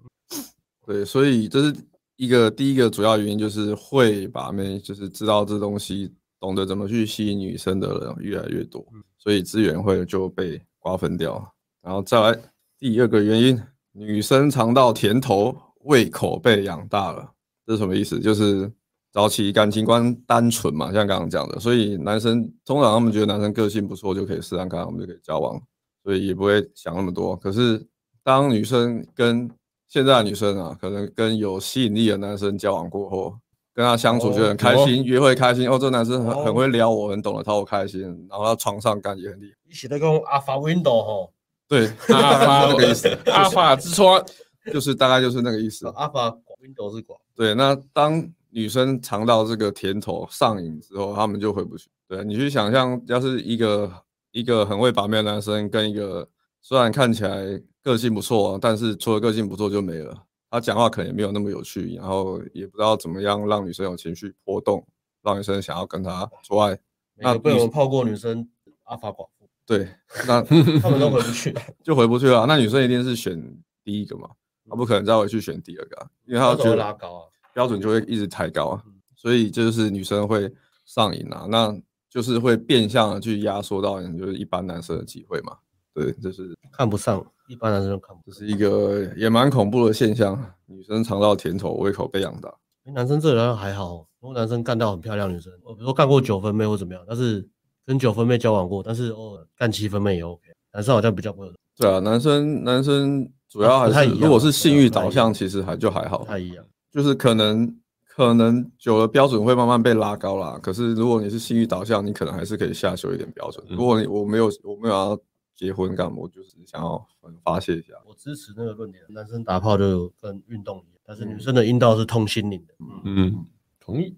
对，所以这是一个第一个主要原因，就是会把妹，就是知道这东西，懂得怎么去吸引女生的人越来越多，所以资源会就被瓜分掉。然后再来第二个原因，女生尝到甜头，胃口被养大了，这是什么意思？就是早期感情观单纯嘛，像刚刚讲的，所以男生通常他们觉得男生个性不错就可以试探看，我们就可以交往，所以也不会想那么多。可是当女生跟现在的女生啊，可能跟有吸引力的男生交往过后，跟他相处觉得很开心，约会开心，哦，这男生很很会撩我，很懂得讨我开心，然后他床上干也很厉害。你写的跟阿法 window 吼，对，阿大概 *laughs* 法是那个意思，阿法之窗，就是大概就是那个意思。阿法 window 是广，对，那当女生尝到这个甜头上瘾之后，她们就回不去。对你去想象，要是一个一个很会把妹的男生跟一个虽然看起来个性不错，但是除了个性不错就没了，他讲话可能也没有那么有趣，然后也不知道怎么样让女生有情绪波动，让女生想要跟他做爱。每个那被女我们泡过女生阿法 *laughs* 寡妇，对，那他们都回不去。就回不去了。那女生一定是选第一个嘛，她嗯不可能再回去选第二个啊、因为她要觉怎么得拉高啊？标准就会一直抬高啊，嗯所以就是女生会上瘾啊，那就是会变相的去压缩到你就是一般男生的机会嘛，对，这是看不上，一般男生都看不这上。是一个也蛮恐怖的现象，啊女生尝到甜头，胃口被养大，诶男生这人还好，如果男生干到很漂亮女生，我比如说干过九分妹或怎么样，但是跟九分妹交往过，但是偶尔干七分妹也 OK。男生好像比较不会有，对啊，男生男生主要还不太是一样如果啊是性对啊欲不太导一样向，其实还就还好不，太一样。就是可能可能久了标准会慢慢被拉高啦。可是如果你是性欲导向，你可能还是可以下修一点标准。嗯如果你我没有我没有要结婚干嘛，我就是想要发泄一下。我支持那个论点，男生打炮就跟运动一样，但是女生的阴道是通心灵的。嗯，同意。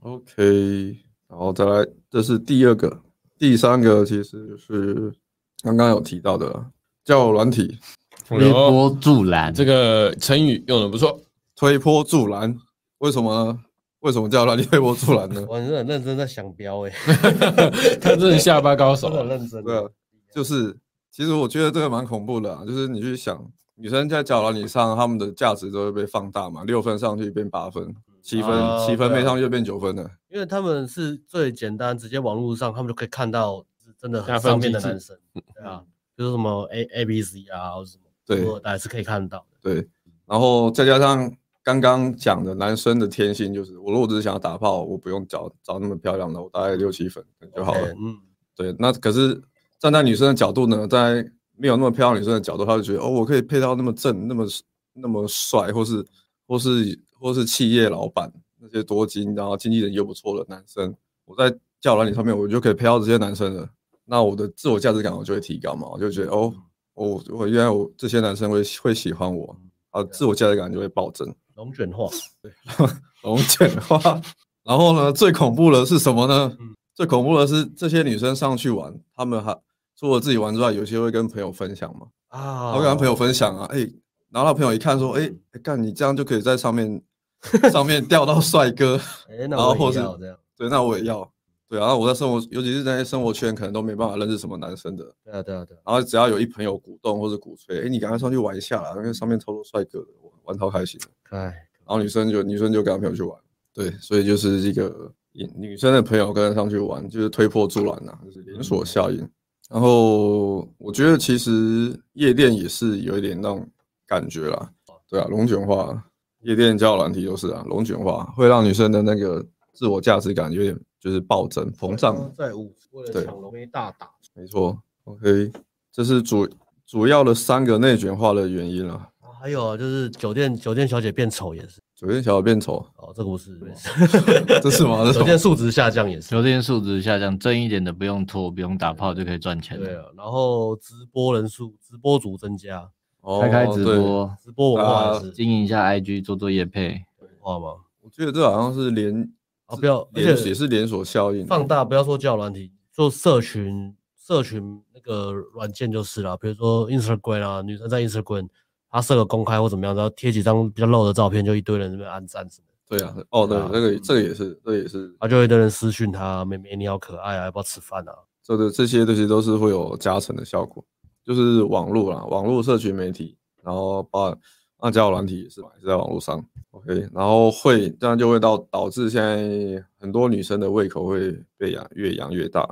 OK，然后再来，这是第二个，第三个其实就是刚刚有提到的啦叫软体推波助澜，这个成语用的不错， *laughs* 推波助澜，为什么呢？为什么叫软体推波助澜呢？哇，你真的很认真在想标哎、他真的下巴高手 *laughs* 真的很啊。认真。对啊，就是其实我觉得这个蛮恐怖的啊，就是你去想，女生在交软体上，她们的价值都会被放大嘛，六分上去变八分，七分、哦七分对啊配上去就变九分了。因为他们是最简单，直接网络上他们就可以看到是真的下很分上面机的制男生，对啊，比如说什么 A A B C 啊，或者什嗯么，对我还是可以看到的。对，然后再加上刚刚讲的男生的天性，就是我如果只是想要打炮，我不用找找那么漂亮的，我大概六七分就好了。 OK，嗯，对，那可是站在女生的角度呢，在没有那么漂亮女生的角度，她就觉得哦，我可以配到那么正、那么那么帅，或是或是或是企业老板那些多金，然后经纪人又不错的男生，我在交友软件上面我就可以配到这些男生了。那我的自我价值感我就会提高嘛，我就觉得哦，我我原来我这些男生会会喜欢我啊，自我价值感就会暴增。龙卷化，龙卷花。然后呢，最恐怖的是什么呢？最恐怖的是这些女生上去玩，她们还除了自己玩之外，有些会跟朋友分享嘛。啊她会跟朋友分享啊，哎、然后她朋友一看说，哎、哎干你这样就可以在上面上面钓到帅哥， *laughs* 哎，然那后我或也是要这样，对，那我也要。对啊，然后我在生活，尤其是在生活圈，可能都没办法认识什么男生的。对啊，对啊，对啊，然后只要有一朋友鼓动或者鼓吹，哎，你赶快上去玩一下啦，因为上面超多帅哥的，玩玩超开心的。哎，然后女生就女生就跟她朋友去玩，对，所以就是一个女女生的朋友跟她上去玩，就是推波助澜呐、啊就是连锁效应。然后我觉得其实夜店也是有一点那种感觉啦，对啊，龙卷化，夜店交友软体都是啊，龙卷化会让女生的那个自我价值感有点就是暴增膨胀，啊在五为对了抢龙妹大打，没错，OK，这是主主要的三个内卷化的原因啦。啊还有啊，就是酒店酒店小姐变丑也是，酒店小姐变丑，哦，这个不是，哦这是 *laughs* 吗？这是酒吗店数值下降也是，酒店素质下降，正一点的不用拖，不用打炮就可以赚钱对了。啊，然后直播人数直播族增加，哦开开直对播，直播文化啊也是经营一下 IG，做做业配。文化吗？我记得这好像是连啊，不要，而连且也是连锁效应，啊放大，不要说交友软体，做社群社群那个软件就是啦，比如说 Instagram 啊，女生在 Instagram，她设个公开或怎么样，然后贴几张比较露的照片，就一堆人在那边按赞什么的，对啊，哦对啊，这嗯个这个也是，这个也是，她就一堆人私讯她，妹妹你好可爱啊，要不要吃饭啊？这个这些东西都是会有加成的效果，就是网络啦，网络社群媒体，然后把那交友软体也是嘛，也是在网络上，OK，然后会这样就会到导致现在很多女生的胃口会被养越养越大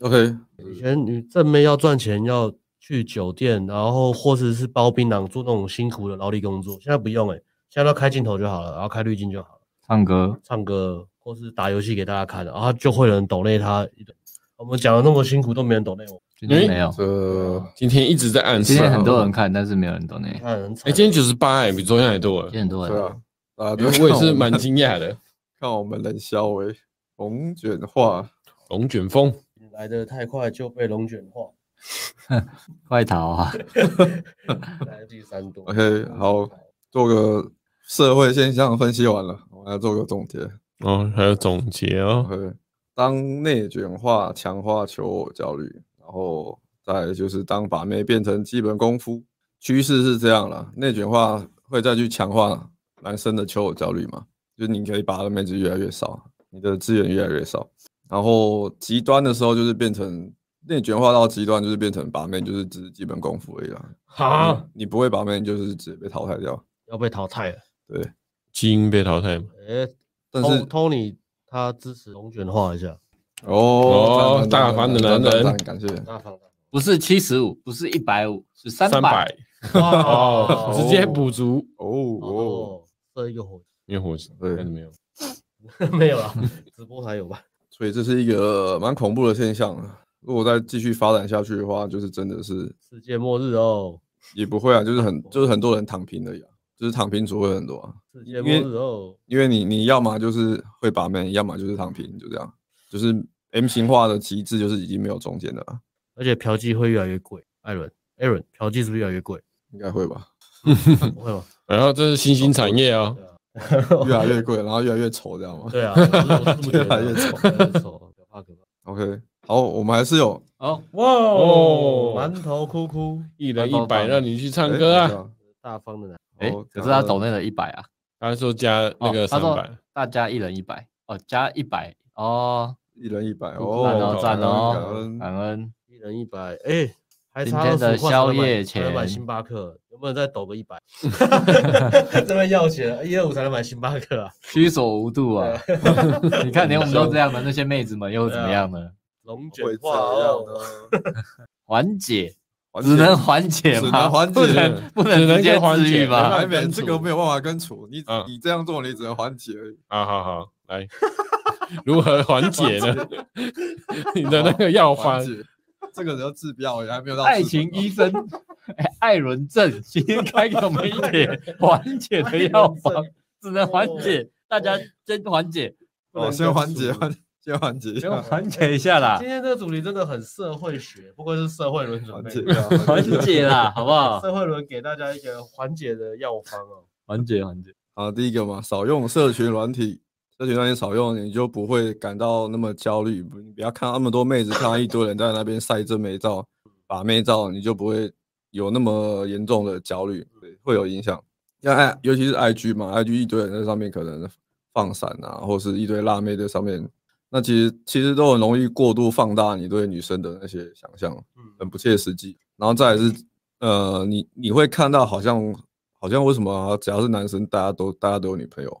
，OK，以前女正妹要赚钱要去酒店，然后或者是包槟榔，做那种辛苦的劳力工作，现在不用哎、现在都开镜头就好了，然后开滤镜就好了。唱歌，啊唱歌或是打游戏给大家看，然后就会有人抖内他一堆。我们讲了那么辛苦都没人懂那我，今天没有，这今天一直在暗示今，啊天很多人看，但是没有人懂那，今看很惨。哎，今天九十八哎，比昨天还多了天，很多对人啊，啊，因为我也是蛮惊讶的。看我们冷肖为龙卷化，龙卷风，来的太快就被龙卷化，快逃啊！来第三多。 *laughs* OK，好做个社会现象分析完了，我们来做个总结。哦，还有总结哦， OK，当内卷化强化求偶焦虑，然后再来就是当把妹变成基本功夫，趋势是这样了。内卷化会再去强化男生的求偶焦虑嘛？就是你可以把的妹子越来越少，你的资源越来越少。然后极端的时候就是变成内卷化到极端，就是变成把妹就是只是基本功夫而已啦。啊哈，你不会把妹，你就是直接被淘汰掉。嗯要被淘汰了。对，基因被淘汰嘛？哎、但哦是 Tony 他支持龙卷化一下，哦哦大方的男人感谢。大方大不是七十五，不是一百五，是三三百百。方。哦， *laughs* 直接补足，哦哦，哦，这一个火 *laughs* 没有火，对但是没有。没有啦，直播才有吧？所以这是一个呃蛮恐怖的现象啊。如果再继续发展下去的话，就是真的是世界末日哦，也不会啊，就是很就是很多人躺平而已啊，就是躺平族会很多啊，世界末日哦，因为你你要么就是会把妹，要么就是躺平，就这样，就是 M 型化的极致就是已经没有中间的了，啊而且嫖妓会越来越贵。艾伦，Aaron，嫖妓是不是越来 *laughs* 越贵？ *laughs* 应该会吧，不会吗？然后这是新兴产业哦，越来越贵，然后越来越丑，这样吗对啊，我是我是不觉越来得越丑越来越丑，可怕可怕。 ？OK，好，我们还是有哦，哇哦馒头哭哭，一人一百，让你去唱哎歌等一啊。下大方的男，哎、哦可是他讲到抖那了一百啊，他说加那个哦他三说百，大家一人一百，哦，加一百哦，一人一百赞哦哦，赞感哦恩，感恩感恩，一人一百，哎，还差今天的20块才能宵夜买才能买钱星巴克，能不能再抖个一百？这边要钱，一二五才能买星巴克啊！虚所无度啊！ *laughs* 你看连我们都这样的，那些妹子们又怎么样呢？龙卷会这化样哦，的，缓解，完只能全缓解只吗？能缓解不能不能只能直接跟缓治解愈没办吗法？还哎没这个没有办法根除，你嗯你这样做你只能缓解而已。好好好，来， *laughs* 如何缓解呢？ *laughs* 你的那个药方缓，解，这个人要治标也还没有到爱治情本医哦生，哎艾伦症，今天开给我们一点缓解的药艾方伦，只能缓解，大家先缓解，不能哦，根先除缓解，缓先缓解一下先，缓解一下啦今，天这个主题真的很社会学，不愧是社会轮准缓备解的一，下，缓 *laughs* 解啦，好不好？社会轮给大家一个缓解的药方哦。缓解缓解，啊，第一个嘛，少用社群软体，社群软体少用，你就不会感到那么焦虑。不你不要看到那么多妹子，看到一堆人在那边晒真美照、把妹照，你就不会有那么严重的焦虑，对，会有影响。像 I，尤其是 IG 嘛，IG 一堆人在上面可能放闪啊，或是一堆辣妹在上面，那其实其实都很容易过度放大你对女生的那些想象，嗯很不切实际。然后再来是，呃，你你会看到好像好像为什么啊只要是男生，大家都大家都有女朋友，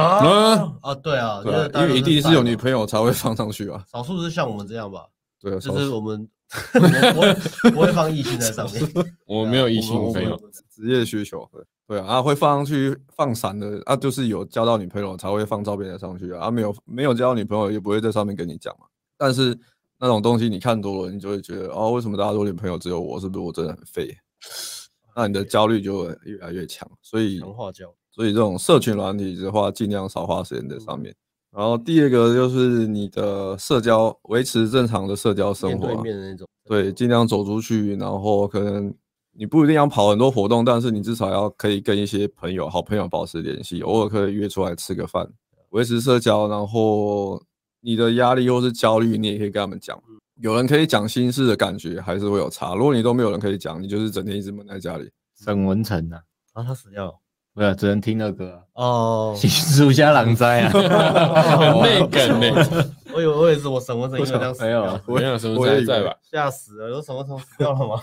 好啊，对啊，对就啊、大因家为一都定是有女散嘛，朋友才会放上去啊，少数是像我们这样吧，对啊， *laughs* 就少是数我 *laughs* 们我们不会不会放异性在上面。我没有异性我朋们友，职业需求，对对啊，啊会放上去放闪的啊，就是有交到女朋友才会放照片在上去啊，啊没有没有交到女朋友也不会在上面跟你讲嘛。但是那种东西你看多了，你就会觉得哦，为什么大家都有女朋友，只有我，是不是我真的很废？ *laughs* 那你的焦虑就会越来越强，所以强化胶，所以这种社嗯群软体的话，尽量少花时间在上面。然后第二个就是你的社交，维持正常的社交生面活啊、对面的那种。对，尽量走出去，然后可能你不一定要跑很多活动，但是你至少要可以跟一些朋友、好朋友保持联系，偶尔可以约出来吃个饭，维持社交。然后你的压力或是焦虑，你也可以跟他们讲，嗯有人可以讲心事的感觉还是会有差。如果你都没有人可以讲，你就是整天一直闷在家里。沈文成啊，啊，他死掉了没有，只能听那歌、啊。 *laughs* 哦。新书家郎哉啊，很内梗呢。 *laughs* 我以为我也是，我沈文成因为这样死没掉有，我想什么我也时候还以在为吧？吓死了，有沈文成死掉了吗？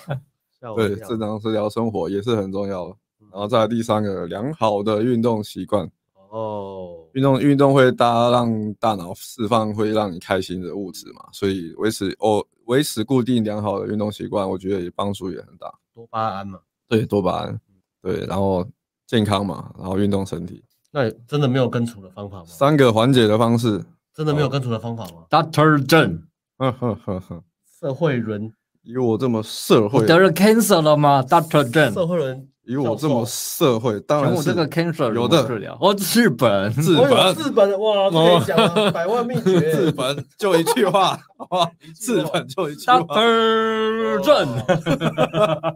吓我一对，跳。正常社交生活也是很重要的。然后再来第三个，良好的运动习惯。哦，运动运动会大让大脑释放会让你开心的物质嘛，所以维持哦维持固定良好的运动习惯，我觉得也帮助也很大。多巴胺嘛，对，多巴胺，对，然后健康嘛，然后运动身体，那你真的没有根除的方法吗？三个缓解的方式。真的没有根除的方法吗？ Doctor Zen，哼哼哼哼，社会人，以我这么社我会，得了 cancer 了吗，Doctor 社 Jen？会人，以我这么社会，当然全是我这个 cancer 有怎么的治疗，我日本，自我有焚，日本的哇，这可以讲啊，百万秘自诀，哦焚就一句话，好不好？句自话焚就一句话， Doctor Jen，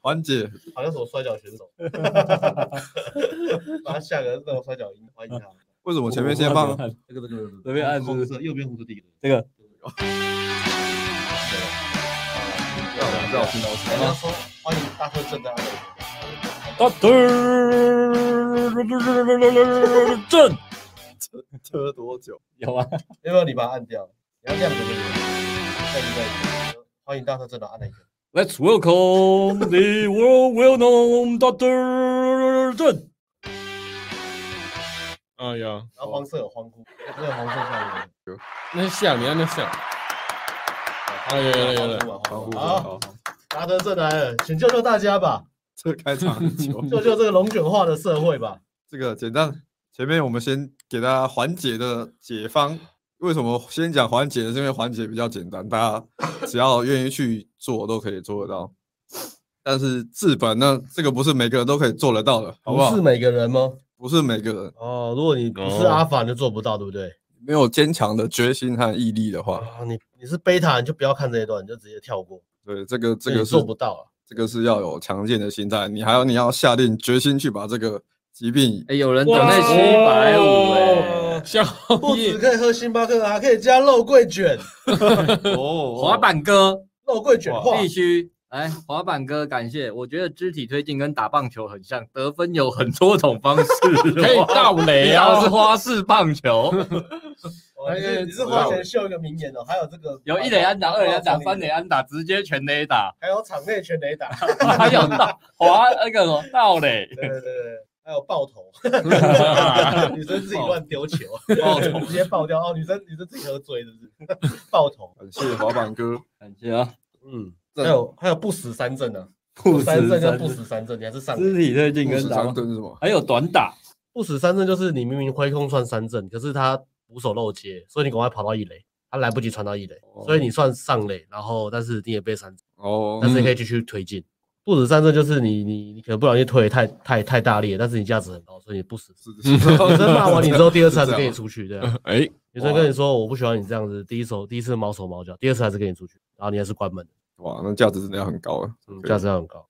缓解好像什么摔跤选手，把他下个那种摔跤赢，欢迎他。为什么前面先放？这个这个随便按是不红是色，右边红色第一个，这个让我让我听到人家说欢迎大特正的爱人， Doctor Jen 车多久？有吗？要不要你把它按掉？你要亮着那个，再一个，欢迎大特正的爱人。 Let's welcome the world well known Doctor Zen。啊有，然后黄色有欢呼，那个黄色下面那笑你按那笑，啊有有了有了，欢呼好，好，好好达德正来了，请救救大家吧， *laughs* 这开场很久。救救这个龙卷化的社会吧。这个简单，前面我们先给大家缓解的解方。为什么先讲缓解呢？是因为缓解比较简单，大家只要愿意去做都可以做得到。但是治本呢，这个不是每个人都可以做得到的，好不好是？每个人吗？不是每个人哦，如果你不是哦阿法，你就做不到，对不对？没有坚强的决心和毅力的话，啊，你你是贝塔，你就不要看这一段，你就直接跳过，对这个这因为个你是做不 *laughs* 到啊。这个是要有强健的心态，你还有你要下定决心去把这个疾病哎，有人等那七百五哎，笑不耶止可以喝星巴克，还可以加肉桂卷，哦滑板哥肉桂卷化必须来，滑板哥感谢。我觉得肢体推进跟打棒球很像，得分有很多种方式， *laughs* 可以倒雷然啊后！是花式棒 *laughs* 球，哦你哎是你是花钱秀一个名言哦，还有这个有一垒安打、二垒安打、三垒，安打，直接全垒 *laughs* 打，还有场内全 *laughs* 垒打，还有倒滑那个什么倒 *laughs* 垒，对对对对，还有爆 *laughs* 头，女生自己乱丢球，哦爆头直接爆掉哦，女生女生自己喝醉是不是？ *laughs* 爆头，感谢滑板哥， *laughs* 感谢 *laughs* 啊！嗯，这还有还有不死三阵呢，不三阵跟不死三阵，你还是上肢体推进五跟十打三棒，吨是吗？还有短打，不死三阵就是你明明挥空算三阵，可是他捕手漏接，所以你赶快跑到一垒，他来不及传到一垒，所以你算上垒，然后但是你也被三振。哦，但是你可以继续推进。不止三振就是你你你可能不小心推得太太太大力了，但是你价值很高，所以你不死。嗯是 *laughs* 是女生骂完你之后，第二次还是这跟你样出去，*laughs* 对啊。哎，女生跟你说我不喜欢你这样子，第一手第一次毛手毛脚，第二次还是跟你出去，然后你还是关门的，啊哇，那价值真的要很高啊！嗯，对价值要很高。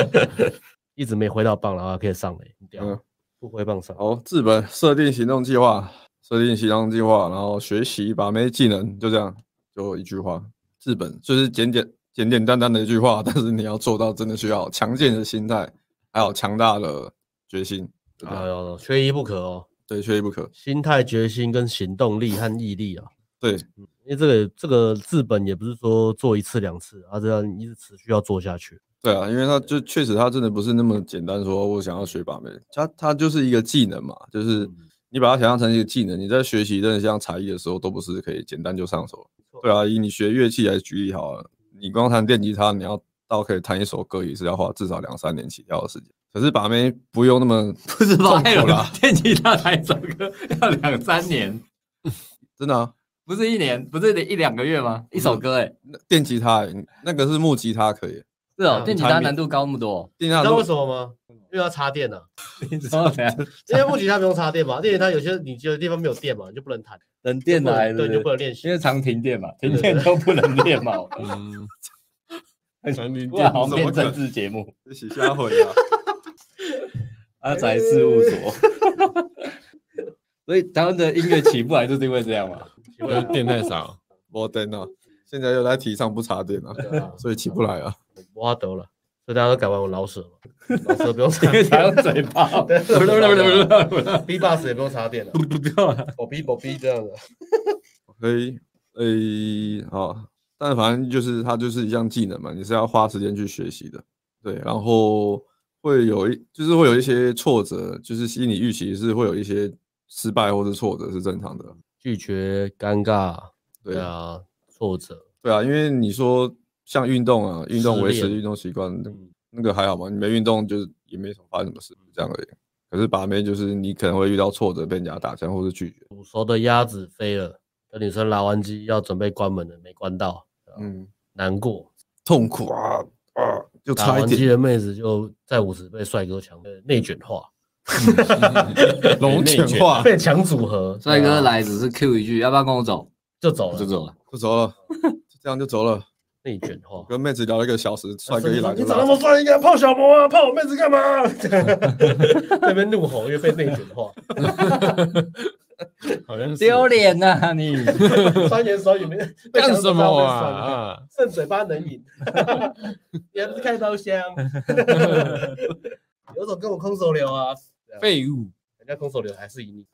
*laughs* 一直没挥到棒，然后还可以上垒，很屌嗯，不挥棒上。好，日本设定行动计划，设定行动计划，然后学习把妹技能，就这样，就一句话，日本就是简简简简单单的一句话，但是你要做到，真的需要强健的心态，还有强大的决心，就这样哎呦，缺一不可哦，对，缺一不可。心态、决心跟行动力和毅力啊。对，因为这个这个治本也不是说做一次两次，而是要你一直持续要做下去。对啊，因为他就确实他真的不是那么简单，说我想要学把妹，他他就是一个技能嘛，嗯就是你把它想象成一个技能，你在学习真的像才艺的时候，都不是可以简单就上手。对啊，以你学乐器来举例好了，你光弹电吉他，你要到可以弹一首歌也是要花至少两三年起跳的时间。可是把妹不用那 *laughs* 么不是吧？还有痛苦啦电吉他来首歌要两三年，真的、啊，不是一年，不是一两个月吗？一首歌哎、那电吉他欸、那个是木吉他可以，是哦，嗯电吉他难度高那么多，哦电吉你他知道为如什么吗？因为要插电啊。 *laughs* 你知道怎样？因为木吉他不用插电嘛，电吉他有些你有些地方没有电嘛，你就不能弹，等电不能来对，你就了不，能练习因。为常停电嘛，停电都不能练 *laughs* 嘛，嗯，不然好像怎么变可政治 *laughs* 节目。洗下回啊， *laughs* 阿仔事务所，所以台湾的音乐起不来就是因为这 *laughs* 样嘛。因为电 *laughs* 太少，我等啊，现在又在提倡不插电啊，对啊所以起不来啊。我得了，所以大家都改玩我老舍嘛，老舍不用插因 *laughs* 为台电湾嘴 *laughs* 巴， ，B bus 也不用插电 *laughs* 了，我 B 我 B 这样的。可以，诶，好，但反正就是它就是一项技能嘛，你是要花时间去学习的，对，然后会有一就是会有一些挫折，就是心理预期是会有一些失败或是挫折是正常的，拒绝、尴尬，对对啊，挫折，对啊，因为你说像运动啊，运动失维持恋嗯运动习惯，那个还好嘛，你没运动就是也没什么发生什么事，这样而已。可是把妹就是你可能会遇到挫折，被人家打枪或是拒绝，煮熟的鸭子飞了，跟女生拉完机要准备关门了，没关到，嗯，难过。痛苦啊啊，就打差一完机点，的妹子就在舞池被帅哥强呃内卷化，龙卷化，被强组合，帅对哥啊来只是 Q 一句，要不要跟我走？就走我了，就走了。就走了，就这样就走了。内卷化。跟妹子聊了一个小时， *laughs* 帅哥一来就你长来那么了，帅，应该泡小魔啊，泡我妹子干嘛？在那边怒吼，因为被内卷化，好像是丢脸呐你！酸言酸语没被干强什组么合啊？被酸啊 *laughs* 剩嘴巴能饮，你还不是开包厢？有种跟我空手流啊！废物，人家空手流还是赢你，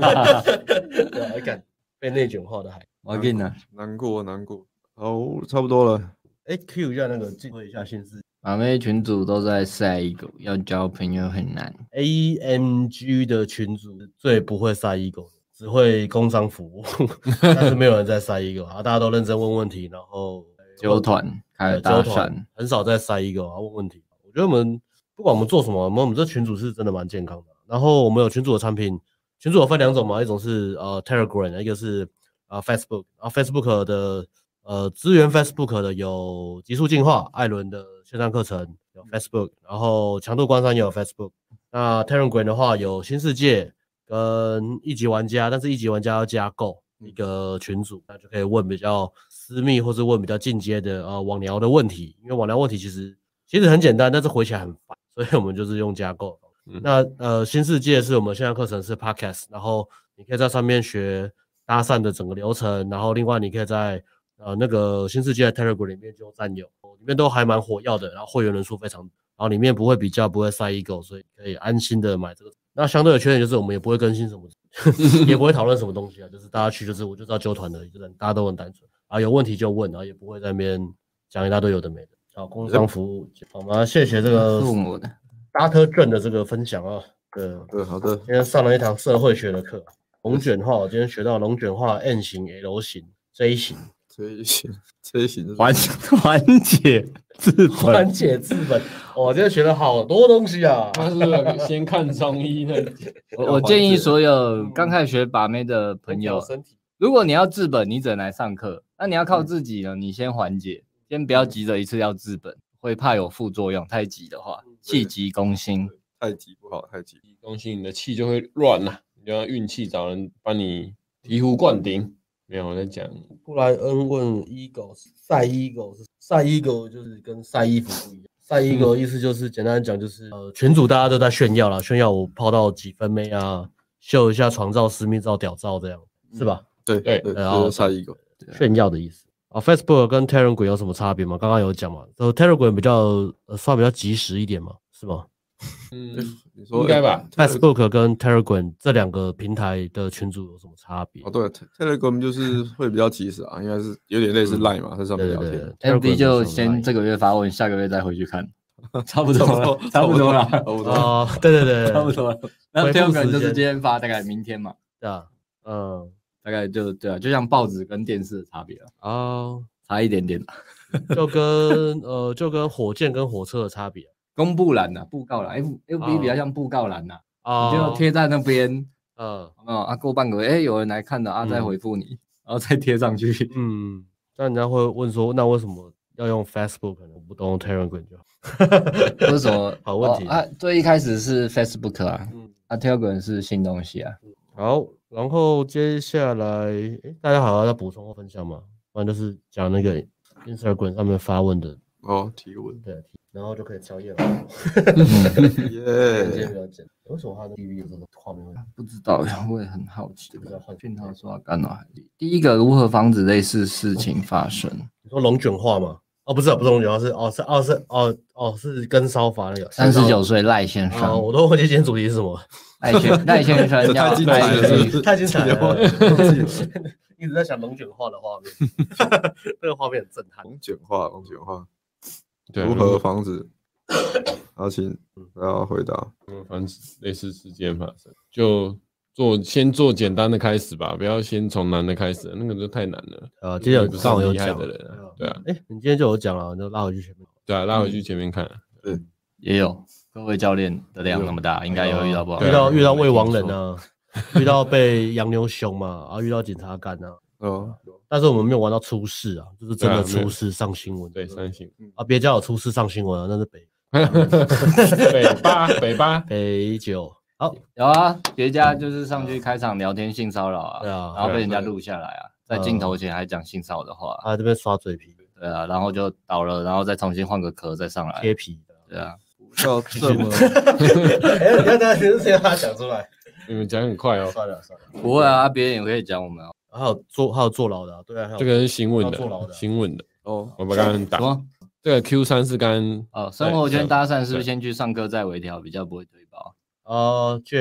对啊，敢被内卷化的还 *laughs* 我给你拿，难过难过。好，差不多了。哎 Q 一下那个，记录一下姓氏马妹群主都在晒一个，要交朋友很难。 AMG 的群主最不会塞 ego，只会工商服务， *laughs* 但是没有人在塞 ego 啊，大家都认真问问题，然后纠团开呃始交搭团讪，很少在塞 ego 啊问问题。我觉得我们不管我们做什么，我们我们这群主是真的蛮健康的。啊然后我们有群主的产品，群主有分两种嘛，一种是呃 Telegram，一个是啊、呃 Facebook，然后 Facebook 的呃资源 Facebook 的有极速进化、艾伦的线上课程嗯有 Facebook，然后强度关山也有 Facebook。那 Telegram 的话有新世界跟一级玩家，但是一级玩家要加购一个群组，那就可以问比较私密或是问比较进阶的呃网聊的问题，因为网聊问题其实其实很简单，但是回起来很烦，所以我们就是用加购。嗯那呃，新世界是我们现在课程是 podcast，然后你可以在上面学搭讪的整个流程，然后另外你可以在呃那个新世界的 Telegram 里面就战友，里面都还蛮火药的，然后会员人数非常，然后里面不会比较，不会塞 ego，所以可以安心的买这个。那相对的缺点就是我们也不会更新什么， *laughs* 也不会讨论什么东西啊，就是大家去就是我就知道纠团而已，就是大家都很单纯啊，有问题就问，然后也不会在那边讲一大堆有的没的。好，工商服务，好吗？谢谢这个父母的达特正的这个分享啊，对，对，好的，今天上了一堂社会学的课，龙卷化，我今天学到龙卷化 N 型、L 型、J 型，这一行 *laughs* 这一行是缓缓解自缓本，解治本。我、今天学了好多东西啊，他是先看中医的，要我我缓建议解所有刚开始学把妹的朋友，身体如果你要治本，你只能来上课。那你要靠自己呢，你先缓解，先不要急着一次要治本，会怕有副作用。太急的话，气急攻心。 *laughs* 太极不好，太极。恭喜你的气就会乱了，你就要运气找人帮你醍醐灌顶。没有，我在讲布莱恩问 ego 晒 ego 是晒 ego 就是跟晒衣服不一样。晒 ego 意思就是简单讲就是呃群主大家都在炫耀啦，炫耀我泡到几分妹啊，秀一下床照、私密照、屌照这样是吧？对对对，然后就是差一个。炫耀的意思啊。Facebook 跟 Telegram 有什么差别吗？刚刚有讲嘛，呃，Telegram 比较呃算比较及时一点嘛，是吗嗯，你说应该吧？Facebook 跟 Telegram 这两个平台的群主有什么差别哦，？对，Te-，Telegram 就是会比较及时啊，应该是有点类似 Line 嘛，在上面对聊对天对。 *laughs* M ，Telegram D 就有什么差先异这个月发问，下个月再回去看，差不多了，差不多多了，差不多。哦，对对对，对 *laughs* 差不多了。那回复第二个就时是间今天发，大概明天嘛，对啊，嗯大概就对啊，就像报纸跟电视的差别了，啊，差一点点啦。就跟呃就跟火箭跟火车的差别公布栏呐、布告栏，F F 哦 B 比较像布告栏呐、啊，你就贴在那边，嗯有没有啊？过半个月，哎、有人来看了啊，再嗯回复你，然后再贴上去。嗯，那人家会问说，那为什么要用 Facebook 呢？我不懂 Telegram 就好。为什么？好问题哦啊，最一开始是 Facebook 啊，嗯啊 Telegram 是新东西啊。好，然后接下来，诶大家好像要补充或分享吗？不然就是讲那个 Instagram 上面发问的哦，提问。对，然后就可以宵夜了。嗯直接耶，不要剪。为什么他的 TV 有这个画面会？ *laughs* 不知道，我也很好奇。不知道换讯号说要干扰海底。第一个，如何防止类似事情发生？你说龙卷化吗？哦，不是，不是龙卷化，是哦，是哦，是哦，哦，是跟烧法那个。三十九岁赖先啊、生，我都忘记今天主题是什么，赖先赖先 *laughs* 生要太精彩爱了，是不惜是？太精彩了自己的话自己的话一直在想龙卷化的画面， *laughs* 那个画面很震 *laughs* 撼。龙卷化，龙卷化，啊对嗯如何防止？阿青，然后回答。防止类似事件发生，就做先做简单的开始吧，不要先从难的开始，那个就太难了。呃，今天有不是上午有厉害讲的人啊，对啊，哎、你今天就有讲了，你就拉回去前面。对啊，拉回去前面看啊，也有各位教练的量那么大，应该有遇到不好的。啊遇到遇到未亡人啊呢？呢、 *laughs* 遇到被洋妞凶嘛，啊然后遇到警察干啊，嗯，但是我们没有玩到出事啊，就是真的对啊没有出事上新闻，对，三星 *laughs* 啊，别叫我出事上新闻啊，那是北北巴北巴，北九，好，有啊，别家就是上去开场聊天性骚扰啊，对啊然后被人家录下来啊，在镜头前还讲性骚扰的话啊、啊这边刷嘴皮对啊，然后就倒了，然后再重新换个壳再上来，贴皮的，对啊，不要这么哎，你看他直接把它讲出来，你们讲很快哦，算了算了，不会啊，别人也可以讲我们、啊。还有坐还有坐牢的啊，对啊，还有这个是新闻要坐牢的啊的，新闻的，哦，我们刚刚打什么？这个 Q 三是刚哦，生活圈搭讪是不是先去上课再微调，比较不会推包？呃，借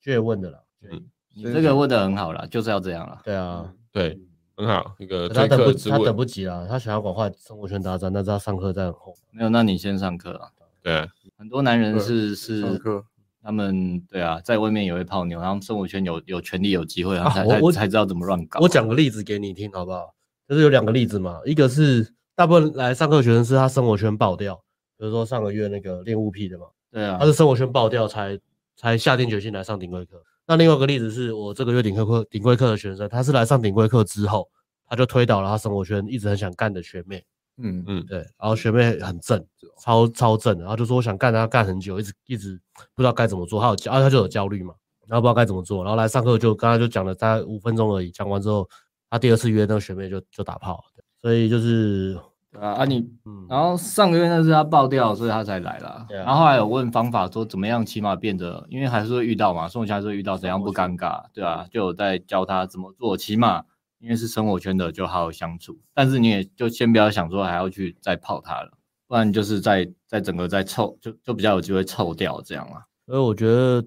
借问的啦，嗯你这个问的很好啦，就是要这样啦。对啊，对，很好，一个可他嗯推等不客之他等不问，及啦，他想要赶快生活圈大战，但是他上课在很后，没有，那你先上课啊。对，很多男人对是上是课他们对啊，在外面也会泡妞，然后生活圈有有权利有机会，然后才我我才才知道怎么乱搞。我讲个例子给你听好不好？就是有两个例子嘛，一个是大部分来上课的学生是他生活圈爆掉，比如说上个月那个练物癖的嘛，对啊他，是生活圈爆掉才才下定决心来上顶规课。那另外一个例子是我这个月顶规课顶规课的学生，他是来上顶规课之后，他就推倒了他生活圈一直很想干的学妹，嗯嗯对，然后学妹很正，超超正的，然后就说我想干她干很久，一直一直不知道该怎么做，还有焦，啊她就有焦虑嘛，然后不知道该怎么做，然后来上课就刚才就讲了大概五分钟而已，讲完之后，她第二次约那个学妹就就打炮了，对所以就是对啊，啊你，嗯，然后上个月那是他爆掉，所以他才来啦。对啊然后后来有问方法说怎么样，起码变得，因为还是会遇到嘛，生活圈还是会遇到，怎样不尴尬，对啊，就有在教他怎么做，起码因为是生活圈的，就好好相处。但是你也就先不要想说还要去再泡他了，不然就是在在整个在臭，就就比较有机会臭掉这样啦。所以我觉得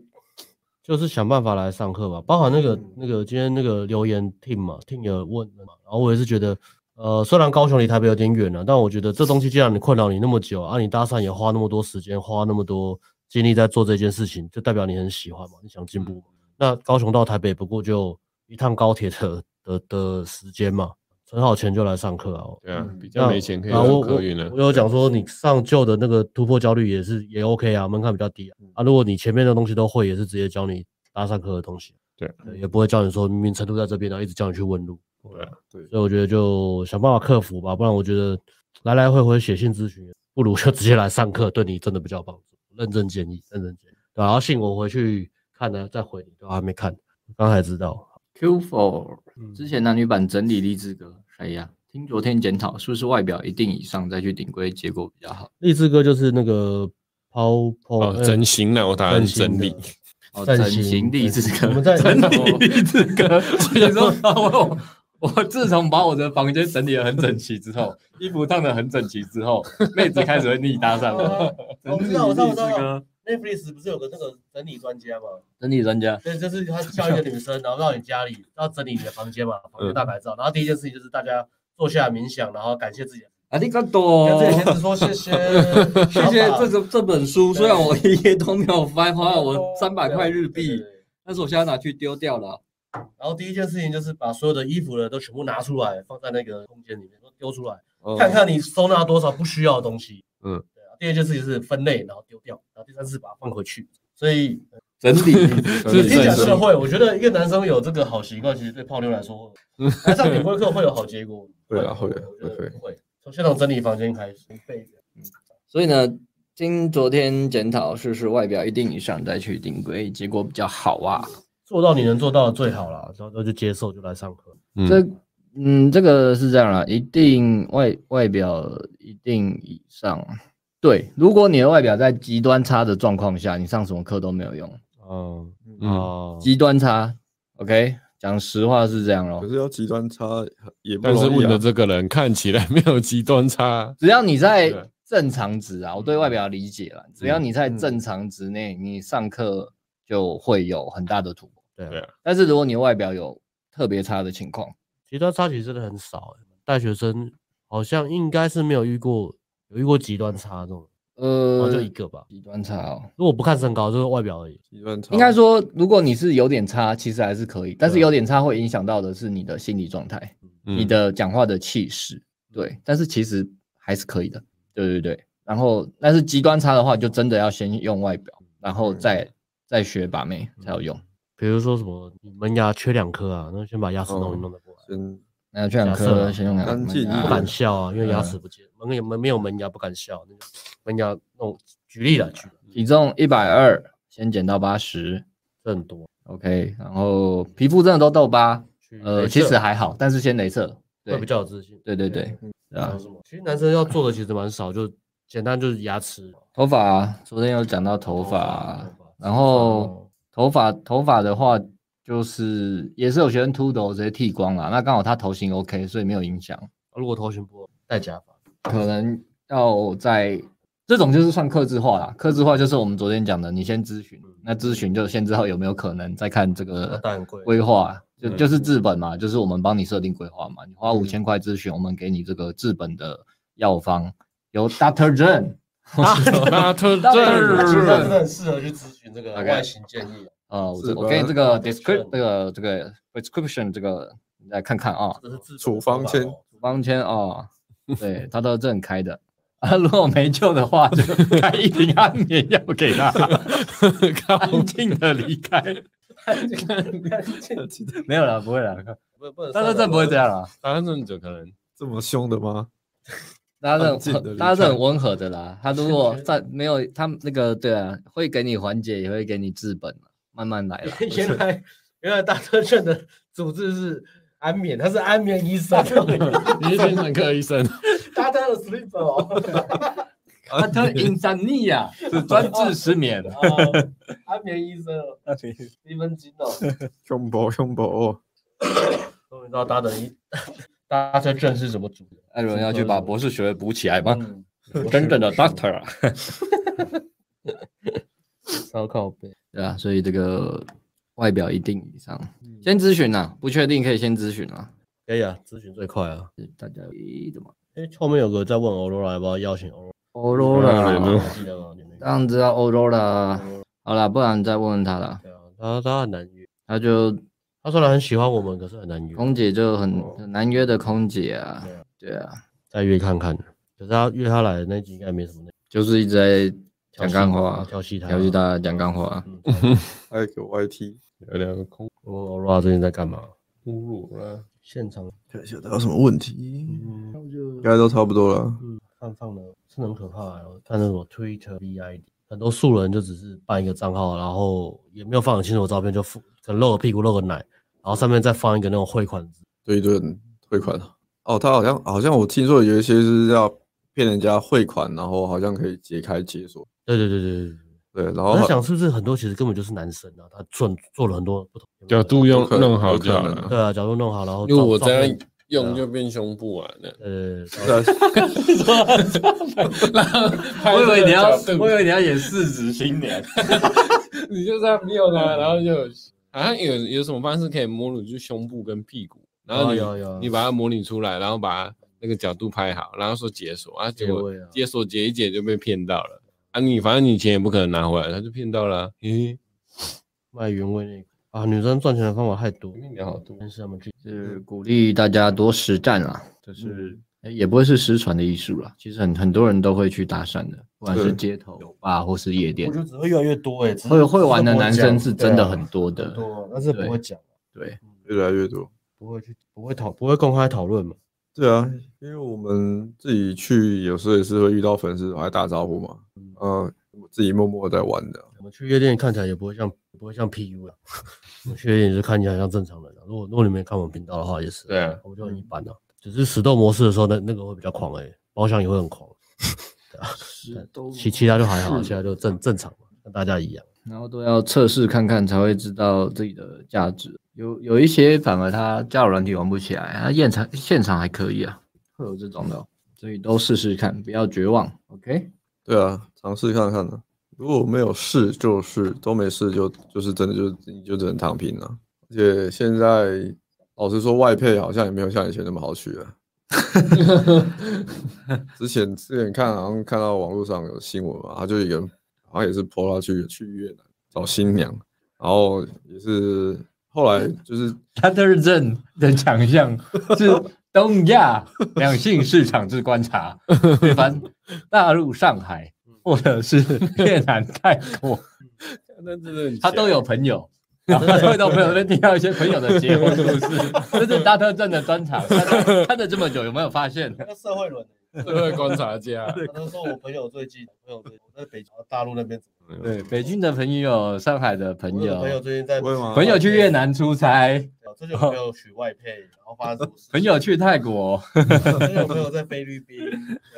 就是想办法来上课吧，包含那个那个今天那个留言 team 嘛，team 有问了嘛，然后我也是觉得，呃，虽然高雄离台北有点远了、但我觉得这东西既然你困扰你那么久啊，你搭讪也花那么多时间，花那么多精力在做这件事情，就代表你很喜欢嘛，你想进步嘛。那高雄到台北不过就一趟高铁的的的时间嘛，存好钱就来上课啊。对啊，比那较没钱可以啊我用我客运了我，有讲说，你上旧的那个突破焦虑也是也 OK 啊，门槛比较低啊。嗯啊，如果你前面的东西都会，也是直接教你搭上课的东西。啊对，也不会教你说明明程度在这边，然后一直叫你去问路。对啊对所以我觉得就想办法克服吧，不然我觉得来来回回写信咨询，不如就直接来上课，对你真的比较有帮助。认真建议，认真建议。对啊，然后信我回去看了再回你，都还没看，刚才知道。 Q Four 嗯之前男女版整理励志歌，谁呀？听昨天检讨，是不是外表一定以上再去顶规，结果比较好？励志哥就是那个抛抛呃哦，真心啊，我打算整 *laughs* 理，哦，整整形形励志歌，我们在整理励志 *laughs* 歌。你说我我自从把我的房间整理的很整齐之后，衣服烫的很整齐之后，妹子开始会逆搭 *laughs* 讪我。我知道，我知道，我知道。Netflix 不是有个那个整理专家吗？整理专家，对，就是他叫啊一个女生，然后到你家里，要整理你的房间嘛，嗯房间大改造。然后第一件事情就是大家坐下来冥想，然后感谢自己，啊，你个 *laughs* 跟多自己的先生说谢谢， *laughs* 谢谢这个这本书，虽然我一页都没有翻，花了我三百块日哦对。对币对，对但是我现在拿去丢掉了。然后第一件事情就是把所有的衣服呢都全部拿出来，放在那个空间里面，都丢出来，嗯哦看看你收纳多少不需要的东西。嗯，对啊。第二件事情是分类，然后丢掉，然后第三是把它放回去。所以整理，是听起来整理社会，我觉得一个男生有这个好习惯，其实对泡妞来说，来上顶规课会有好结果。对啊 *laughs* 会啊我觉会得会。从先从整理房间开始，被所以呢，经昨天检讨，试试外表一定以上再去顶规，结果比较好啊。做到你能做到的最好啦，然后就接受，就来上课。嗯，这嗯，这个是这样啦，一定外外表一定以上。对，如果你的外表在极端差的状况下，你上什么课都没有用。哦嗯哦，极端差，OK，讲实话是这样咯可。是要极端差也不但容易是啊问的这个人看起来没有极端差，只要你在对正常值啊，我对外表的理解啦，只要你在正常值内，你上课就会有很大的突破。对啊对啊但是如果你外表有特别差的情况，极端差距真的很少、欸，大学生好像应该是没有遇过，有遇过极端差这种，呃，哦，就一个吧。极端差哦。如果不看身高，就是外表而已。极端差应该说，如果你是有点差，其实还是可以，但啊是有点差会影响到的是你的心理状态、你嗯，的讲话的气势，对。嗯但是其实还是可以的，对对对。然后，但嗯是极端差的话，就真的要先用外表，然后再再学把妹才有用。比如说什么你门牙缺两颗啊，那先把牙齿弄一弄再过来。先那去两假设颗啊先用两颗干净门牙不一点敢笑嗯啊，因为牙齿不见，门牙门没有门牙不敢笑，那个门牙弄举例了，举例体重一百二，先减到八十这很多。 ，OK。然后皮肤真的都痘疤，去呃，嗯镭其实射还好，但是先镭射，对会比较有自信。对对对，对还啊有。什么？其实男生要做的其实蛮少，就简单就是牙齿，头发，啊昨天有讲到头发啊嗯发啊头发，然后头发头发的话，就是也是有学生秃头直接剃光了，那刚好他头型 OK，所以没有影响。如果头型不好戴假发，可能要在这种就是算克制化啦，克制化就是我们昨天讲的，你先咨询，那咨询就先知道有没有可能，再看这那个戴很贵。规划，就就是治本嘛，就是我们帮你设定规划嘛，你花五千块咨询，我们给你这个治本的药方，由 Doctor Zen 那特到底是其实真这的很适合去咨询这个大概外形建议，啊呃，我是这我吧给你这个 Description description 这个这个 prescription 这个你来看看啊、这是自处方签处方签啊，对，他都是正开的 *laughs* 啊，如果没救的话，就开一瓶安眠药给他，安静的离开。哦 *laughs* 没有了，不会了，不不能大家正不会这样了，答案正者可能这么凶的吗？大家安静地离正开大家是很温和的啦。他如果在没有他们那个对啊，会给你缓解，也会给你治本慢慢来 *laughs* 啦。原来原来大特卷的组织是安眠，他是安眠医 *laughs* 生，你是精神科医生，大特的 sleeper 哦，他特 insomnia 是专治失眠。哦安眠医生哦，一分金哦。凶不哦凶不？哦终于知道大特一大特卷是什么组的， *laughs* 艾伦要去把博士学位补起来吗？嗯啊真正的 *laughs* doctor 啊，烧烤杯。对啊，所以这个外表一定以上，嗯先咨询啦，不确定可以先咨询啦。可以啊，咨询最快啊。大家咦怎么哎，后面有个在问欧罗拉要不要邀请欧罗 *laughs* Aurora？拉，记得吗？你那这个样子啊，Aurora，好啦，不然再问问他啦。对啊，他他很难约，他就他虽然很喜欢我们，可是很难约，空姐就很很难约的空姐啊对啊，哦对啊，再约看看。可是他约他来的那集应该没什么内就是一直在容讲干话，啊调戏他，调戏。他讲干话。嗯，还有个 YT，有两个空我问欧罗拉最近在干嘛？侮辱了。现场，看一下他有什么问题，嗯，应该都差不多了。嗯，看放的真的很可怕、欸。我看那什么 Twitter VID，很多素人就只是办一个账号，然后也没有放很清楚的照片，就附可能露个屁股、露个奶，然后上面再放一个那种汇款字。对一顿退款哦，他好像好像我听说有一些是要骗人家汇款，然后好像可以解开解锁。对对对对对对。对，然后我在想，是不是很多其实根本就是男生啊，他做做了很多不同角度用可弄好有就可好能了，对啊，角度弄好，然后因为照我这样照片用就变胸部啊，那呃，对啊我我以为你要，我以为你要演市值新 *laughs* 娘，你就这样用啊，然后就有好像有有什么方式可以模拟，就是胸部跟屁股，然后哦你、有有你把它模拟出来，然后把它那个角度拍好，然后说解锁啊，结果结尾啊解锁解一解就被骗到了啊你，反正你钱也不可能拿回来，他就骗到了、啊。咦、卖原味那个啊，女生赚钱的方法太多，聊好多，但是他们去就是鼓励大家多实战啊啦，就是诶嗯也不会是失传的艺术啦。其实很很多人都会去搭讪的，不管是对街头酒吧或是夜店我觉，得只会越来越多哎、欸，只是会会玩的只不会男生是讲对啊真的很多的很。多，但是不对会讲，对，越来越多。不会去，不会讨，不会公开讨论嘛。对啊，因为我们自己去，有时候也是会遇到粉丝来打招呼嘛。呃，我自己默默在玩的。我们去夜店看起来也不会像，不会像 PU 啊。我们去夜店也是看起来像正常人啊。如果如果你没看我们频道的话，也是。对啊我们就很一般啊。只是死斗模式的时候，那那个会比较狂哎、包厢也会很狂。都其其他就还好，其他就正正常嘛，跟大家一样。然后都要测试看看才会知道自己的价值。有有一些反而他交友软体玩不起来，他现场现场还可以啊，会有这种的哦，所以都试试看，不要绝望。OK，对啊，尝试看看呢、如果没有试，就是都没试就，就是真的就你就只能躺平了、而且现在老实说，外配好像也没有像以前那么好取 *laughs* 了。之前之前看好像看到网络上有新闻嘛，他就一个人好像也是 PO 他去去越南找新娘，然后也是后来就是他特认的强项是东亚两性市场之观察，对方大陆上海或者是越南泰国，嗯那真的很他都有强朋友，然后会到朋友那边听到一些朋友的结婚故事，这是大特镇的专场。看了看了这么久，有没有发现？那社会轮，社会观察家， *laughs* 他说我朋友最近，朋友最近我在北大陆那边怎么样，对，北京的朋友，上海的朋我有友朋，友最近在会吗朋友去越，南出差，最近有朋友娶外配，然后发生什么事朋友去泰国， *laughs* 最近有朋友在菲律宾，对，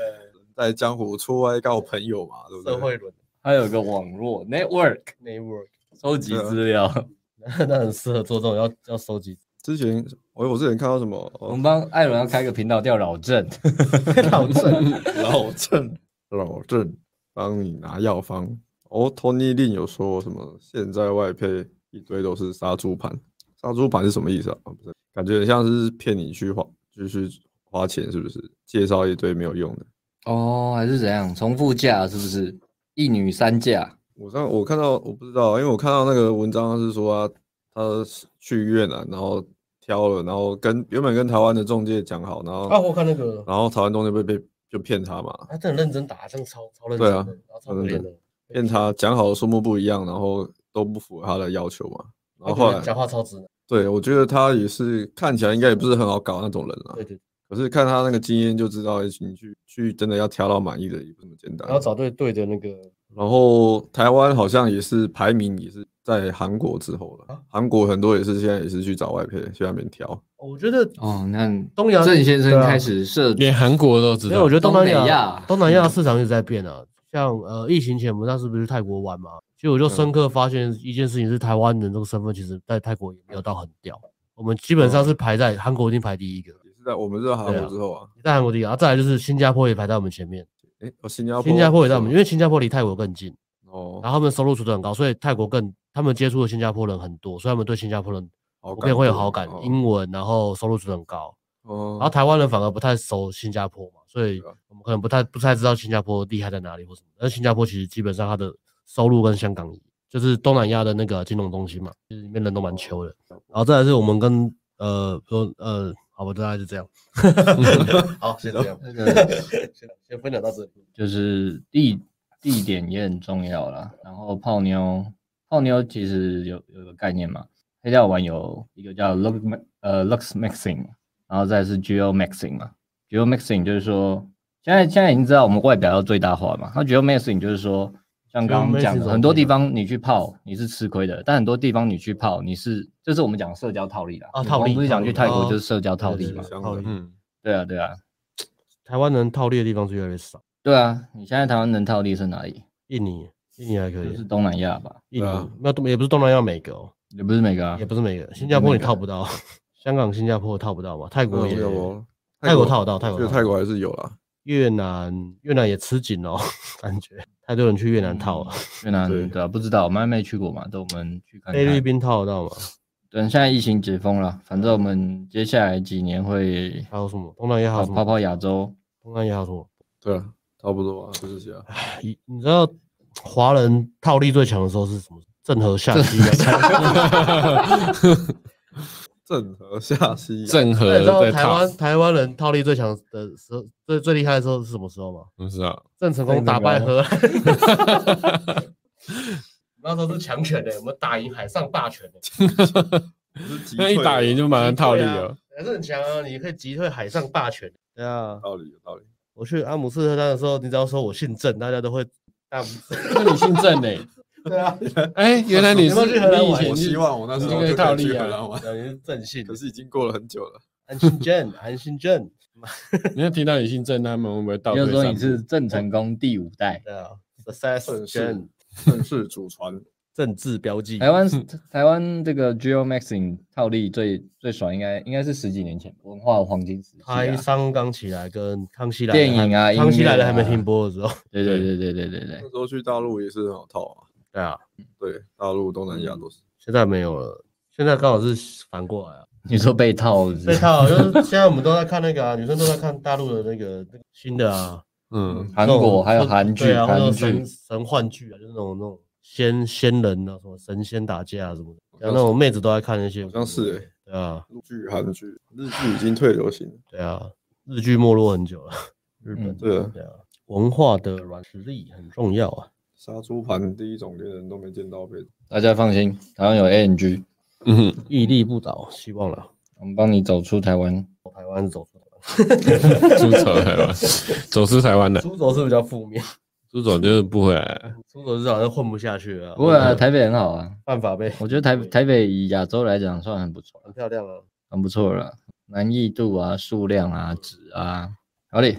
在江湖出外告朋友嘛，对不对？社会轮还有个网络 network network，收集资料。那很适合做这种要要收集之前我我之前看到什么我哦嗯们帮艾伦要开个频道叫老郑，老郑，老郑，老郑帮你拿药方。哦，Tony Lin 有说什么？现在外配一堆都是杀猪盘，杀猪盘是什么意思啊？啊不是，感觉很像是骗你去花，就是花钱，是不是？介绍一堆没有用的。哦，还是怎样？重复价是不是？一女三价，我上我看到我不知道，因为我看到那个文章是说啊他他是去越南，然后挑了，然后跟原本跟台湾的中介讲好，然后、啊，我看那个，然后台湾中介被被就骗他嘛，他真的很认真打，真的超超认真的，对啊然后超可怜的，骗他讲好的数目不一样，然后都不符合他的要求嘛。然后他后觉得来，讲话超直男，对我觉得他也是看起来应该也不是很好搞那种人啊对。对，对可是看他那个经验就知道，哎你去去真的要挑到满意的也不是那么简单然。后找对对的那个，然后台湾好像也是排名也是在韩国之后了啊，韩国很多也是现在也是去找外配去那边挑。我觉得哦，你看东阳郑先生对啊开始设 *laughs* 连韩国都知没有，我道觉。得东南东北亚亚东南亚市场一直在变啊。像呃，疫情前我们那时不是去泰国玩嘛？其实我就深刻发现一件事情是，台湾人这个身份其实在泰国也没有到很屌。我们基本上是排在韩国已经排第一个，也是在我们热韩对国啊之后啊，在韩国第一个，然后再来就是新加坡也排在我们前面，诶，哦新加坡，新加坡也在我们，因是为新加坡离泰国更近，吗哦，然后他们收入水准很高，所以泰国更他们接触的新加坡人很多，所以他们对新加坡人好普遍会有度好感哦，英文，然后收入水准很高。哦，然后台湾人反而不太熟新加坡嘛，所以对啊我们可能不太不太知道新加坡厉害在哪里或什么。但是新加坡其实基本上它的收入跟香港一样就是东南亚的那个金融中心嘛，其实里面人哦都蛮穷的。然后再来是我们跟呃说呃，好吧，大概 *laughs* 就这样。 *laughs* 好，先这样，那个先先分享到这里。就是地地点也很重要啦。然后泡妞，泡妞其实有有个概念嘛，黑料玩有一个叫 lux ma- 呃 lux mixing，然后再是 geo mixing 嘛。geo mixing 就是说，现在现在已经知道我们外表要最大化嘛。那 geo mixing 就是说，像刚刚讲 geomixing 的，是很多什么地方你去泡你是吃亏的，但很多地方你去泡你是，这是我们讲的社交哦套利啦。啊我们套利不是讲去泰套国利就是社交套对利对嘛对。香套港利嗯，对啊，对啊，台湾人套利的地方是越来越少，对啊。你现在台湾能套利是哪里？印尼印尼还可就是以，东南亚吧。印对尼啊没有东也不是东南亚每个、哦，也不是每个啊也，不是每个，新加坡你套不到，香港、新加坡套不到嘛，泰国嗯也有哦泰国套得到，泰国就套得泰到国还是有啦。越南，越南也吃紧哦，感觉太多人去越南套了。越南对对啊，不知道，我们还没去过嘛，等我们去看看。菲律宾套得到吗？等现在疫情解封了，反正我们接下来几年会还有什么？东南亚还有跑什么？泡泡亚洲。东南亚还有什么？对啊，差不多啊，就是这样。你你知道华人套利最强的时候是什么？郑和下西洋。嗯郑和下西洋， *laughs* 郑那和 *laughs* 你知道在台套，湾台湾人套利最强的时候，最最厉害的时候是什么时候吗？不知道。郑成功打败荷兰。 *laughs* 那时候是强权的，我们打赢海上霸权的，那一打赢就马啊上套 *laughs* 利了。还是很强啊！你可以击退海上霸权。对啊，道理有道理。我去阿姆斯特丹的时候，你只要说我姓郑，大家都会大拇指。那你姓郑嘞？ *laughs* 对啊，哎，原来你有是没有去荷兰哎你以玩前我希是望我那时候你可以就套可以利去啊荷兰玩，你是郑姓可，是已经过了很久 *laughs* 了。韩信郑，韩信郑。你要听到你姓郑，他们会不会倒你退就三步？说你是郑成功第五代，对啊，success 郑嗯正式祖传，政治标记。台湾台湾这个 Geo Maxing 套利最最爽，应该应该是十几年前文化黄金时期啊。台商刚起来，跟康熙来了电影啊还康熙来了还没音乐啊停播的时候。对对对对对对对那，时候去大陆也是很好套啊。对啊，对，大陆、东嗯南亚都是。现在没有了，现在刚好是反过来啊。你说被套是不 *laughs* 被是套就是现在我们都在看那 *laughs* 个啊，女生都在看大陆的那个那个新的啊，嗯，韩那国种还有就韩剧，对啊，或者韩神剧神幻剧啊，就是那种那种仙仙人啊，什么神仙打架啊什么的，然后那种妹子都在看那些，好像嗯是欸对啊，陆剧、韩剧、日剧已经退流行了。对啊，日剧没落很久了， *laughs* 日嗯本对啊，对啊，文化的软实力很重要啊，杀猪盘第一种连人都没见到被大家放心，台湾有 ANG，嗯 *laughs* 哼，屹立不倒，希望了。我们帮你走出台湾。台湾走出出走台湾，走出台湾的，出走是比较负面，出走就是不回来了。出走是好像混不下去了，不过、啊、台北很好啊，办法被我觉得台台北以亚洲来讲算很不错，很漂亮啊。很不错了，难易度啊、数量啊、值啊。好嘞，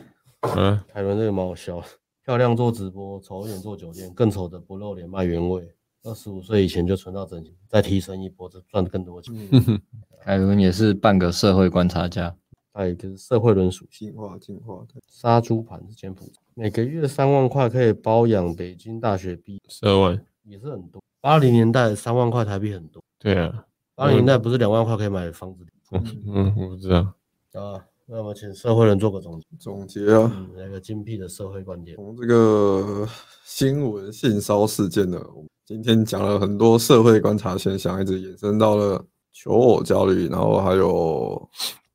嗯、台湾这个蛮好笑的， *laughs* 漂亮做直播，丑一点做酒店，更丑的不露脸卖原味。二十五岁以前就存到整钱，再提升一波，就赚更多钱。嗯嗯凯文也是半个社会观察家，还有一个是社会轮属性，进化进化的，杀猪盘是柬埔寨，每个月三万块可以包养北京大学毕业，十二万，也是很多。八零年代三万块台币很多，对啊，八零年代不是两万块可以买房子嗯，我不知道，啊？那我们请社会人做个总结，总结啊，嗯，来个精辟的社会观点。从这个新闻性骚事件呢，我们今天讲了很多社会观察现象，一直延伸到了求偶焦虑，然后还有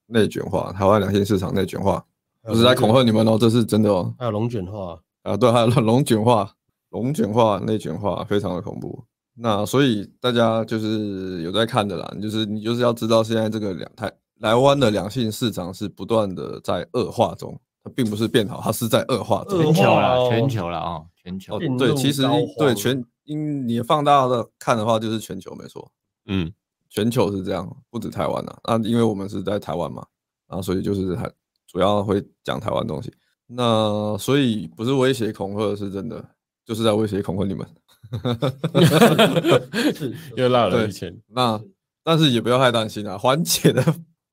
内卷化，台湾两性市场内卷化，不是在恐吓你们哦，这是真的哦。还有龙卷 *laughs* *laughs* 化，啊，对，还有龙卷化、龙卷化、内卷化，非常的恐怖。那所以大家就是有在看的啦，就是你就是要知道，现在这个两台台湾的两性市场是不断的在恶化中，它并不是变好，它是在恶化中。恶全球化啦，哦全球啦啊、哦，全球哦进，对，入其实高一对峰全因你放大的看的话，就是全球没错，嗯，全球是这样，不止台湾呐、啊。那因为我们是在台湾嘛，啊，所以就是还主要会讲台湾东西。那所以不是威胁恐吓是真的，就是在威胁恐吓你们。 *laughs* 又落了对一千，那但是也不要太担心啊，缓解的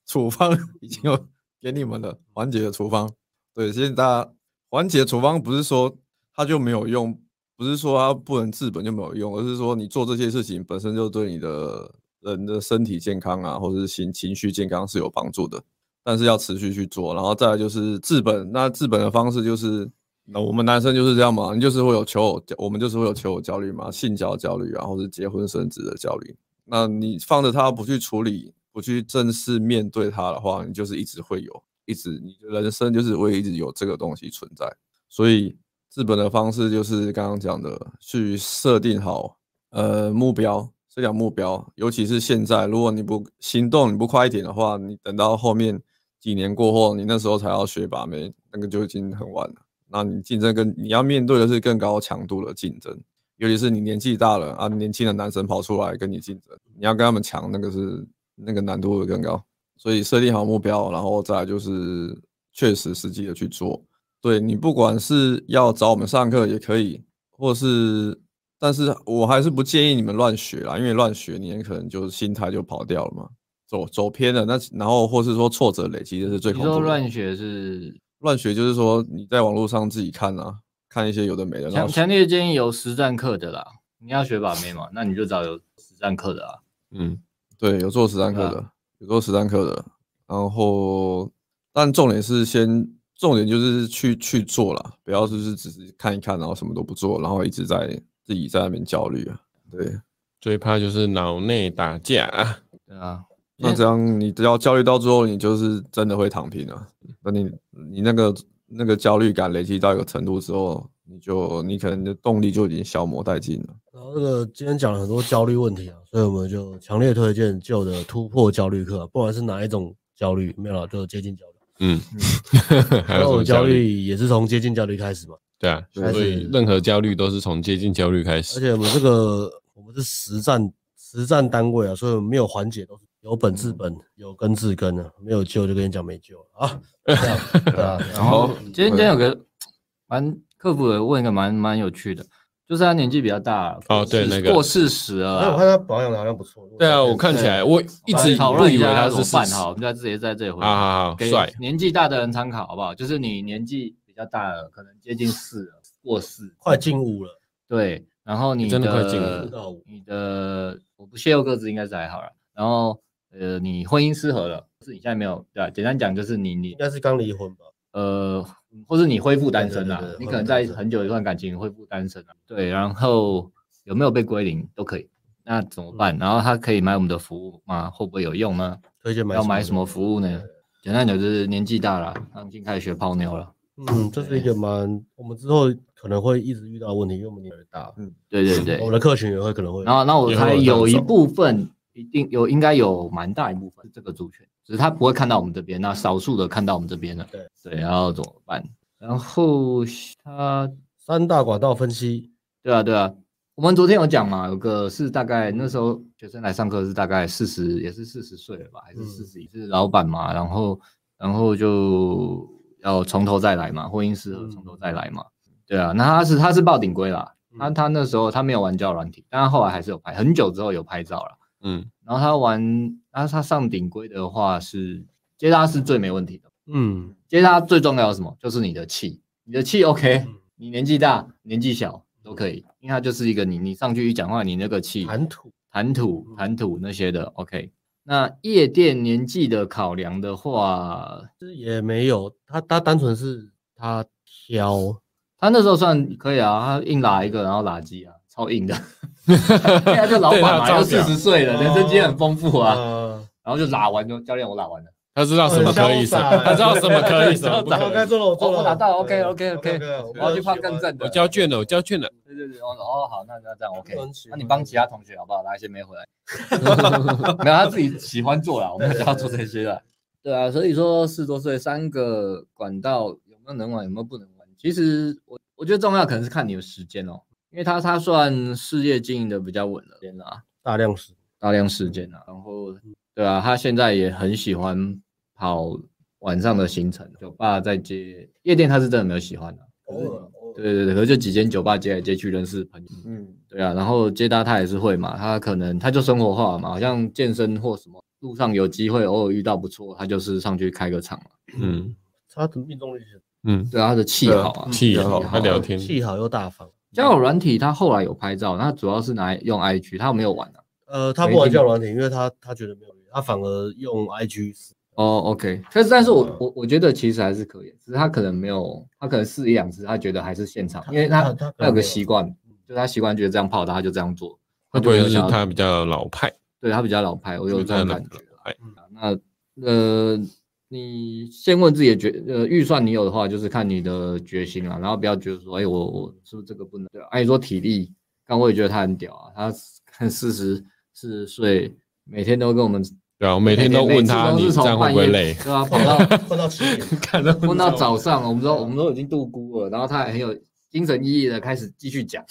处方已经有给你们了，缓解的处方。对，现在大家缓解处方不是说它就没有用，不是说它不能治本就没有用，而是说你做这些事情本身就对你的人的身体健康啊，或者是情情绪健康是有帮助的。但是要持续去做，然后再来就是治本。那治本的方式就是，那我们男生就是这样嘛，你就是会有求偶，我们就是会有求偶焦虑嘛，性交焦虑啊，或者结婚生子的焦虑。那你放着它不去处理，不去正式面对它的话，你就是一直会有，一直你的人生就是会一直有这个东西存在。所以治本的方式就是刚刚讲的，去设定好呃目标，设定好目标，尤其是现在，如果你不行动，你不快一点的话，你等到后面几年过后，你那时候才要学把妹，那个就已经很晚了。那你竞争跟你要面对的是更高强度的竞争。尤其是你年纪大了啊，年轻的男生跑出来跟你竞争，你要跟他们抢，那个是那个难度会更高。所以设定好目标，然后再来就是确实实际的去做。对你不管是要找我们上课也可以，或是，但是我还是不建议你们乱学啦，因为乱学你也可能就心态就跑掉了嘛，走走偏了。那然后或是说挫折累积的是最你恐怖的。说乱学是乱学就是说你在网络上自己看啊，看一些有的没的，然强后强烈建议有实战课的啦。你要学把妹嘛，那你就找有实战课的啊。嗯，对，有做实战课对啊的，有做实战课的。然后，但重点是先，重点就是去去做啦，不要就是只是看一看，然后什么都不做，然后一直在自己在那边焦虑啊。对，最怕就是脑内打 *laughs* 架啊， *laughs* 对啊，那这样你只要焦虑到最后，你就是真的会躺平了、那你你那个那个焦虑感累积到一个程度之后，你就你可能的动力就已经消磨殆尽了。然后这个今天讲了很多焦虑问题啊，所以我们就强烈推荐旧的突破焦虑课啊、不管是哪一种焦虑，没有了就接近焦虑。嗯，还有什我么焦焦虑？虑也是从接近焦虑开始嘛，对啊，还所以是任何焦虑都是从接近焦虑开而始。且我们这个我们是实战实战单位啊，所以我们没有缓解，都是有本嗯治本，有根治根啊，没有救就跟你讲没救了 *laughs* 啊。对啊。然后好今天今天有个蛮客服有问一个蛮蛮有趣的，就是他年纪比较大了哦对过四那个过四十了哎，我啊。看他保养的好像不错。对啊，我看起来我一直讨不哎论一以为下他他怎是么办40好，我们就直接在这里回答。好好好，给啊帅，年纪大的人参考好不好？就是你年纪比较大了，可能接近四了，过四，快进五了，对，然后你真的快进入到的五你的我不泄露各自应该是还好了。然后呃，你婚姻失和了，就是你现在没有对吧？啊简单讲就是你你应该是刚离婚吧？呃，或是你恢复单身啦对对对，对你可能在恢复单身很久一段感情恢复单身了，对，然后有没有被归零都可以。那怎么嗯办？然后他可以买我们的服务吗？会不会有用呢？推荐买要买什么服务呢？简单讲就是年纪大了，他已经开始学泡妞了，嗯，这是一个蛮我们之后可能会一直遇到的问题，因为我们年纪大，嗯对对对我。们的客群也会可能会，然后，那我也会猜有这种有一状部分一定有，应该有蛮大一部分是这个族群，只是他不会看到我们这边，那少数的看到我们这边了。对对，然后怎么办？然后他三大管道分析，对啊，对啊，我们昨天有讲嘛，有个是大概那时候学生来上课是大概四十，也是四十岁了吧，还是嗯四十、是老板嘛，然后然后就要从头再来嘛，婚姻适合从头再来嘛，对啊，那他是他是报顶规啦，嗯他他那时候他没有玩交友软体，但他后来还是有拍，很久之后有拍照了，嗯，然后他玩，他他上顶规的话是接他是最没问题的，嗯，接他最重要的是什么？就是你的气，你的气 *laughs* OK，你嗯年纪大、年纪小都可以，因为它就是一个你你上去一讲话，你那个气谈吐，谈嗯吐、谈吐那些的 OK。那夜店年纪的考量的话，其实也没有，他他单纯是他挑，他那时候算可以啊，他硬拉一个，然后垃圾啊，超硬的。 *laughs* *laughs* 对啊，就哦老板嘛，都对他有照四相十岁了，人生经验很丰富啊。 *laughs* 呃，然后就拉完就教练，我拉完了，他知道什么可以什么，他知道什么可以 *laughs* 什么不我可该以。做了，我做哦，了，我拿到对，OK，OK，OK，我要去换更正的。我交卷了，我交卷了。对对对，哦哦好，那那这样 OK 我很喜。那欢你帮其他同学好不好？拉一些没回 *laughs* 来，没有他自己喜欢做啦，我们不要做这些 *laughs* 啦。对啊，所以说四十多岁三个管道有没有能玩，有没有不能玩？其实我我觉得重要可能是看你的时间哦，因为他他算事业经营的比较稳了，天啊，大量时，大量时间啊，然后对啊，他现在也很喜欢跑晚上的行程，酒吧在接夜店，他是真的没有喜欢的、可是对对对，可是就几间酒吧接来接去认识朋友，嗯，对啊，然后接搭他也是会嘛，他可能他就生活化嘛，好像健身或什么，路上有机会偶尔遇到不错，他就是上去开个场嘛，嗯他的命中率是嗯，对啊，他的气对啊好啊，气好好，他聊天。气好又大方，交友软体他后来有拍照，那主要是拿来用 IG，他没有玩啊，呃，他不玩交友软体，因为他他觉得没有用，他反而用 IG *laughs* 死哦，OK，但是但是我我我觉得其实还是可以，只是他可能没有，他可能试一两次，他觉得还是现场，因为他他他可他有能没个有习惯，就他习惯觉得这样泡的，他就这样做，他会就不没会有是想要他比较老派？对他比较老派，我有就这是他种老感觉啦。啊派。那呃，你先问自己的决呃预算，你有的话就是看你的决心啦，然后不要觉得说，哎、我我是不是这个不能？对啊，哎、你说体力，但我也觉得他很屌啊，他看四十四十岁，每天都跟我们对啊，我每天都问他每次你都是这样从会半不会夜累？对啊，跑到 *laughs* 混到七点， *laughs* 看到混到早上，我们都我们都已经度孤了，然后他还很有精神奕奕的开始继续讲。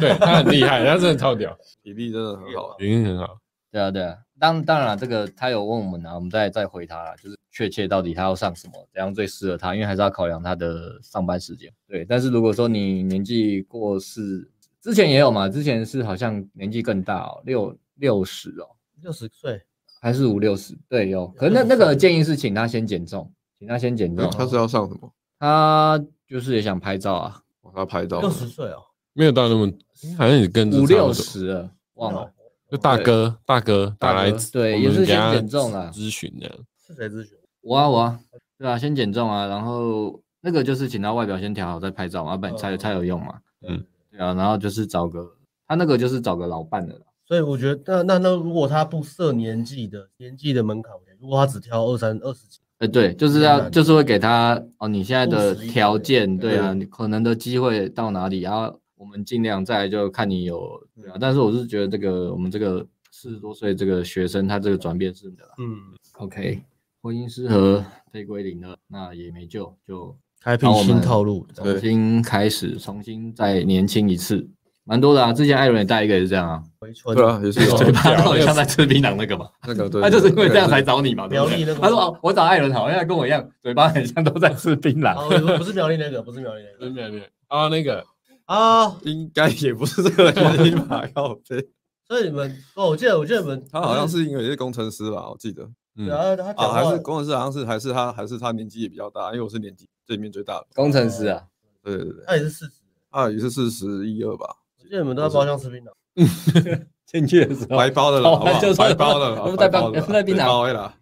对他很厉害，他真的超屌，体力真的很好，啊语音很好。对啊，对啊，当当然了，这个他有问我们啊，我们再再回他啦，就是确切到底他要上什么，怎样最适合他，因为还是要考量他的上班时间。对，但是如果说你年纪过四，之前也有嘛，之前是好像年纪更大哦，六六十哦，六十岁，还是五六十，对，有。可是那那个建议是请他先减重，请他先减重，啊哦他是要上什么？他就是也想拍照啊，把他拍到六十岁哦，没有到那么，好像也跟着五差不六多，十了，忘了。就大哥大哥打来大哥对我也们是给先他减重啊啦咨询的，是谁咨询？我啊我啊，对啊，先减重啊，然后那个就是请他外表先调好再拍照嘛，要啊不然嗯才有才有用嘛。嗯，对啊，然后就是找个他那个就是找个老伴的啦。所以我觉得，那那那如果他不设年纪的年纪的门槛，如果他只挑二三二十几，呃，对，就是当要然就是会给他哦，你现在务实的一点条件，对啊，对你可能的机会到哪里，然后我们尽量再来就看你有对嗯啊。但是我是觉得这个我们这个四十多岁这个学生他这个转变是的啦。嗯， OK，婚姻失和被归零了，那也没救，就开辟然后我们新套路，重新开始，重新再年轻一次，蛮多的啊。之前艾伦也带一个也是这样啊，回春对啊，也是有嘴巴都很像在吃槟榔那个嘛，那个 *laughs* 对，他啊就是因为这样那才个找你嘛，对不苗栗那对？个他说哦，我找艾伦好，因为他跟我一样，嘴巴很像都在吃槟哦，榔。不不是苗栗那个，不是苗栗那对个对对，啊那个啊。应该也不是这个原因吧？靠背，所以你们哦，我记得我记得你们他好像是因为也是工程师吧？我记得嗯然后他啊，讲还是话工程师，好像是还是他还是他年纪也比较大，因为我是年纪这里面最大的。工程师啊，对对对，他也是四十，阿宇是四十一二吧？我记得你们都在包厢吃槟榔，进去的时候白包的啦，哦好不好就？是白包的啦，我们白 *laughs* 在包的帮在槟啊榔包啦。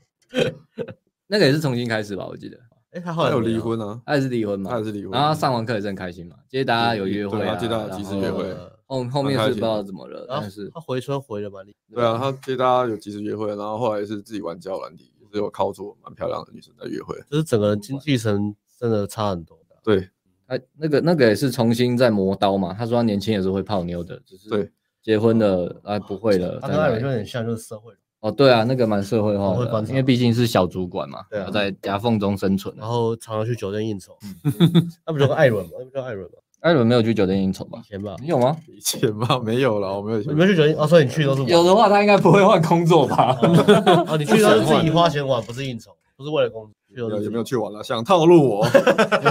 *laughs* 那个也是重新开始吧，我记得哎，他后他来有怎么离样，婚啊，他也是离婚嘛他也，是离婚。然后他上完课也是很开心嘛，接大家有约会对啊，他接大家然几次后约会呃后后面是不知道怎么了，然但后是他回春回的蛮厉对啊，他接大家有及时约会，然后后来是自己玩交友软体，也是有靠住蛮漂亮的女生在约会。就是整个人精气神真的差很多的。对哎，那个那个也是重新在磨刀嘛。他说他年轻也是会泡妞的，只对是结婚了啊不会呃了。他再跟艾来伦就有点像，就是社会人。哦，对啊，那个蛮社会化社会的观啊，察因为毕竟是小主管嘛，对啊哦要在夹缝中生存啊。然后常常去酒店应酬，嗯 *laughs* 那不就跟艾伦吗？那不叫艾伦吗？艾伦没有去酒店应酬吧以？前吧，你有吗？以前吧，没有了，我没有以你前。们去酒店哦，所以你去都是玩有的话，他应该不会换工作吧？哦，你去都 *laughs* 是自己花钱玩，不是应酬，不是为了工作，去都是自己有没有去玩了？想套路 *laughs* 我，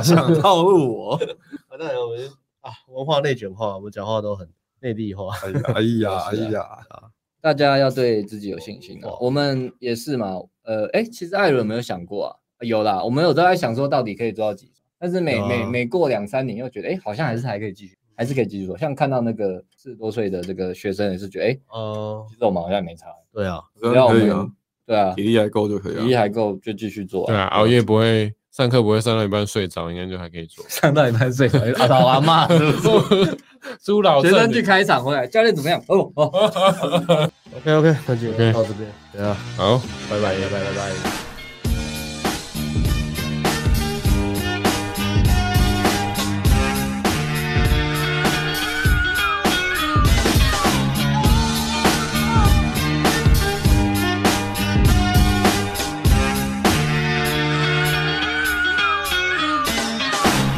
想套路我。啊，当然我们啊，文化内卷化，我们讲话都很内地化。哎呀，哎呀，哎呀，大家要对自己有信心啊。我们也是嘛，呃，哎、其实艾伦有没有想过啊，有啦，我们有都在想说到底可以做到几岁，但是每、有啊每每过两三年又觉得，哎、好像还是还可以继续，还是可以继续做。像看到那个四十多岁的这个学生也是觉得，哎、呃哦其，实我们好像也没差，对啊，这只样要我可以们、啊，对啊体，力还够就可体以力啊。还够就继续做、。对啊，熬夜不会，上课不会上到一半睡着，应该就还可以做上到一半睡着，阿老阿妈， *laughs* 朱老学正生去开场回来，教练怎么样？哦哦。 OK OK，那就到这边，对啊，好。拜拜拜拜拜拜。